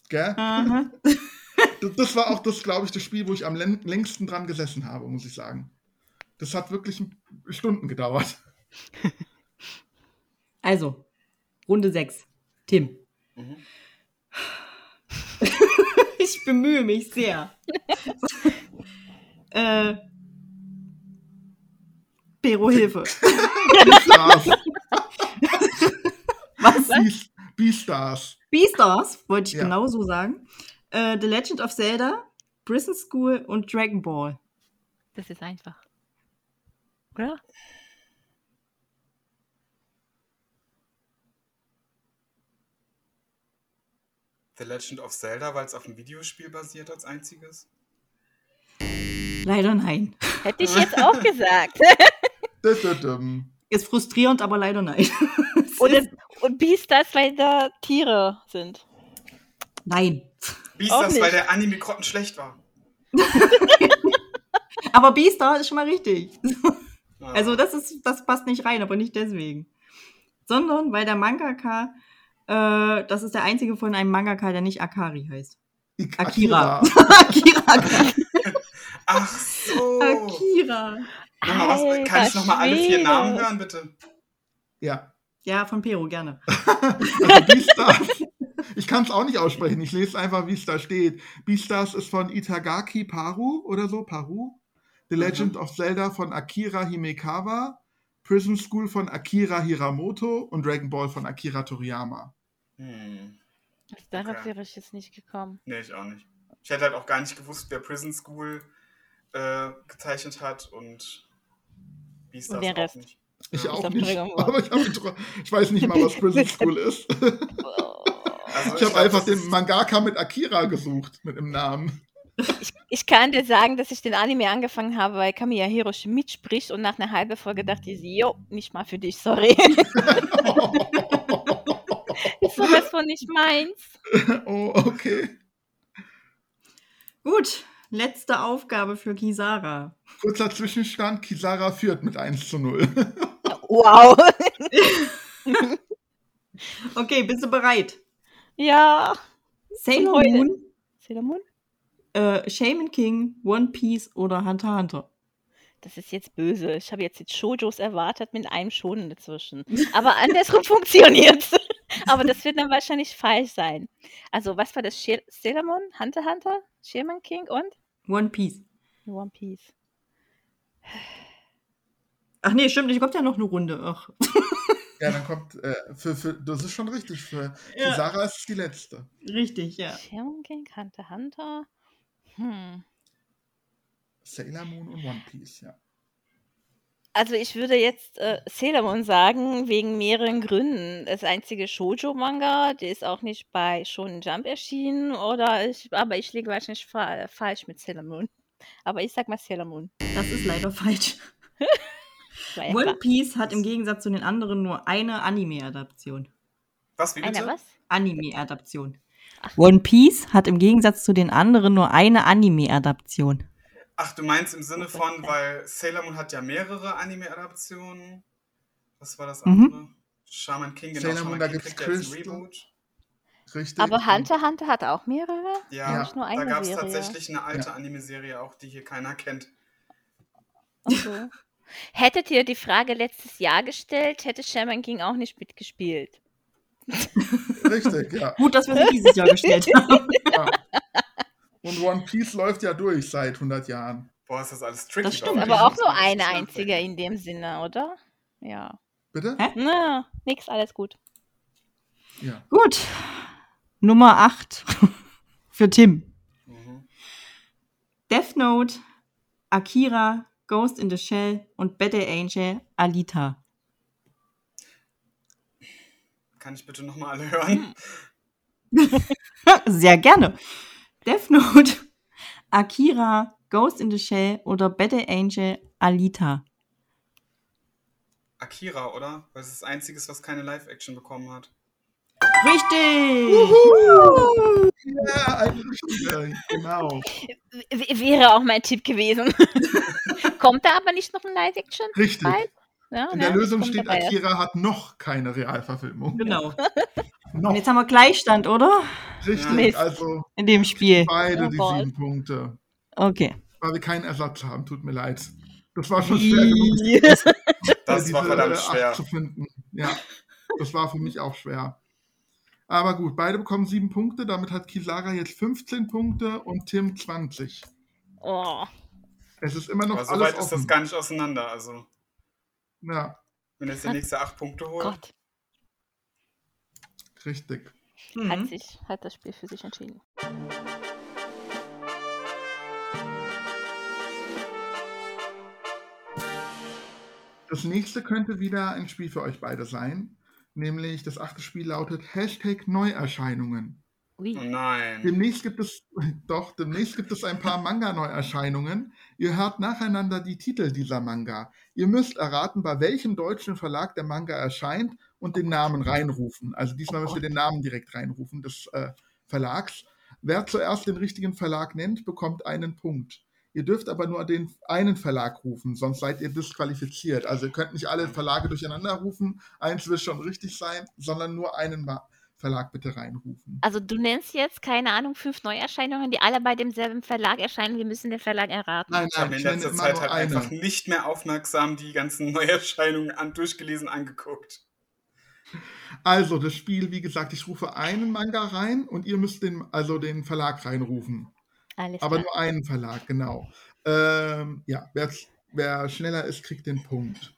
[SPEAKER 5] Gell?
[SPEAKER 2] Aha.
[SPEAKER 5] Das, das war auch das, glaube ich, das Spiel, wo ich am län- längsten dran gesessen habe, muss ich sagen. Das hat wirklich Stunden gedauert.
[SPEAKER 2] Also, Runde 6. Tim.
[SPEAKER 3] Mhm.
[SPEAKER 2] Ich bemühe mich sehr. äh, Pero Hilfe.
[SPEAKER 5] Beastars.
[SPEAKER 2] Was?
[SPEAKER 5] Beast- Beastars.
[SPEAKER 2] Beastars, wollte ich
[SPEAKER 5] Ja.
[SPEAKER 2] genau so sagen. Äh, The Legend of Zelda, Prison School und Dragon Ball.
[SPEAKER 1] Das ist einfach. Oder?
[SPEAKER 3] The Legend of Zelda, weil es auf einem Videospiel basiert als einziges.
[SPEAKER 2] Leider nein.
[SPEAKER 1] Hätte ich jetzt auch gesagt.
[SPEAKER 5] Dö, dö, düm.
[SPEAKER 2] Ist frustrierend, aber leider nein. Es
[SPEAKER 1] Oder,
[SPEAKER 2] ist-
[SPEAKER 1] und Beastars, weil da Tiere sind.
[SPEAKER 2] nein.
[SPEAKER 1] Auch
[SPEAKER 3] Beastars,
[SPEAKER 1] nicht.
[SPEAKER 3] weil der Anime grotten schlecht war.
[SPEAKER 2] Aber Beastars ist schon mal richtig.
[SPEAKER 3] Ja.
[SPEAKER 2] Also das ist, das passt nicht rein, aber nicht deswegen. Sondern weil der Mangaka, äh, das ist der einzige von einem Mangaka, der nicht Akari heißt.
[SPEAKER 5] Ik-
[SPEAKER 2] Akira. Akira. Akari.
[SPEAKER 3] Ach so.
[SPEAKER 2] Akira.
[SPEAKER 3] Nochmal was, kann ich
[SPEAKER 1] Alter
[SPEAKER 3] nochmal alle vier
[SPEAKER 1] Schwede.
[SPEAKER 3] Namen hören, bitte?
[SPEAKER 5] Ja.
[SPEAKER 2] Ja, von Pero, gerne.
[SPEAKER 5] Also Beastars. Ich kann es auch nicht aussprechen. Ich lese einfach, wie es da steht. Beastars ist von Itagaki Paru oder so. Paru. The Legend of Zelda von Akira Himekawa. Prison School von Akira Hiramoto und Dragon Ball von Akira Toriyama.
[SPEAKER 3] Hm.
[SPEAKER 1] Also Darauf
[SPEAKER 3] Okay.
[SPEAKER 1] wäre ich jetzt nicht gekommen.
[SPEAKER 3] Nee, ich auch nicht. Ich hätte halt auch gar nicht gewusst, wer Prison School äh, gezeichnet hat und Beastars
[SPEAKER 1] Und den
[SPEAKER 3] auch
[SPEAKER 1] Rest.
[SPEAKER 3] nicht.
[SPEAKER 5] Ich
[SPEAKER 3] Ja.
[SPEAKER 5] auch
[SPEAKER 1] Ist auf
[SPEAKER 5] nicht.
[SPEAKER 1] Dragon Ball.
[SPEAKER 5] Aber ich, hab, getra- ich weiß nicht mal, was Prison School ist.
[SPEAKER 1] Oh.
[SPEAKER 3] Also
[SPEAKER 5] Ich habe
[SPEAKER 3] glaub,
[SPEAKER 5] einfach
[SPEAKER 3] das
[SPEAKER 5] den Mangaka mit Akira gesucht, mit dem Namen.
[SPEAKER 1] Ich, ich kann dir sagen, dass ich den Anime angefangen habe, weil Kamiya Hiroshi mitspricht und nach einer halben Folge dachte ich, jo, nicht mal für dich, sorry. ist sowas von nicht meins.
[SPEAKER 5] oh, okay.
[SPEAKER 2] Gut, letzte Aufgabe für Kisara.
[SPEAKER 5] Kurzer Zwischenstand, Kisara führt mit 1 zu 0.
[SPEAKER 1] Wow.
[SPEAKER 2] Okay, bist du bereit?
[SPEAKER 1] Ja.
[SPEAKER 2] Sailor
[SPEAKER 1] Heute.
[SPEAKER 2] Moon,
[SPEAKER 1] Sailor Moon?
[SPEAKER 2] äh, Shaman King, One Piece oder Hunter x Hunter?
[SPEAKER 1] Das ist jetzt böse. Ich habe jetzt die Shojos erwartet mit einem Schonen dazwischen. Aber andersrum funktioniert's. Aber das wird dann wahrscheinlich falsch sein. Also, was war das? Shel- Sailor Moon, Hunter x Hunter, Shaman King und
[SPEAKER 2] One Piece.
[SPEAKER 1] One Piece.
[SPEAKER 2] Ach nee, stimmt, ich kommt ja noch eine Runde. Ach.
[SPEAKER 5] ja, dann kommt, äh, für, für, das ist schon richtig, für
[SPEAKER 2] Ja.
[SPEAKER 5] Kisara ist es die letzte.
[SPEAKER 2] Richtig, ja.
[SPEAKER 1] Shaman King, Hunter x Hunter. Hm.
[SPEAKER 5] Sailor Moon und One Piece, ja.
[SPEAKER 1] Also ich würde jetzt äh, Sailor Moon sagen, wegen mehreren Gründen. Das einzige Shoujo-Manga, der ist auch nicht bei Shonen Jump erschienen, oder ich, aber ich liege wahrscheinlich fa falsch mit Sailor Moon. Aber ich sag mal Sailor Moon.
[SPEAKER 2] Das ist leider falsch.
[SPEAKER 1] War ja
[SPEAKER 2] One
[SPEAKER 1] klar.
[SPEAKER 2] Piece hat im Gegensatz zu den anderen nur eine Anime-Adaption.
[SPEAKER 3] Was, wie bitte?
[SPEAKER 1] Einer was?
[SPEAKER 2] Anime-Adaption. One Piece hat im Gegensatz zu den anderen nur eine Anime-Adaption.
[SPEAKER 3] Ach, du meinst im Sinne
[SPEAKER 1] Oh
[SPEAKER 3] von, weil Sailor Moon hat ja mehrere Anime-Adaptionen. Was war das
[SPEAKER 2] Mhm.
[SPEAKER 3] andere? Shaman King, genau.
[SPEAKER 5] Sailor Moon,
[SPEAKER 3] Shaman
[SPEAKER 5] da
[SPEAKER 3] King
[SPEAKER 5] gibt's
[SPEAKER 3] kriegt ja jetzt ein
[SPEAKER 5] Crystal.
[SPEAKER 3] Reboot.
[SPEAKER 5] Richtig.
[SPEAKER 1] Aber Hunter x Hunter hat auch mehrere?
[SPEAKER 3] Ja,
[SPEAKER 1] Nicht nur
[SPEAKER 3] da
[SPEAKER 1] eine
[SPEAKER 3] gab es
[SPEAKER 1] Serie.
[SPEAKER 3] tatsächlich eine alte
[SPEAKER 5] Ja.
[SPEAKER 3] Anime-Serie auch, die hier keiner kennt.
[SPEAKER 1] Ach so. Hättet ihr die Frage letztes Jahr gestellt, hätte Shaman King auch nicht mitgespielt.
[SPEAKER 5] Richtig, ja.
[SPEAKER 2] Gut, dass wir sie dieses Jahr gestellt haben.
[SPEAKER 5] ja. Und One Piece läuft ja durch seit 100 Jahren.
[SPEAKER 3] Boah, ist das alles tricky.
[SPEAKER 2] Das stimmt.
[SPEAKER 3] bei euch.
[SPEAKER 1] Aber auch nur
[SPEAKER 3] Das
[SPEAKER 1] Oh, eine
[SPEAKER 3] ist
[SPEAKER 1] einzige
[SPEAKER 3] nachdenken.
[SPEAKER 1] in dem Sinne, oder? Ja.
[SPEAKER 5] Bitte?
[SPEAKER 2] Hä?
[SPEAKER 1] Na, nix, alles gut.
[SPEAKER 5] Ja.
[SPEAKER 2] Gut. Nummer 8 für Tim.
[SPEAKER 3] Mhm.
[SPEAKER 2] Death Note, Akira, Ghost in the Shell und Battle Angel Alita.
[SPEAKER 3] Kann ich bitte nochmal alle
[SPEAKER 1] Hm.
[SPEAKER 3] hören?
[SPEAKER 2] Sehr gerne. Death Note, Akira, Ghost in the Shell oder Battle Angel Alita.
[SPEAKER 3] Akira, oder? Weil es ist das Einzige, was keine Live-Action bekommen hat.
[SPEAKER 2] Richtig!
[SPEAKER 5] Ja, ein Spieler, genau.
[SPEAKER 1] W wäre auch mein Tipp gewesen. kommt da aber nicht noch ein Live-Action?
[SPEAKER 5] Richtig.
[SPEAKER 1] Bald? Ja,
[SPEAKER 5] In der
[SPEAKER 1] ne?
[SPEAKER 5] Lösung
[SPEAKER 1] Kommt
[SPEAKER 5] steht,
[SPEAKER 1] dabei.
[SPEAKER 5] Akira hat noch keine Realverfilmung.
[SPEAKER 2] Genau. Und
[SPEAKER 5] Noch.
[SPEAKER 2] jetzt haben wir Gleichstand, oder?
[SPEAKER 5] Richtig,
[SPEAKER 1] Mist.
[SPEAKER 5] also
[SPEAKER 2] In dem Spiel.
[SPEAKER 5] beide
[SPEAKER 1] Oh
[SPEAKER 5] die
[SPEAKER 1] Gott.
[SPEAKER 5] sieben Punkte.
[SPEAKER 2] Okay.
[SPEAKER 5] Weil wir keinen Ersatz haben, tut mir leid. Das war schon schwer genug,
[SPEAKER 3] Das war
[SPEAKER 5] diese, äh,
[SPEAKER 3] verdammt
[SPEAKER 5] acht
[SPEAKER 3] schwer.
[SPEAKER 5] zu finden. Ja, das war für mich auch schwer. Aber gut, beide bekommen sieben Punkte. Damit hat Kisara jetzt 15 Punkte und Tim 20.
[SPEAKER 1] Oh,
[SPEAKER 5] Es ist immer noch
[SPEAKER 3] Aber so
[SPEAKER 5] alles
[SPEAKER 3] weit ist
[SPEAKER 5] offen.
[SPEAKER 3] das gar nicht auseinander. Also,
[SPEAKER 5] ja,
[SPEAKER 3] wenn jetzt der nächste acht Punkte holt.
[SPEAKER 1] Gott.
[SPEAKER 5] richtig.
[SPEAKER 1] Hat
[SPEAKER 2] Mhm.
[SPEAKER 1] sich, hat das Spiel für sich entschieden.
[SPEAKER 5] Das nächste könnte wieder ein Spiel für euch beide sein. Nämlich das achte Spiel lautet Hashtag Neuerscheinungen.
[SPEAKER 3] Oh
[SPEAKER 1] Ui.
[SPEAKER 3] nein.
[SPEAKER 5] Demnächst gibt es, doch, demnächst gibt es ein paar Manga-Neuerscheinungen. Ihr hört nacheinander die Titel dieser Manga. Ihr müsst erraten, bei welchem deutschen Verlag der Manga erscheint und den Namen reinrufen. Also diesmal müsst ihr den Namen direkt reinrufen des äh, Verlags. Wer zuerst den richtigen Verlag nennt, bekommt einen Punkt. Ihr dürft aber nur den einen Verlag rufen, sonst seid ihr disqualifiziert. Also ihr könnt nicht alle Verlage durcheinander rufen, eins will schon richtig sein, sondern nur einen Ma Verlag bitte reinrufen.
[SPEAKER 1] Also du nennst jetzt, keine Ahnung, fünf Neuerscheinungen, die alle bei demselben Verlag erscheinen. Wir müssen den Verlag erraten.
[SPEAKER 5] Nein,
[SPEAKER 3] Ich habe mir in
[SPEAKER 5] ich nenne
[SPEAKER 3] letzter
[SPEAKER 5] immer
[SPEAKER 3] Zeit
[SPEAKER 5] nur
[SPEAKER 3] halt
[SPEAKER 5] einen.
[SPEAKER 3] einfach nicht mehr aufmerksam die ganzen Neuerscheinungen an, durchgelesen angeguckt.
[SPEAKER 5] Also, das Spiel, wie gesagt, ich rufe einen Manga rein und ihr müsst den, also den Verlag reinrufen.
[SPEAKER 1] Alles
[SPEAKER 5] Aber
[SPEAKER 1] klar.
[SPEAKER 5] nur einen Verlag, genau. Ähm, ja, wer, wer schneller ist, kriegt den Punkt.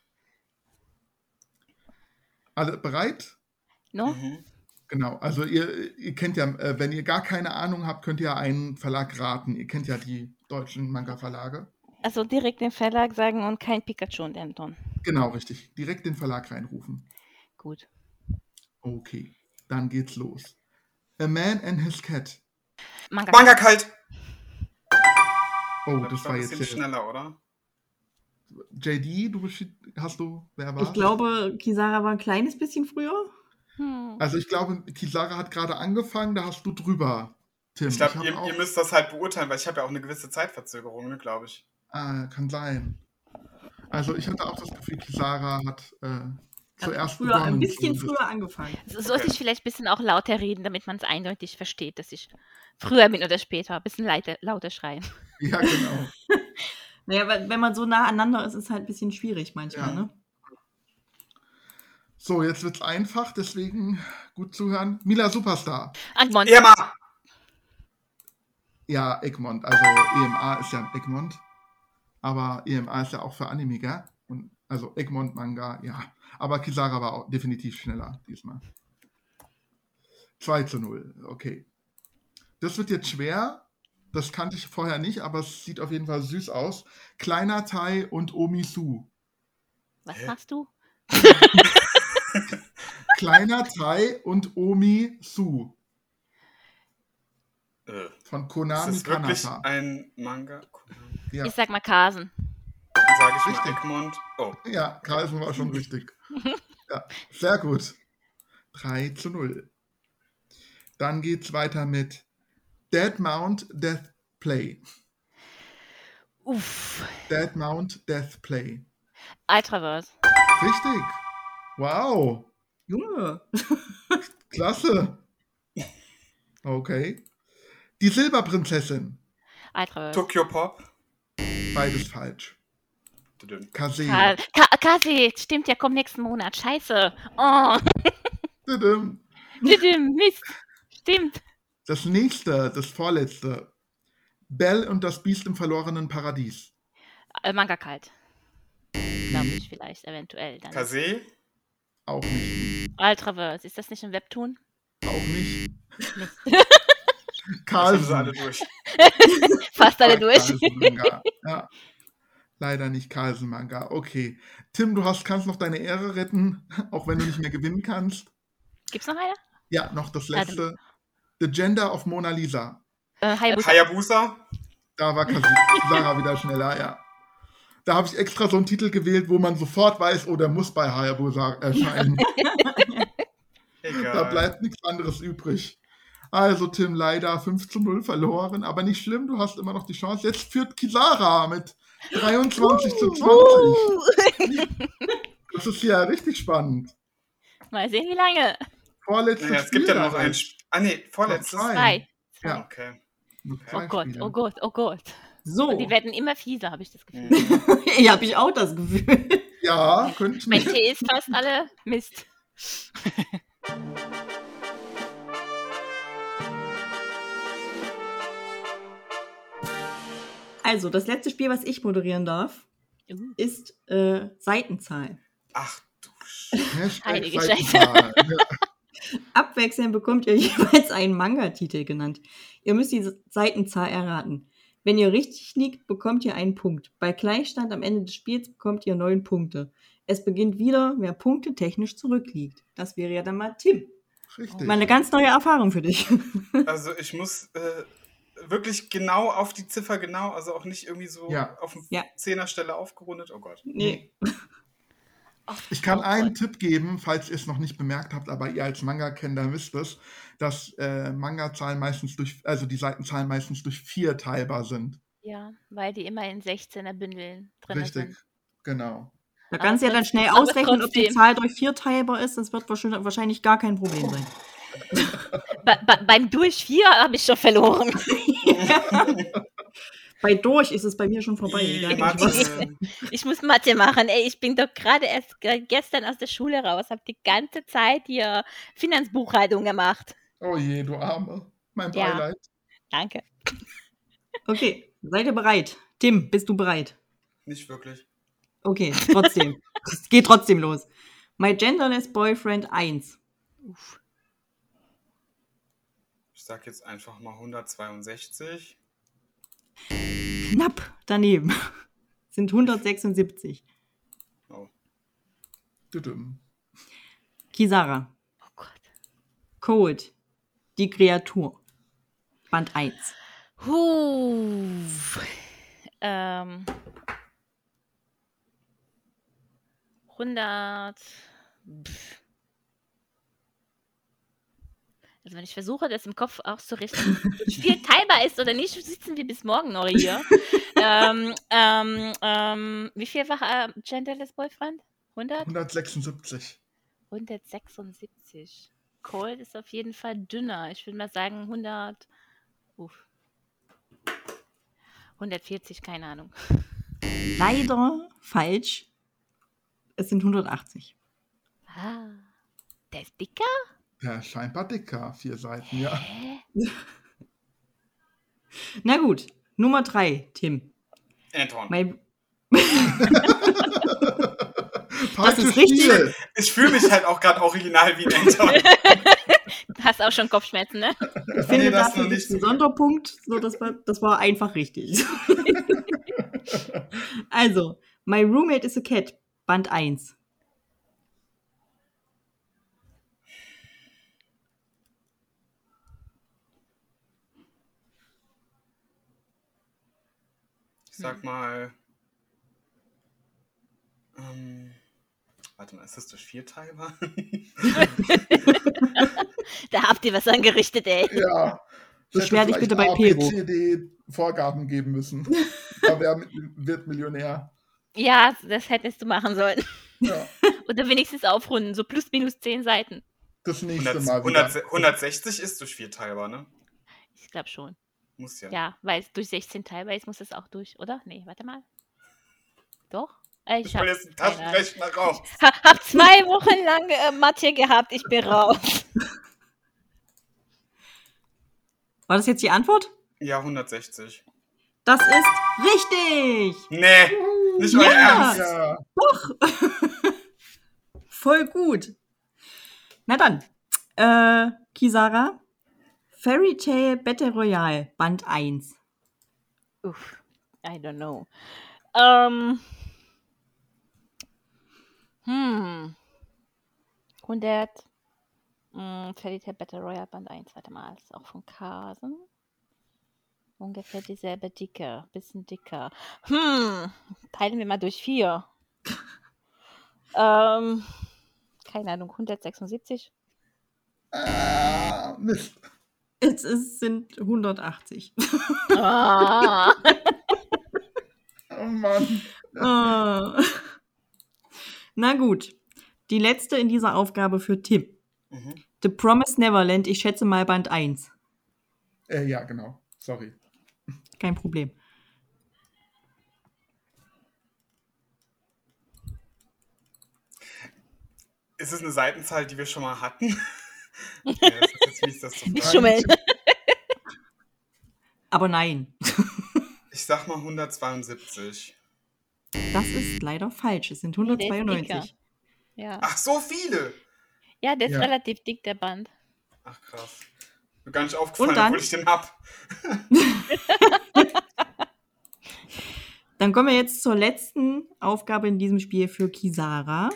[SPEAKER 5] Alle bereit?
[SPEAKER 1] No?
[SPEAKER 3] Mhm.
[SPEAKER 5] Genau, also ihr, ihr kennt ja, äh, wenn ihr gar keine Ahnung habt, könnt ihr einen Verlag raten. Ihr kennt ja die deutschen Manga-Verlage.
[SPEAKER 1] Also direkt den Verlag sagen und kein Pikachu und Anton.
[SPEAKER 5] Genau, richtig. Direkt den Verlag reinrufen.
[SPEAKER 1] Gut.
[SPEAKER 5] Okay, dann geht's los. A Man and His Cat.
[SPEAKER 1] Manga.
[SPEAKER 3] Manga kalt!
[SPEAKER 5] Oh,
[SPEAKER 3] glaub,
[SPEAKER 5] das
[SPEAKER 3] ich war
[SPEAKER 5] war
[SPEAKER 3] ein
[SPEAKER 5] jetzt
[SPEAKER 3] bisschen
[SPEAKER 5] sehr-
[SPEAKER 3] schneller, oder?
[SPEAKER 5] JD, du beschi- hast du, wer war?
[SPEAKER 2] Ich glaube, Kisara war ein kleines bisschen früher.
[SPEAKER 1] Hm.
[SPEAKER 5] Also ich glaube, Kisara hat gerade angefangen, da hast du drüber, Tim.
[SPEAKER 3] Ich glaube,
[SPEAKER 5] hab
[SPEAKER 3] ihr,
[SPEAKER 5] auch-
[SPEAKER 3] ihr müsst das halt beurteilen, weil ich habe ja auch eine gewisse Zeitverzögerung, ne, glaube ich.
[SPEAKER 5] Ah, kann sein. Also ich hatte auch das Gefühl, Kisara hat äh, zuerst
[SPEAKER 2] früher, ein
[SPEAKER 5] begonnen,
[SPEAKER 2] bisschen
[SPEAKER 5] so-
[SPEAKER 2] früher angefangen.
[SPEAKER 1] So- Sollte ich vielleicht ein bisschen auch lauter reden, damit man es eindeutig versteht, dass ich früher bin oder später. Ein bisschen leite, lauter schreien.
[SPEAKER 5] Ja, genau.
[SPEAKER 2] Naja, weil wenn man so nah aneinander ist, ist es halt ein bisschen schwierig manchmal,
[SPEAKER 5] Ja.
[SPEAKER 2] ne?
[SPEAKER 5] So, jetzt wird's einfach, deswegen gut zuhören. Mila Superstar.
[SPEAKER 1] Agmon,
[SPEAKER 3] Irma!
[SPEAKER 5] Ja, Egmont. Also EMA ist ja ein Egmont. Aber EMA ist ja auch für Anime, gell? Und, also Egmont Manga, ja. Aber Kisara war auch definitiv schneller diesmal. 2 zu 0, okay. Das wird jetzt schwer. Das kannte ich vorher nicht, aber es sieht auf jeden Fall süß aus. Kleiner Tai und Omisu.
[SPEAKER 1] was
[SPEAKER 3] Hä?
[SPEAKER 1] machst du?
[SPEAKER 5] Kleiner Tai und Omisu
[SPEAKER 3] Äh, ist
[SPEAKER 5] von Konami
[SPEAKER 3] das wirklich
[SPEAKER 5] Kanata.
[SPEAKER 3] ein Manga?
[SPEAKER 5] Ja.
[SPEAKER 1] Ich sag mal Kasen.
[SPEAKER 3] Dann sage ich mal
[SPEAKER 5] Richtig.
[SPEAKER 3] Egmont. Oh,
[SPEAKER 5] Ja, Kreisen war schon richtig. Ja, sehr gut. 3 zu 0. Dann geht's weiter mit Dead Mount Death Play.
[SPEAKER 1] Uff.
[SPEAKER 5] Dead Mount Death Play.
[SPEAKER 1] Ultraverse.
[SPEAKER 5] Richtig. Wow.
[SPEAKER 2] Junge.
[SPEAKER 5] Klasse. Okay. Die Silberprinzessin.
[SPEAKER 1] Ultraverse.
[SPEAKER 3] Tokyo Pop.
[SPEAKER 5] Beides falsch.
[SPEAKER 3] Düdüm.
[SPEAKER 5] Kase.
[SPEAKER 1] Ka Ka Kasi, stimmt ja, kommt nächsten Monat. Scheiße. Oh,
[SPEAKER 5] Tüdüm.
[SPEAKER 1] bitte, Mist. Stimmt.
[SPEAKER 5] Das nächste, das vorletzte. Bell und das Biest im verlorenen Paradies.
[SPEAKER 1] Äh, Manga kalt. Glaube ich vielleicht, eventuell. Dann.
[SPEAKER 3] Kase?
[SPEAKER 5] Auch nicht.
[SPEAKER 1] Ultraverse, ist das nicht ein Webtoon?
[SPEAKER 5] Auch nicht.
[SPEAKER 3] Das haben sie
[SPEAKER 5] Carlsen.
[SPEAKER 3] alle durch.
[SPEAKER 1] Fast alle durch.
[SPEAKER 5] Carlsen-Manga. Ja. Leider nicht Carlsen-Manga. Okay. Tim, du hast, kannst noch deine Ehre retten, auch wenn du nicht mehr gewinnen kannst.
[SPEAKER 1] Gibt's noch eine?
[SPEAKER 5] Ja, noch das
[SPEAKER 1] Adam.
[SPEAKER 5] letzte. The Gender of Mona Lisa.
[SPEAKER 1] Äh, Hayabusa.
[SPEAKER 3] Hayabusa?
[SPEAKER 5] Da war Kasi- Sarah wieder schneller, ja. Da habe ich extra so einen Titel gewählt, wo man sofort weiß, oh, der muss bei Hayabusa erscheinen.
[SPEAKER 3] Egal.
[SPEAKER 5] Da bleibt nichts anderes übrig. Also, Tim, leider 5 zu 0 verloren, aber nicht schlimm, du hast immer noch die Chance. Jetzt führt Kisara mit 23
[SPEAKER 1] Uh.
[SPEAKER 5] zu 20. Das ist ja richtig spannend.
[SPEAKER 1] Mal sehen, wie lange.
[SPEAKER 5] Vorletztes
[SPEAKER 3] naja, es gibt ja noch ein Spiel. Ah, nee, vorletztes.
[SPEAKER 5] Noch zwei.
[SPEAKER 1] Drei.
[SPEAKER 5] Ja.
[SPEAKER 3] Okay.
[SPEAKER 5] Noch
[SPEAKER 1] Oh
[SPEAKER 5] zwei
[SPEAKER 1] Gott,
[SPEAKER 5] Spiele.
[SPEAKER 1] oh Gott, oh Gott.
[SPEAKER 2] So.
[SPEAKER 1] Und die werden immer fieser, habe ich das Gefühl.
[SPEAKER 3] Mhm.
[SPEAKER 2] ja, habe ich auch das Gefühl.
[SPEAKER 5] Ja, könnten
[SPEAKER 1] Mein Tee ist fast alle Mist.
[SPEAKER 2] Also, das letzte Spiel, was ich moderieren darf,
[SPEAKER 1] Uh,
[SPEAKER 2] ist äh, Seitenzahl.
[SPEAKER 3] Ach du Sch
[SPEAKER 5] Hashtag
[SPEAKER 1] Heilige
[SPEAKER 5] Seitenwahl. Ne? Ja,
[SPEAKER 2] Abwechselnd bekommt ihr jeweils einen Manga-Titel genannt. Ihr müsst die Seitenzahl erraten. Wenn ihr richtig liegt, bekommt ihr einen Punkt. Bei Gleichstand am Ende des Spiels bekommt ihr neun Punkte. Es beginnt wieder, wer Punkte technisch zurückliegt. Das wäre ja dann mal Tim.
[SPEAKER 5] Richtig.
[SPEAKER 2] Mal eine ganz neue Erfahrung für dich.
[SPEAKER 3] Also ich muss äh, wirklich genau auf die Ziffer genau, also auch nicht irgendwie so
[SPEAKER 5] Ja.
[SPEAKER 3] auf dem
[SPEAKER 2] Ja.
[SPEAKER 3] Zehnerstelle aufgerundet. Oh Gott.
[SPEAKER 2] Nee.
[SPEAKER 5] Ich
[SPEAKER 1] Oh
[SPEAKER 5] kann einen Tipp geben, falls ihr es noch nicht bemerkt habt, aber ihr als Manga-Kenner wisst es, dass äh, Manga-Zahlen meistens durch, also die Seitenzahlen meistens durch vier teilbar sind.
[SPEAKER 1] ja, weil die immer in 16er Bündeln drin
[SPEAKER 5] Richtig.
[SPEAKER 1] sind.
[SPEAKER 5] Genau.
[SPEAKER 2] Da kannst du ja
[SPEAKER 1] Aber
[SPEAKER 2] dann schnell
[SPEAKER 1] trotzdem-
[SPEAKER 2] ausrechnen, ob die
[SPEAKER 1] trotzdem.
[SPEAKER 2] Zahl durch vier teilbar ist. Das wird wahrscheinlich wahrscheinlich gar kein Problem sein.
[SPEAKER 1] Ba ba beim Durch 4 habe ich schon verloren.
[SPEAKER 2] Bei durch ist es bei mir schon vorbei. egal
[SPEAKER 3] Ih,
[SPEAKER 2] durch was.
[SPEAKER 3] Mathe.
[SPEAKER 1] Ich muss Mathe machen. Ey, ich bin doch gerade erst ge- gestern aus der Schule raus, habe die ganze Zeit hier Finanzbuchhaltung gemacht.
[SPEAKER 5] Oh je, du Arme. Mein
[SPEAKER 1] Ja.
[SPEAKER 5] Beileid.
[SPEAKER 1] Danke.
[SPEAKER 2] Okay, seid ihr bereit? Tim, bist du bereit?
[SPEAKER 3] Nicht wirklich.
[SPEAKER 2] Okay, trotzdem. es geht trotzdem los. My Genderless Boyfriend 1.
[SPEAKER 3] Ich sag jetzt einfach mal 162.
[SPEAKER 2] Knapp daneben. Sind 176.
[SPEAKER 3] Oh.
[SPEAKER 5] Düdüm.
[SPEAKER 2] Kisara.
[SPEAKER 1] Oh Gott.
[SPEAKER 2] Code. Die Kreatur. Band 1.
[SPEAKER 1] Huh. Ähm, 100. Pff. Also wenn ich versuche, das im Kopf auszurichten, wie viel teilbar ist oder nicht, sitzen wir bis morgen noch hier. ähm, ähm, ähm, wie viel war äh, Genderless Boyfriend? 100?
[SPEAKER 5] 176.
[SPEAKER 1] 176. Cold ist auf jeden Fall dünner. Ich würde mal sagen 100. Uff. 140, keine Ahnung.
[SPEAKER 2] Leider falsch. Es sind 180.
[SPEAKER 1] Ah, der ist dicker?
[SPEAKER 5] Ja, scheinbar dicker, vier Seiten, ja.
[SPEAKER 1] Hä?
[SPEAKER 2] Na gut, Nummer drei, Tim.
[SPEAKER 3] Anton.
[SPEAKER 2] Mein,
[SPEAKER 5] Falsches
[SPEAKER 2] ist richtig.
[SPEAKER 5] Spiel.
[SPEAKER 3] Ich fühle mich halt auch gerade original wie ein Anton.
[SPEAKER 1] Du hast auch schon Kopfschmerzen, ne?
[SPEAKER 2] ich finde,
[SPEAKER 3] Nee, das
[SPEAKER 2] dafür
[SPEAKER 3] noch
[SPEAKER 2] gibt es
[SPEAKER 3] nicht.
[SPEAKER 2] einen Sonderpunkt. So, das, war, das war einfach richtig. also, My Roommate is a Cat, Band 1.
[SPEAKER 3] Ich sag mal. Ähm, warte mal, ist das durch vier teilbar?
[SPEAKER 1] Da habt ihr was angerichtet, ey.
[SPEAKER 5] Ja.
[SPEAKER 2] Beschwer dich bitte bei Pero.
[SPEAKER 5] CD Vorgaben geben müssen. Da wer mit- wird Millionär.
[SPEAKER 1] Ja, das hättest du machen sollen.
[SPEAKER 5] Ja.
[SPEAKER 1] Oder wenigstens aufrunden, so plus minus 10 Seiten.
[SPEAKER 5] Das nächste
[SPEAKER 3] 100,
[SPEAKER 5] Mal
[SPEAKER 3] 100,
[SPEAKER 5] wieder.
[SPEAKER 3] 160 ist durch vier teilbar, ne?
[SPEAKER 1] Ich glaube schon.
[SPEAKER 3] Muss ja.
[SPEAKER 1] Ja, weil es durch 16 teilbar ist, muss es auch durch, oder? Nee, warte mal. Doch? Äh,
[SPEAKER 3] Ich
[SPEAKER 1] hab-
[SPEAKER 3] hol jetzt einen
[SPEAKER 1] keine Ahnung.
[SPEAKER 3] Taschenrechner raus.
[SPEAKER 1] Ha, hab zwei Wochen lang äh, Mathe gehabt, ich bin raus.
[SPEAKER 2] War das jetzt die Antwort?
[SPEAKER 3] Ja, 160.
[SPEAKER 2] Das ist richtig!
[SPEAKER 3] Nee, nicht euer
[SPEAKER 2] Ja.
[SPEAKER 3] Ernst.
[SPEAKER 5] Ja.
[SPEAKER 2] Voll gut. Na dann, äh, Kisara, Fairy Tale Battle Royale, Band 1.
[SPEAKER 1] Uff, I don't know. Ähm. Hm. 100. Hm, Fairy Tale Battle Royale Band 1, warte mal, ist auch von Carson. Ungefähr dieselbe Dicke, bisschen dicker. Hm, teilen wir mal durch 4. ähm, keine Ahnung, 176.
[SPEAKER 5] Ah, Mist.
[SPEAKER 2] Es ist, sind 180.
[SPEAKER 1] Ah.
[SPEAKER 5] Oh Mann.
[SPEAKER 2] Ah. Na gut, die letzte in dieser Aufgabe für Tim.
[SPEAKER 3] Mhm.
[SPEAKER 2] The Promised Neverland, ich schätze mal Band 1.
[SPEAKER 5] Äh, ja, genau. Sorry.
[SPEAKER 2] Kein Problem.
[SPEAKER 3] Ist es eine Seitenzahl, die wir schon mal hatten? ja, das ist jetzt mies, das zu
[SPEAKER 1] Ich
[SPEAKER 3] fragen.
[SPEAKER 1] schummel.
[SPEAKER 2] Aber nein,
[SPEAKER 3] Ich sag mal 172.
[SPEAKER 2] das ist leider falsch. Es sind
[SPEAKER 1] der ist
[SPEAKER 2] 192.
[SPEAKER 1] Ja.
[SPEAKER 3] Ach, so viele!
[SPEAKER 1] ja, der ist
[SPEAKER 5] Ja.
[SPEAKER 1] relativ dick, der Band.
[SPEAKER 3] Ach, krass. Mir gar nicht aufgefallen,
[SPEAKER 2] Und dann?
[SPEAKER 3] obwohl ich den hab.
[SPEAKER 2] Dann kommen wir jetzt zur letzten Aufgabe in diesem Spiel für Kisara.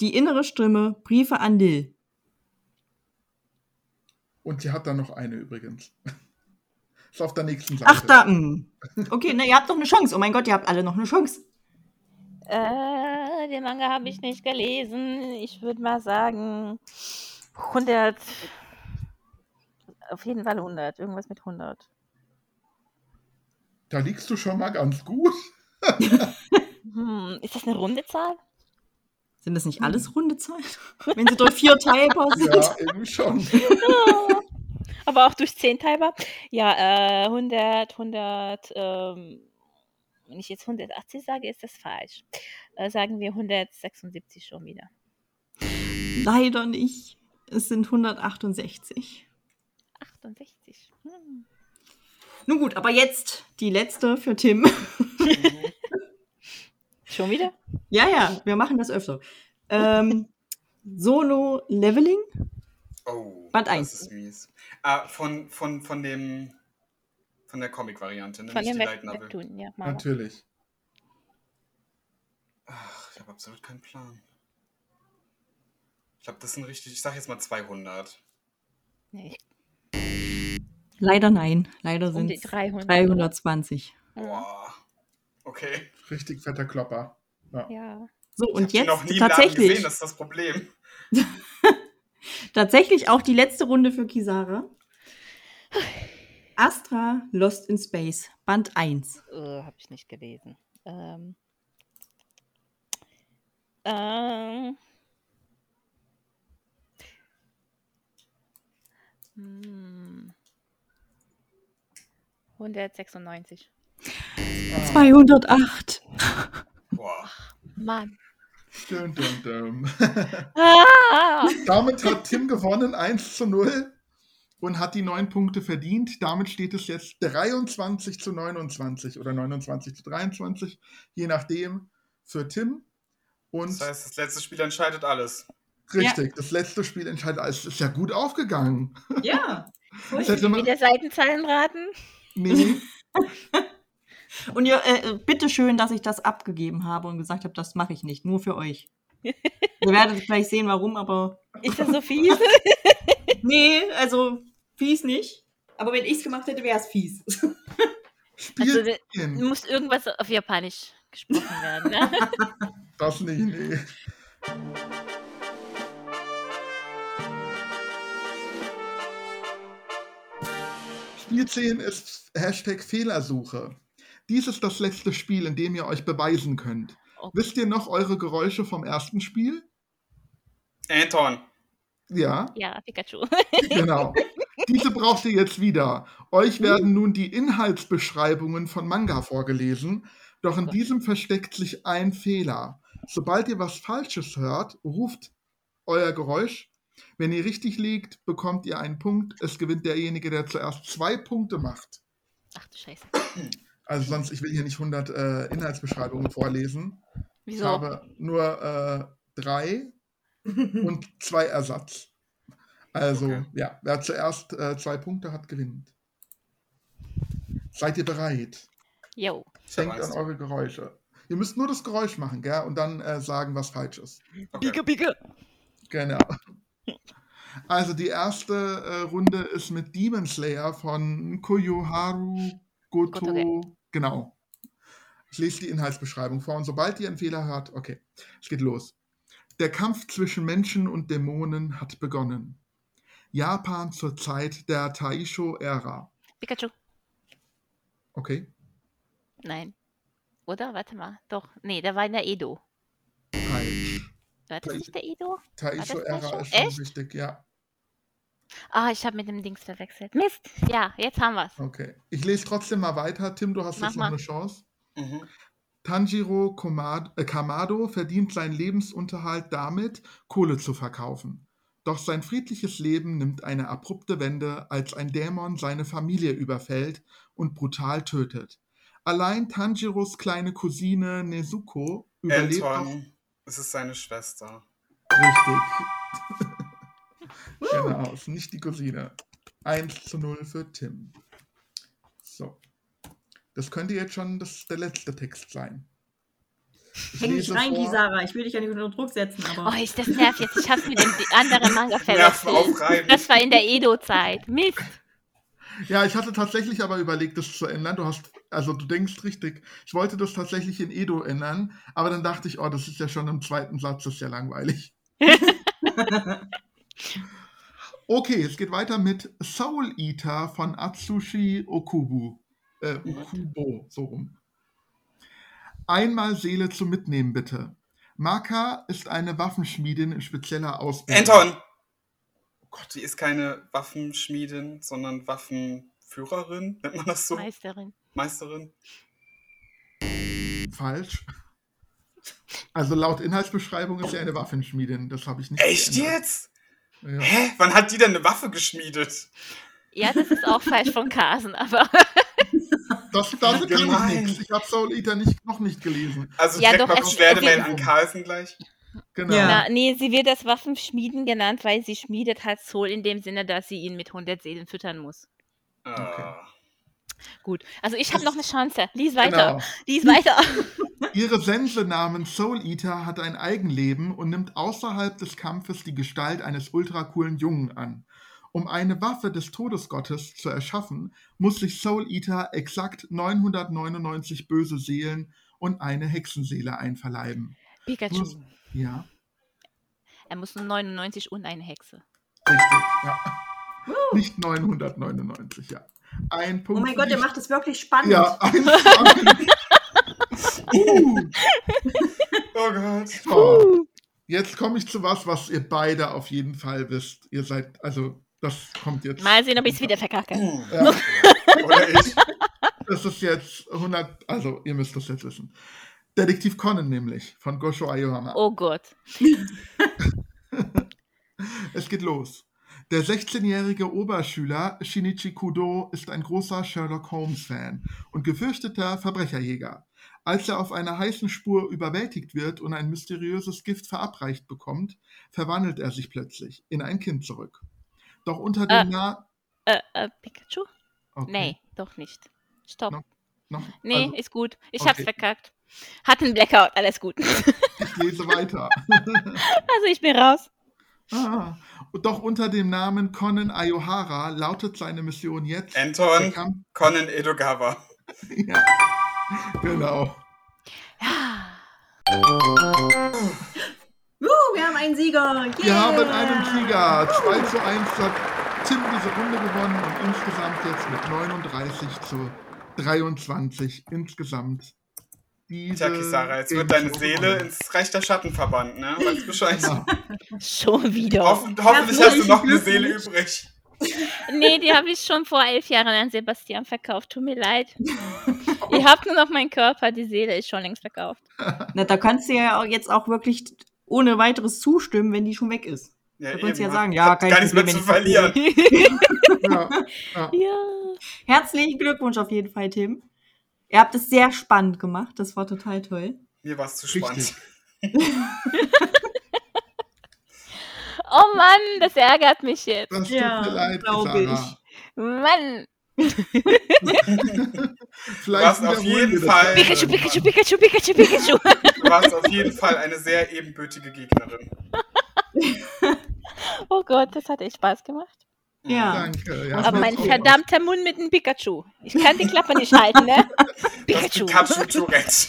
[SPEAKER 2] Die innere Stimme, Briefe an Lil.
[SPEAKER 5] Und sie hat da noch eine übrigens. Ist auf der nächsten Seite.
[SPEAKER 2] Ach da. mm. Okay, na, ihr habt noch eine Chance. Oh mein Gott, ihr habt alle noch eine Chance.
[SPEAKER 1] Äh, den Manga habe ich nicht gelesen. Ich würde mal sagen 100. Auf jeden Fall 100. Irgendwas mit 100.
[SPEAKER 5] Da liegst du schon mal ganz gut.
[SPEAKER 1] Hm, ist das eine runde Zahl?
[SPEAKER 2] Sind das nicht alles runde Zahlen? Wenn sie durch vier teilbar sind?
[SPEAKER 5] Ja, irgendwie schon.
[SPEAKER 1] Aber auch durch 10 teilbar? Ja, äh, 100, 100. Ähm, wenn ich jetzt 180 sage, ist das falsch. Äh, sagen wir 176 schon wieder.
[SPEAKER 2] Leider nicht. Es sind 168.
[SPEAKER 1] 68. Hm.
[SPEAKER 2] Nun gut, aber jetzt die letzte für Tim.
[SPEAKER 1] Schon wieder?
[SPEAKER 2] Ja, ja, wir machen das öfter. Ähm, Solo Leveling?
[SPEAKER 3] Oh,
[SPEAKER 2] Band eins.
[SPEAKER 3] das ist mies. Ah, von, von, von dem... Von der Comic-Variante, ne?
[SPEAKER 1] Von
[SPEAKER 3] Nicht
[SPEAKER 1] dem
[SPEAKER 3] die
[SPEAKER 1] Web-
[SPEAKER 3] Light Novel.
[SPEAKER 1] Webtoon, ja. Mama.
[SPEAKER 5] Natürlich.
[SPEAKER 3] Ach, ich habe absolut keinen Plan. Ich glaube, das sind richtig... Ich sag jetzt mal 200.
[SPEAKER 1] Nee, ich-
[SPEAKER 2] Leider nein. Leider
[SPEAKER 1] Um
[SPEAKER 2] sind
[SPEAKER 1] die
[SPEAKER 2] es
[SPEAKER 1] 300.
[SPEAKER 2] 320.
[SPEAKER 1] Mhm.
[SPEAKER 3] Boah. okay.
[SPEAKER 5] Richtig fetter Klopper.
[SPEAKER 1] Ja.
[SPEAKER 2] So, und
[SPEAKER 3] Ich
[SPEAKER 2] jetzt
[SPEAKER 3] noch nie im Laden
[SPEAKER 2] tatsächlich,
[SPEAKER 3] gesehen, das ist das Problem.
[SPEAKER 2] tatsächlich auch die letzte Runde für Kisara. Astra Lost in Space, Band 1.
[SPEAKER 1] Äh, Habe ich nicht gelesen. Ähm. Ähm. Hm. 196.
[SPEAKER 2] 208.
[SPEAKER 3] Boah.
[SPEAKER 1] Mann.
[SPEAKER 5] Dum, dum, dum.
[SPEAKER 1] Ah!
[SPEAKER 5] Damit hat Tim gewonnen, 1 zu 0. Und hat die neun Punkte verdient. Damit steht es jetzt 23 zu 29 oder 29 zu 23, je nachdem, für Tim. Und
[SPEAKER 3] Das heißt, das letzte Spiel entscheidet alles.
[SPEAKER 5] richtig, das letzte Spiel entscheidet. also Es ist ja gut aufgegangen.
[SPEAKER 2] Ja.
[SPEAKER 5] Es hätte man,
[SPEAKER 1] Wieder Seitenzahlen raten?
[SPEAKER 5] nee,
[SPEAKER 2] Und ihr, äh, bitte schön, dass ich das abgegeben habe und gesagt habe, das mache ich nicht, nur für euch. Ihr werdet gleich sehen, warum, aber
[SPEAKER 1] Ist das so fies?
[SPEAKER 2] nee, also fies nicht. Aber wenn ich es gemacht hätte, wäre es fies.
[SPEAKER 1] Also,
[SPEAKER 5] Spielchen.
[SPEAKER 1] du musst irgendwas auf Japanisch gesprochen werden. Ne?
[SPEAKER 5] Das nicht, nee. Spiel 10 ist Hashtag Fehlersuche. Dies ist das letzte Spiel, in dem ihr euch beweisen könnt.
[SPEAKER 1] Okay.
[SPEAKER 5] Wisst ihr noch eure Geräusche vom ersten Spiel?
[SPEAKER 3] Anton,
[SPEAKER 5] Ja.
[SPEAKER 1] ja, Pikachu.
[SPEAKER 5] Genau. Diese braucht ihr jetzt wieder. Euch werden nun die Inhaltsbeschreibungen von Manga vorgelesen, doch in diesem versteckt sich ein Fehler. Sobald ihr was Falsches hört, ruft euer Geräusch. Wenn ihr richtig liegt, bekommt ihr einen Punkt. Es gewinnt derjenige, der zuerst zwei Punkte macht.
[SPEAKER 1] Ach du Scheiße.
[SPEAKER 5] Also sonst, ich will hier nicht 100 äh, Inhaltsbeschreibungen vorlesen. Ich
[SPEAKER 1] Wieso?
[SPEAKER 5] habe nur äh, drei und zwei Ersatz. Also,
[SPEAKER 3] Okay.
[SPEAKER 5] ja, wer zuerst äh, zwei Punkte hat, gewinnt. Seid ihr bereit?
[SPEAKER 1] Yo.
[SPEAKER 3] ich hab
[SPEAKER 5] Denkt an
[SPEAKER 3] Angst.
[SPEAKER 5] eure Geräusche. Ihr müsst nur das Geräusch machen, gell? Und dann äh, sagen, was falsch ist.
[SPEAKER 3] Okay.
[SPEAKER 1] Pika.
[SPEAKER 5] Genau. Also die erste äh, Runde ist mit Demon Slayer von Koyoharu Goto.
[SPEAKER 1] Gotoge.
[SPEAKER 5] Genau. Ich lese die Inhaltsbeschreibung vor und sobald ihr einen Fehler hört, okay, es geht los. Der Kampf zwischen Menschen und Dämonen hat begonnen. Japan zur Zeit der Taisho-Ära.
[SPEAKER 1] Pikachu.
[SPEAKER 5] Okay.
[SPEAKER 1] Nein. Oder? Warte mal. Doch. Nee, der war in der Edo.
[SPEAKER 5] Falsch.
[SPEAKER 1] War das nicht der Edo?
[SPEAKER 5] Taisho-Ära
[SPEAKER 1] Taisho?
[SPEAKER 5] ist schon
[SPEAKER 1] Echt?
[SPEAKER 5] richtig, ja.
[SPEAKER 1] Ah, ich habe mit dem Dings verwechselt. Mist. Ja, jetzt haben wir's.
[SPEAKER 3] Ah.
[SPEAKER 5] Okay. Ich lese trotzdem mal weiter. Tim, du hast
[SPEAKER 1] Mach
[SPEAKER 5] jetzt noch
[SPEAKER 1] mal.
[SPEAKER 5] eine Chance.
[SPEAKER 3] Mhm.
[SPEAKER 5] Tanjiro Komad- äh, Kamado verdient seinen Lebensunterhalt damit, Kohle zu verkaufen. Doch sein friedliches Leben nimmt eine abrupte Wende, als ein Dämon seine Familie überfällt und brutal tötet. Allein Tanjiros kleine Cousine Nezuko überlebt noch
[SPEAKER 3] Anton, es ist seine Schwester.
[SPEAKER 5] richtig. genau, ist nicht die Cousine. 1 zu 0 für Tim. So. Das könnte jetzt schon das, der letzte Text sein. Ich
[SPEAKER 2] Häng nicht
[SPEAKER 5] lese
[SPEAKER 2] rein,
[SPEAKER 5] vor.
[SPEAKER 2] Kisara. Ich will dich ja nicht unter Druck setzen,
[SPEAKER 1] Oh,
[SPEAKER 2] aber.
[SPEAKER 1] ich, das nervt jetzt. Ich hab's mit dem anderen Manga
[SPEAKER 3] Nerven
[SPEAKER 1] verwechselt.
[SPEAKER 3] aufreiben.
[SPEAKER 1] Das war in der Edo-Zeit. Mist.
[SPEAKER 5] Ja, ich hatte tatsächlich aber überlegt, das zu ändern. Du hast, also du denkst richtig. Ich wollte das tatsächlich in Edo ändern, aber dann dachte ich, oh, das ist ja schon im zweiten Satz, das ist ja langweilig. okay, es geht weiter mit Soul Eater von Atsushi Okubu. Äh, Okubo, so rum. Einmal Seele zum Mitnehmen, bitte. Maka ist eine Waffenschmiedin in spezieller Ausbildung.
[SPEAKER 3] Anton! Oh Gott, die ist keine Waffenschmiedin, sondern Waffenführerin, nennt man das so?
[SPEAKER 1] Meisterin.
[SPEAKER 3] Meisterin?
[SPEAKER 5] Falsch. Also laut Inhaltsbeschreibung ist sie eine Waffenschmiedin. Das habe ich nicht.
[SPEAKER 3] Echt
[SPEAKER 5] geändert.
[SPEAKER 3] jetzt?
[SPEAKER 5] Ja.
[SPEAKER 3] Hä? Wann hat die denn eine Waffe geschmiedet?
[SPEAKER 1] Ja, das ist auch falsch von Carson, aber.
[SPEAKER 5] Das, damit kann ich
[SPEAKER 3] Gemein.
[SPEAKER 5] nichts. Ich habe Soul Eater nicht, noch nicht gelesen.
[SPEAKER 3] Also
[SPEAKER 1] Ja,
[SPEAKER 3] direkt
[SPEAKER 1] doch,
[SPEAKER 3] mal
[SPEAKER 1] es-
[SPEAKER 3] Beschwerdemail
[SPEAKER 1] wir-
[SPEAKER 3] an Carlsen gleich.
[SPEAKER 5] Genau.
[SPEAKER 2] Ja.
[SPEAKER 1] Na, nee, sie wird das Waffenschmieden genannt, weil sie schmiedet halt Soul in dem Sinne, dass sie ihn mit 100 Seelen füttern muss.
[SPEAKER 3] Äh,
[SPEAKER 5] Okay.
[SPEAKER 1] Gut. Also ich habe noch eine Chance. Lies weiter.
[SPEAKER 5] Genau.
[SPEAKER 1] Lies weiter.
[SPEAKER 5] Ihre Sense namens Soul Eater hat ein Eigenleben und nimmt außerhalb des Kampfes die Gestalt eines ultracoolen Jungen an. Um eine Waffe des Todesgottes zu erschaffen, muss sich Soul Eater exakt 999 böse Seelen und eine Hexenseele einverleiben.
[SPEAKER 1] Pikachu.
[SPEAKER 5] Ja,
[SPEAKER 1] Er muss nur 99 und eine Hexe.
[SPEAKER 5] richtig. Ja. Nicht 999, ja. Ein Punkt.
[SPEAKER 2] Oh mein
[SPEAKER 5] für
[SPEAKER 2] Gott,
[SPEAKER 5] dich.
[SPEAKER 2] der macht es wirklich spannend.
[SPEAKER 5] Ja, ein Punkt. uh,
[SPEAKER 3] Oh Gott.
[SPEAKER 5] so. Jetzt komme ich zu was, was ihr beide auf jeden Fall wisst. Ihr seid, also, das kommt jetzt.
[SPEAKER 1] Mal sehen, ob ich es wieder verkacke.
[SPEAKER 5] Ja.
[SPEAKER 3] Oder ich.
[SPEAKER 5] Das ist jetzt 100, also ihr müsst das jetzt wissen. Detektiv Conan nämlich von Gosho Ayohama.
[SPEAKER 1] Oh Gott.
[SPEAKER 5] Es geht los. Der 16-jährige Oberschüler Shinichi Kudo ist ein großer Sherlock Holmes-Fan und gefürchteter Verbrecherjäger. Als er auf einer heißen Spur überwältigt wird und ein mysteriöses Gift verabreicht bekommt, verwandelt er sich plötzlich in ein Kind zurück. Doch unter dem Na...
[SPEAKER 1] Äh, äh, Pikachu?
[SPEAKER 5] Okay,
[SPEAKER 1] Nee, doch nicht. Stopp.
[SPEAKER 5] No, Noch,
[SPEAKER 1] Nee,
[SPEAKER 5] also,
[SPEAKER 1] ist gut. Ich
[SPEAKER 5] okay.
[SPEAKER 1] hab's verkackt. Hat einen Blackout, alles gut.
[SPEAKER 5] ich lese weiter.
[SPEAKER 1] Also ich bin raus.
[SPEAKER 5] Ah, doch unter dem Namen Conan Ayohara lautet seine Mission jetzt. der
[SPEAKER 3] Anton
[SPEAKER 5] Kampf,
[SPEAKER 3] Conan Edogawa.
[SPEAKER 5] ja, genau.
[SPEAKER 1] Ja.
[SPEAKER 2] Juhu, Oh, wir haben einen Sieger. Yeah.
[SPEAKER 5] Wir haben einen Sieger. 2 zu 1 hat Tim diese Runde gewonnen und insgesamt jetzt mit 39 zu 23 insgesamt. Diese
[SPEAKER 3] Tja, Kisara, jetzt
[SPEAKER 5] Game
[SPEAKER 3] wird deine
[SPEAKER 5] Show
[SPEAKER 3] Seele
[SPEAKER 5] gewonnen.
[SPEAKER 3] ins Reich der Schatten verbannt, ne? Weißt Bescheid.
[SPEAKER 5] Ja,
[SPEAKER 1] Schon wieder.
[SPEAKER 3] Hoffen, hoffentlich
[SPEAKER 2] Ja,
[SPEAKER 3] hast du noch eine
[SPEAKER 2] Glückwunsch.
[SPEAKER 3] Seele übrig.
[SPEAKER 1] Nee, die habe ich schon vor elf Jahren an Sebastian verkauft. Tut mir leid. Ihr habt nur noch meinen Körper, die Seele ist schon längst verkauft.
[SPEAKER 2] Na, da kannst du ja auch jetzt auch wirklich ohne weiteres zustimmen, wenn die schon weg ist. Da kannst du ja
[SPEAKER 3] eben.
[SPEAKER 2] sagen, ja, kein
[SPEAKER 3] Gar nichts mehr
[SPEAKER 2] Problem.
[SPEAKER 3] zu
[SPEAKER 2] wenn ich-
[SPEAKER 3] verlieren.
[SPEAKER 5] ja, ja.
[SPEAKER 1] Ja.
[SPEAKER 2] Herzlichen Glückwunsch auf jeden Fall, Tim. Ihr habt es sehr spannend gemacht. Das war total toll.
[SPEAKER 3] Mir war es zu
[SPEAKER 5] Richtig.
[SPEAKER 3] spannend.
[SPEAKER 1] Oh Mann, das ärgert mich jetzt.
[SPEAKER 5] Das tut
[SPEAKER 2] Ja,
[SPEAKER 5] mir leid,
[SPEAKER 2] glaub
[SPEAKER 5] Kisara. Äh,
[SPEAKER 1] Mann.
[SPEAKER 5] Vielleicht
[SPEAKER 3] Was auf
[SPEAKER 5] wiederholen
[SPEAKER 3] jeden
[SPEAKER 5] wir das
[SPEAKER 3] Fall-
[SPEAKER 5] ja
[SPEAKER 1] Pikachu,
[SPEAKER 5] irgendwann.
[SPEAKER 1] Pikachu, Pikachu, Pikachu, Pikachu.
[SPEAKER 3] Du warst auf jeden Fall eine sehr ebenbürtige Gegnerin.
[SPEAKER 1] Oh Gott, das hat echt Spaß gemacht.
[SPEAKER 2] Ja.
[SPEAKER 5] Danke. Ja,
[SPEAKER 1] Aber
[SPEAKER 5] das
[SPEAKER 1] mein
[SPEAKER 5] war's auch.
[SPEAKER 1] verdammter Mund mit einem Pikachu. Ich kann die Klappe nicht halten, ne?
[SPEAKER 3] Das
[SPEAKER 1] Pikachu.
[SPEAKER 3] Pikachu-Tourette.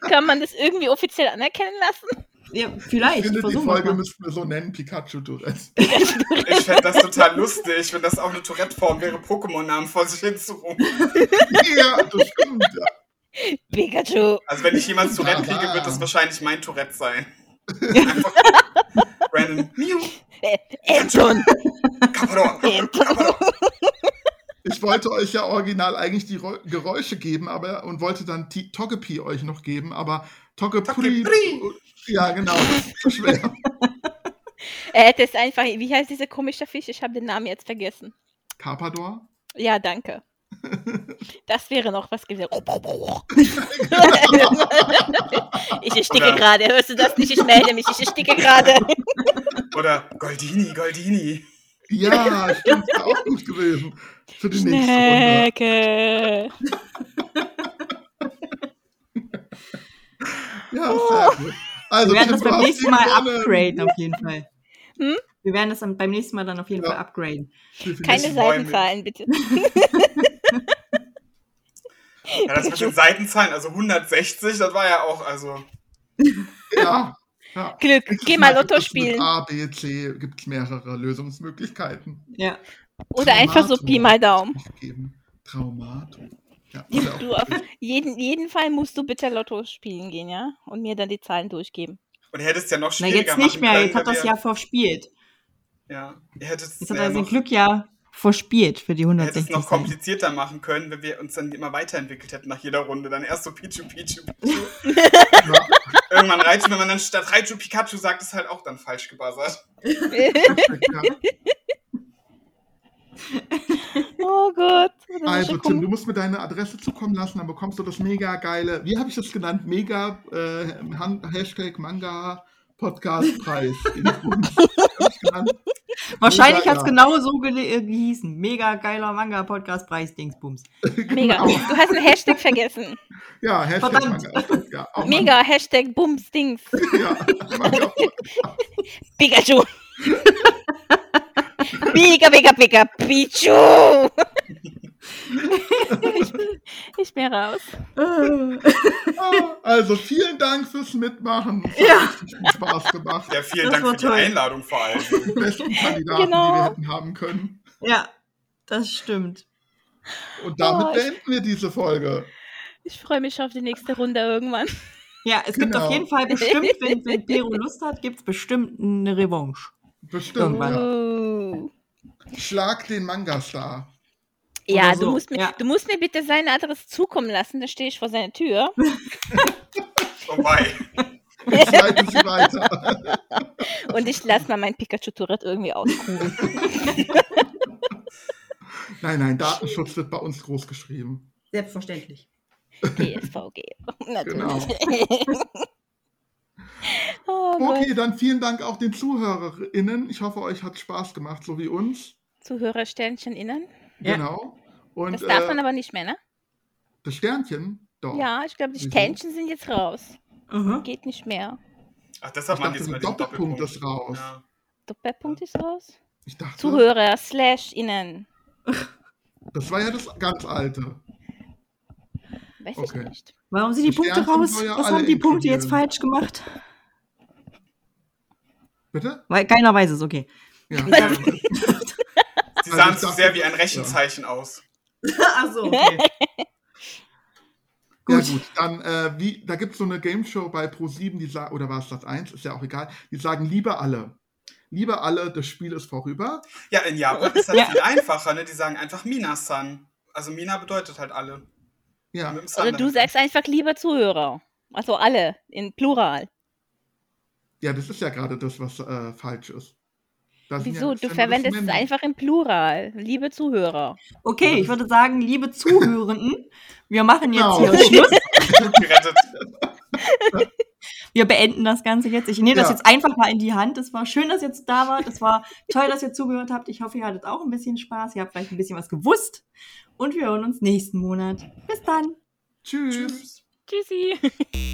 [SPEAKER 1] Kann man das irgendwie offiziell anerkennen lassen?
[SPEAKER 2] ja
[SPEAKER 5] Ich
[SPEAKER 2] vielleicht.
[SPEAKER 5] finde, die
[SPEAKER 2] Versuchen wir
[SPEAKER 5] Folge
[SPEAKER 2] mal.
[SPEAKER 5] müssten wir so nennen, Pikachu Tourette.
[SPEAKER 3] Ich fände das total lustig, wenn das auch eine Tourette-Form wäre, Pokémon-Namen vor sich hin zu rufen.
[SPEAKER 5] ja, das stimmt. Ja.
[SPEAKER 1] Pikachu.
[SPEAKER 3] Also wenn ich jemals Tourette kriege,
[SPEAKER 2] Ah.
[SPEAKER 3] wird das wahrscheinlich mein Tourette sein. Einfach random. Miu,
[SPEAKER 1] Äh, Anton.
[SPEAKER 3] Kapador.
[SPEAKER 1] Anton.
[SPEAKER 5] Ich wollte euch ja original eigentlich die Ro Geräusche geben, aber und wollte dann T- Togepi euch noch geben, aber Togepri.
[SPEAKER 3] Togepri.
[SPEAKER 5] Ja, genau. Das ist so schwer.
[SPEAKER 1] Er hätte es Äh, einfach. Wie heißt dieser komische Fisch? Ich habe den Namen jetzt vergessen.
[SPEAKER 5] Carpador?
[SPEAKER 1] Ja, danke. Das wäre noch was gewesen. ich ersticke
[SPEAKER 3] Oder-
[SPEAKER 1] gerade. Hörst du das nicht? Ich melde mich. Ich ersticke gerade.
[SPEAKER 3] Oder Goldini, Goldini.
[SPEAKER 5] Ja, stimmt. Wäre auch gut gewesen. Für die nächste Runde.
[SPEAKER 1] Schnecke.
[SPEAKER 5] Ja, sehr gut. Also,
[SPEAKER 2] Oh. Wir werden
[SPEAKER 5] Tim,
[SPEAKER 2] das
[SPEAKER 5] du
[SPEAKER 2] beim
[SPEAKER 5] hast
[SPEAKER 2] nächsten
[SPEAKER 5] die
[SPEAKER 2] Mal
[SPEAKER 5] gewonnen.
[SPEAKER 2] upgraden, auf jeden Fall.
[SPEAKER 1] Hm?
[SPEAKER 2] Wir werden das dann beim nächsten Mal dann auf jeden
[SPEAKER 5] Ja.
[SPEAKER 2] Fall upgraden.
[SPEAKER 5] Definitiv.
[SPEAKER 1] Keine
[SPEAKER 3] Ich freu mich.
[SPEAKER 1] Seitenzahlen, bitte.
[SPEAKER 3] Ja, das mit den Seitenzahlen, also 160, das war ja auch, also
[SPEAKER 5] Ja. ja.
[SPEAKER 1] Glück.
[SPEAKER 5] Nächstes
[SPEAKER 1] Geh mal
[SPEAKER 5] gibt
[SPEAKER 1] Lotto
[SPEAKER 5] es Mit
[SPEAKER 1] spielen.
[SPEAKER 5] A, B, C gibt es mehrere Lösungsmöglichkeiten.
[SPEAKER 2] Ja.
[SPEAKER 1] Oder einfach so Pi mal Daumen.
[SPEAKER 5] Geben. Traumatum. Ja,
[SPEAKER 1] Du
[SPEAKER 5] ist ja auch
[SPEAKER 1] auf jeden, jeden Fall musst du bitte Lotto spielen gehen, ja? Und mir dann die Zahlen durchgeben.
[SPEAKER 3] und ihr hättet es ja noch
[SPEAKER 2] Na,
[SPEAKER 3] schwieriger
[SPEAKER 2] jetzt nicht
[SPEAKER 3] machen
[SPEAKER 2] mehr.
[SPEAKER 3] können,
[SPEAKER 2] Jetzt hat
[SPEAKER 3] wenn
[SPEAKER 2] das
[SPEAKER 3] ihr-
[SPEAKER 2] ja verspielt.
[SPEAKER 3] Ja, ihr hättet es
[SPEAKER 2] Jetzt hat
[SPEAKER 3] ja
[SPEAKER 2] er sein
[SPEAKER 3] noch,
[SPEAKER 2] Glück ja verspielt für die
[SPEAKER 3] ihr hättet es
[SPEAKER 2] 160.
[SPEAKER 3] noch
[SPEAKER 2] Seiten.
[SPEAKER 3] komplizierter machen können, wenn wir uns dann immer weiterentwickelt hätten nach jeder Runde. Dann erst so Pichu, Pichu, Genau.
[SPEAKER 5] Ja.
[SPEAKER 3] Irgendwann Raichu, wenn man dann statt Raichu Pikachu sagt, ist halt auch dann falsch gebuzzert.
[SPEAKER 5] perfekt, ja.
[SPEAKER 1] oh Gott. das ist
[SPEAKER 5] Also,
[SPEAKER 1] schon
[SPEAKER 5] Tim,
[SPEAKER 1] komisch.
[SPEAKER 5] du musst mir deine Adresse zukommen lassen, dann bekommst du das mega geile, wie habe ich das genannt? Mega äh, Han- Hashtag Manga Podcast Preis.
[SPEAKER 2] Wahrscheinlich
[SPEAKER 5] Mega,
[SPEAKER 2] hat es
[SPEAKER 5] ja.
[SPEAKER 2] genau so gele- äh, gehießen. Mega geiler Manga-Podcast-Preis, Dingsbums.
[SPEAKER 1] Mega. Du hast einen Hashtag vergessen.
[SPEAKER 5] ja, Hashtag
[SPEAKER 2] Verdammt.
[SPEAKER 5] Manga. Ja, auch
[SPEAKER 1] Mega. Hashtag Bumsdings.
[SPEAKER 5] Manga, ja, Manga.
[SPEAKER 1] Pikachu. Pika, Pika, Pika. Pichu. ich, bin- ich bin raus.
[SPEAKER 2] Äh,
[SPEAKER 5] Ah, Also vielen Dank fürs Mitmachen. Es
[SPEAKER 2] Ja.
[SPEAKER 5] hat richtig viel Spaß gemacht.
[SPEAKER 3] Ja, vielen
[SPEAKER 2] Das
[SPEAKER 3] Dank
[SPEAKER 2] war
[SPEAKER 3] für die
[SPEAKER 2] toll.
[SPEAKER 3] Einladung vor allem.
[SPEAKER 5] Die besten Kandidaten, die
[SPEAKER 1] Genau.
[SPEAKER 5] wir hätten haben können.
[SPEAKER 2] ja, das stimmt.
[SPEAKER 5] Und damit
[SPEAKER 1] Oh, ich-
[SPEAKER 5] beenden wir diese Folge.
[SPEAKER 1] Ich freue mich auf die nächste Runde irgendwann.
[SPEAKER 2] Ja, es gibt
[SPEAKER 5] Genau.
[SPEAKER 2] auf jeden Fall bestimmt, wenn, wenn Pero Lust hat, gibt es bestimmt eine Revanche.
[SPEAKER 5] Bestimmt. Ja.
[SPEAKER 1] Oh.
[SPEAKER 5] Schlag den Manga-Star.
[SPEAKER 1] Ja,
[SPEAKER 2] Oder so,
[SPEAKER 1] du musst, mir,
[SPEAKER 2] ja.
[SPEAKER 1] du musst mir bitte seine Adresse zukommen lassen, dann stehe ich vor seiner Tür.
[SPEAKER 3] Vorbei.
[SPEAKER 5] Ich leite sie weiter.
[SPEAKER 1] Und ich lasse mal mein Pikachu-Tourette irgendwie ausruhen.
[SPEAKER 5] Nein, nein, Datenschutz wird bei uns groß geschrieben.
[SPEAKER 2] Selbstverständlich.
[SPEAKER 1] DSVG.
[SPEAKER 5] Genau.
[SPEAKER 1] Natürlich. oh, Gott.
[SPEAKER 5] Okay, dann vielen Dank auch den ZuhörerInnen. Ich hoffe, euch hat Spaß gemacht, so wie uns.
[SPEAKER 1] Zuhörersternchen innen.
[SPEAKER 2] Ja.
[SPEAKER 5] Genau. Und
[SPEAKER 1] Das darf
[SPEAKER 5] äh,
[SPEAKER 1] man aber nicht mehr, ne?
[SPEAKER 5] das Sternchen, doch.
[SPEAKER 1] Ja, ich glaube, die
[SPEAKER 5] Mhm.
[SPEAKER 1] Sternchen sind jetzt raus.
[SPEAKER 2] Mhm.
[SPEAKER 1] Geht nicht mehr.
[SPEAKER 3] Ach, deshalb
[SPEAKER 5] Ich
[SPEAKER 3] man
[SPEAKER 5] dachte,
[SPEAKER 3] jetzt
[SPEAKER 5] so
[SPEAKER 3] mal den
[SPEAKER 5] Doppelpunkt
[SPEAKER 3] Doppelpunkt.
[SPEAKER 5] ist raus.
[SPEAKER 3] Ja.
[SPEAKER 1] Doppelpunkt ist raus.
[SPEAKER 5] Ich dachte,
[SPEAKER 1] Zuhörer slash innen.
[SPEAKER 5] das war ja das ganz alte.
[SPEAKER 1] Weiß
[SPEAKER 5] Okay.
[SPEAKER 1] ich nicht.
[SPEAKER 2] Warum sind die
[SPEAKER 5] Die
[SPEAKER 2] Punkte
[SPEAKER 5] Sternchen
[SPEAKER 2] raus?
[SPEAKER 5] soll ja
[SPEAKER 2] Was
[SPEAKER 5] alle
[SPEAKER 2] haben die Punkte jetzt
[SPEAKER 5] inkludieren.
[SPEAKER 2] falsch gemacht?
[SPEAKER 5] Bitte?
[SPEAKER 2] Weil keiner weiß es, okay.
[SPEAKER 5] Ja.
[SPEAKER 3] Sie
[SPEAKER 5] Also
[SPEAKER 3] sahen
[SPEAKER 5] ich
[SPEAKER 3] zu
[SPEAKER 5] dachte-
[SPEAKER 3] sehr wie ein Rechenzeichen aus.
[SPEAKER 2] Achso, okay. Gut.
[SPEAKER 5] Ja, gut. Dann, äh, wie, da gibt es so eine Game Show bei Pro7, die sa- oder war es das 1? Ist ja auch egal. Die sagen, lieber alle. Lieber alle, das Spiel ist vorüber.
[SPEAKER 3] Ja, in Japan ist das
[SPEAKER 2] Ja.
[SPEAKER 3] viel einfacher, ne? Die sagen einfach Mina-san. Also Mina bedeutet halt alle.
[SPEAKER 5] Ja.
[SPEAKER 3] Mit dem San
[SPEAKER 1] Oder du
[SPEAKER 3] dahinter.
[SPEAKER 1] sagst einfach lieber Zuhörer. Also alle, in Plural.
[SPEAKER 5] Ja, das ist ja gerade das, was äh, falsch ist. Da sind
[SPEAKER 1] Wieso?
[SPEAKER 5] ja-
[SPEAKER 1] Du
[SPEAKER 5] sind nur das
[SPEAKER 1] verwendest es
[SPEAKER 5] Männer.
[SPEAKER 1] einfach im Plural. Liebe Zuhörer.
[SPEAKER 2] Okay, ich würde sagen, liebe Zuhörenden, wir machen jetzt
[SPEAKER 5] Genau.
[SPEAKER 2] hier Schluss.
[SPEAKER 3] gerettet.
[SPEAKER 2] Wir beenden das Ganze jetzt. Ich nehme das
[SPEAKER 5] Ja.
[SPEAKER 2] jetzt einfach mal in die Hand. Es war schön, dass ihr jetzt da wart. Es war toll, dass ihr zugehört habt. Ich hoffe, ihr hattet auch ein bisschen Spaß. Ihr habt vielleicht ein bisschen was gewusst. Und wir hören uns nächsten Monat. Bis dann.
[SPEAKER 5] Tschüss.
[SPEAKER 3] Tschüss.
[SPEAKER 1] Tschüssi.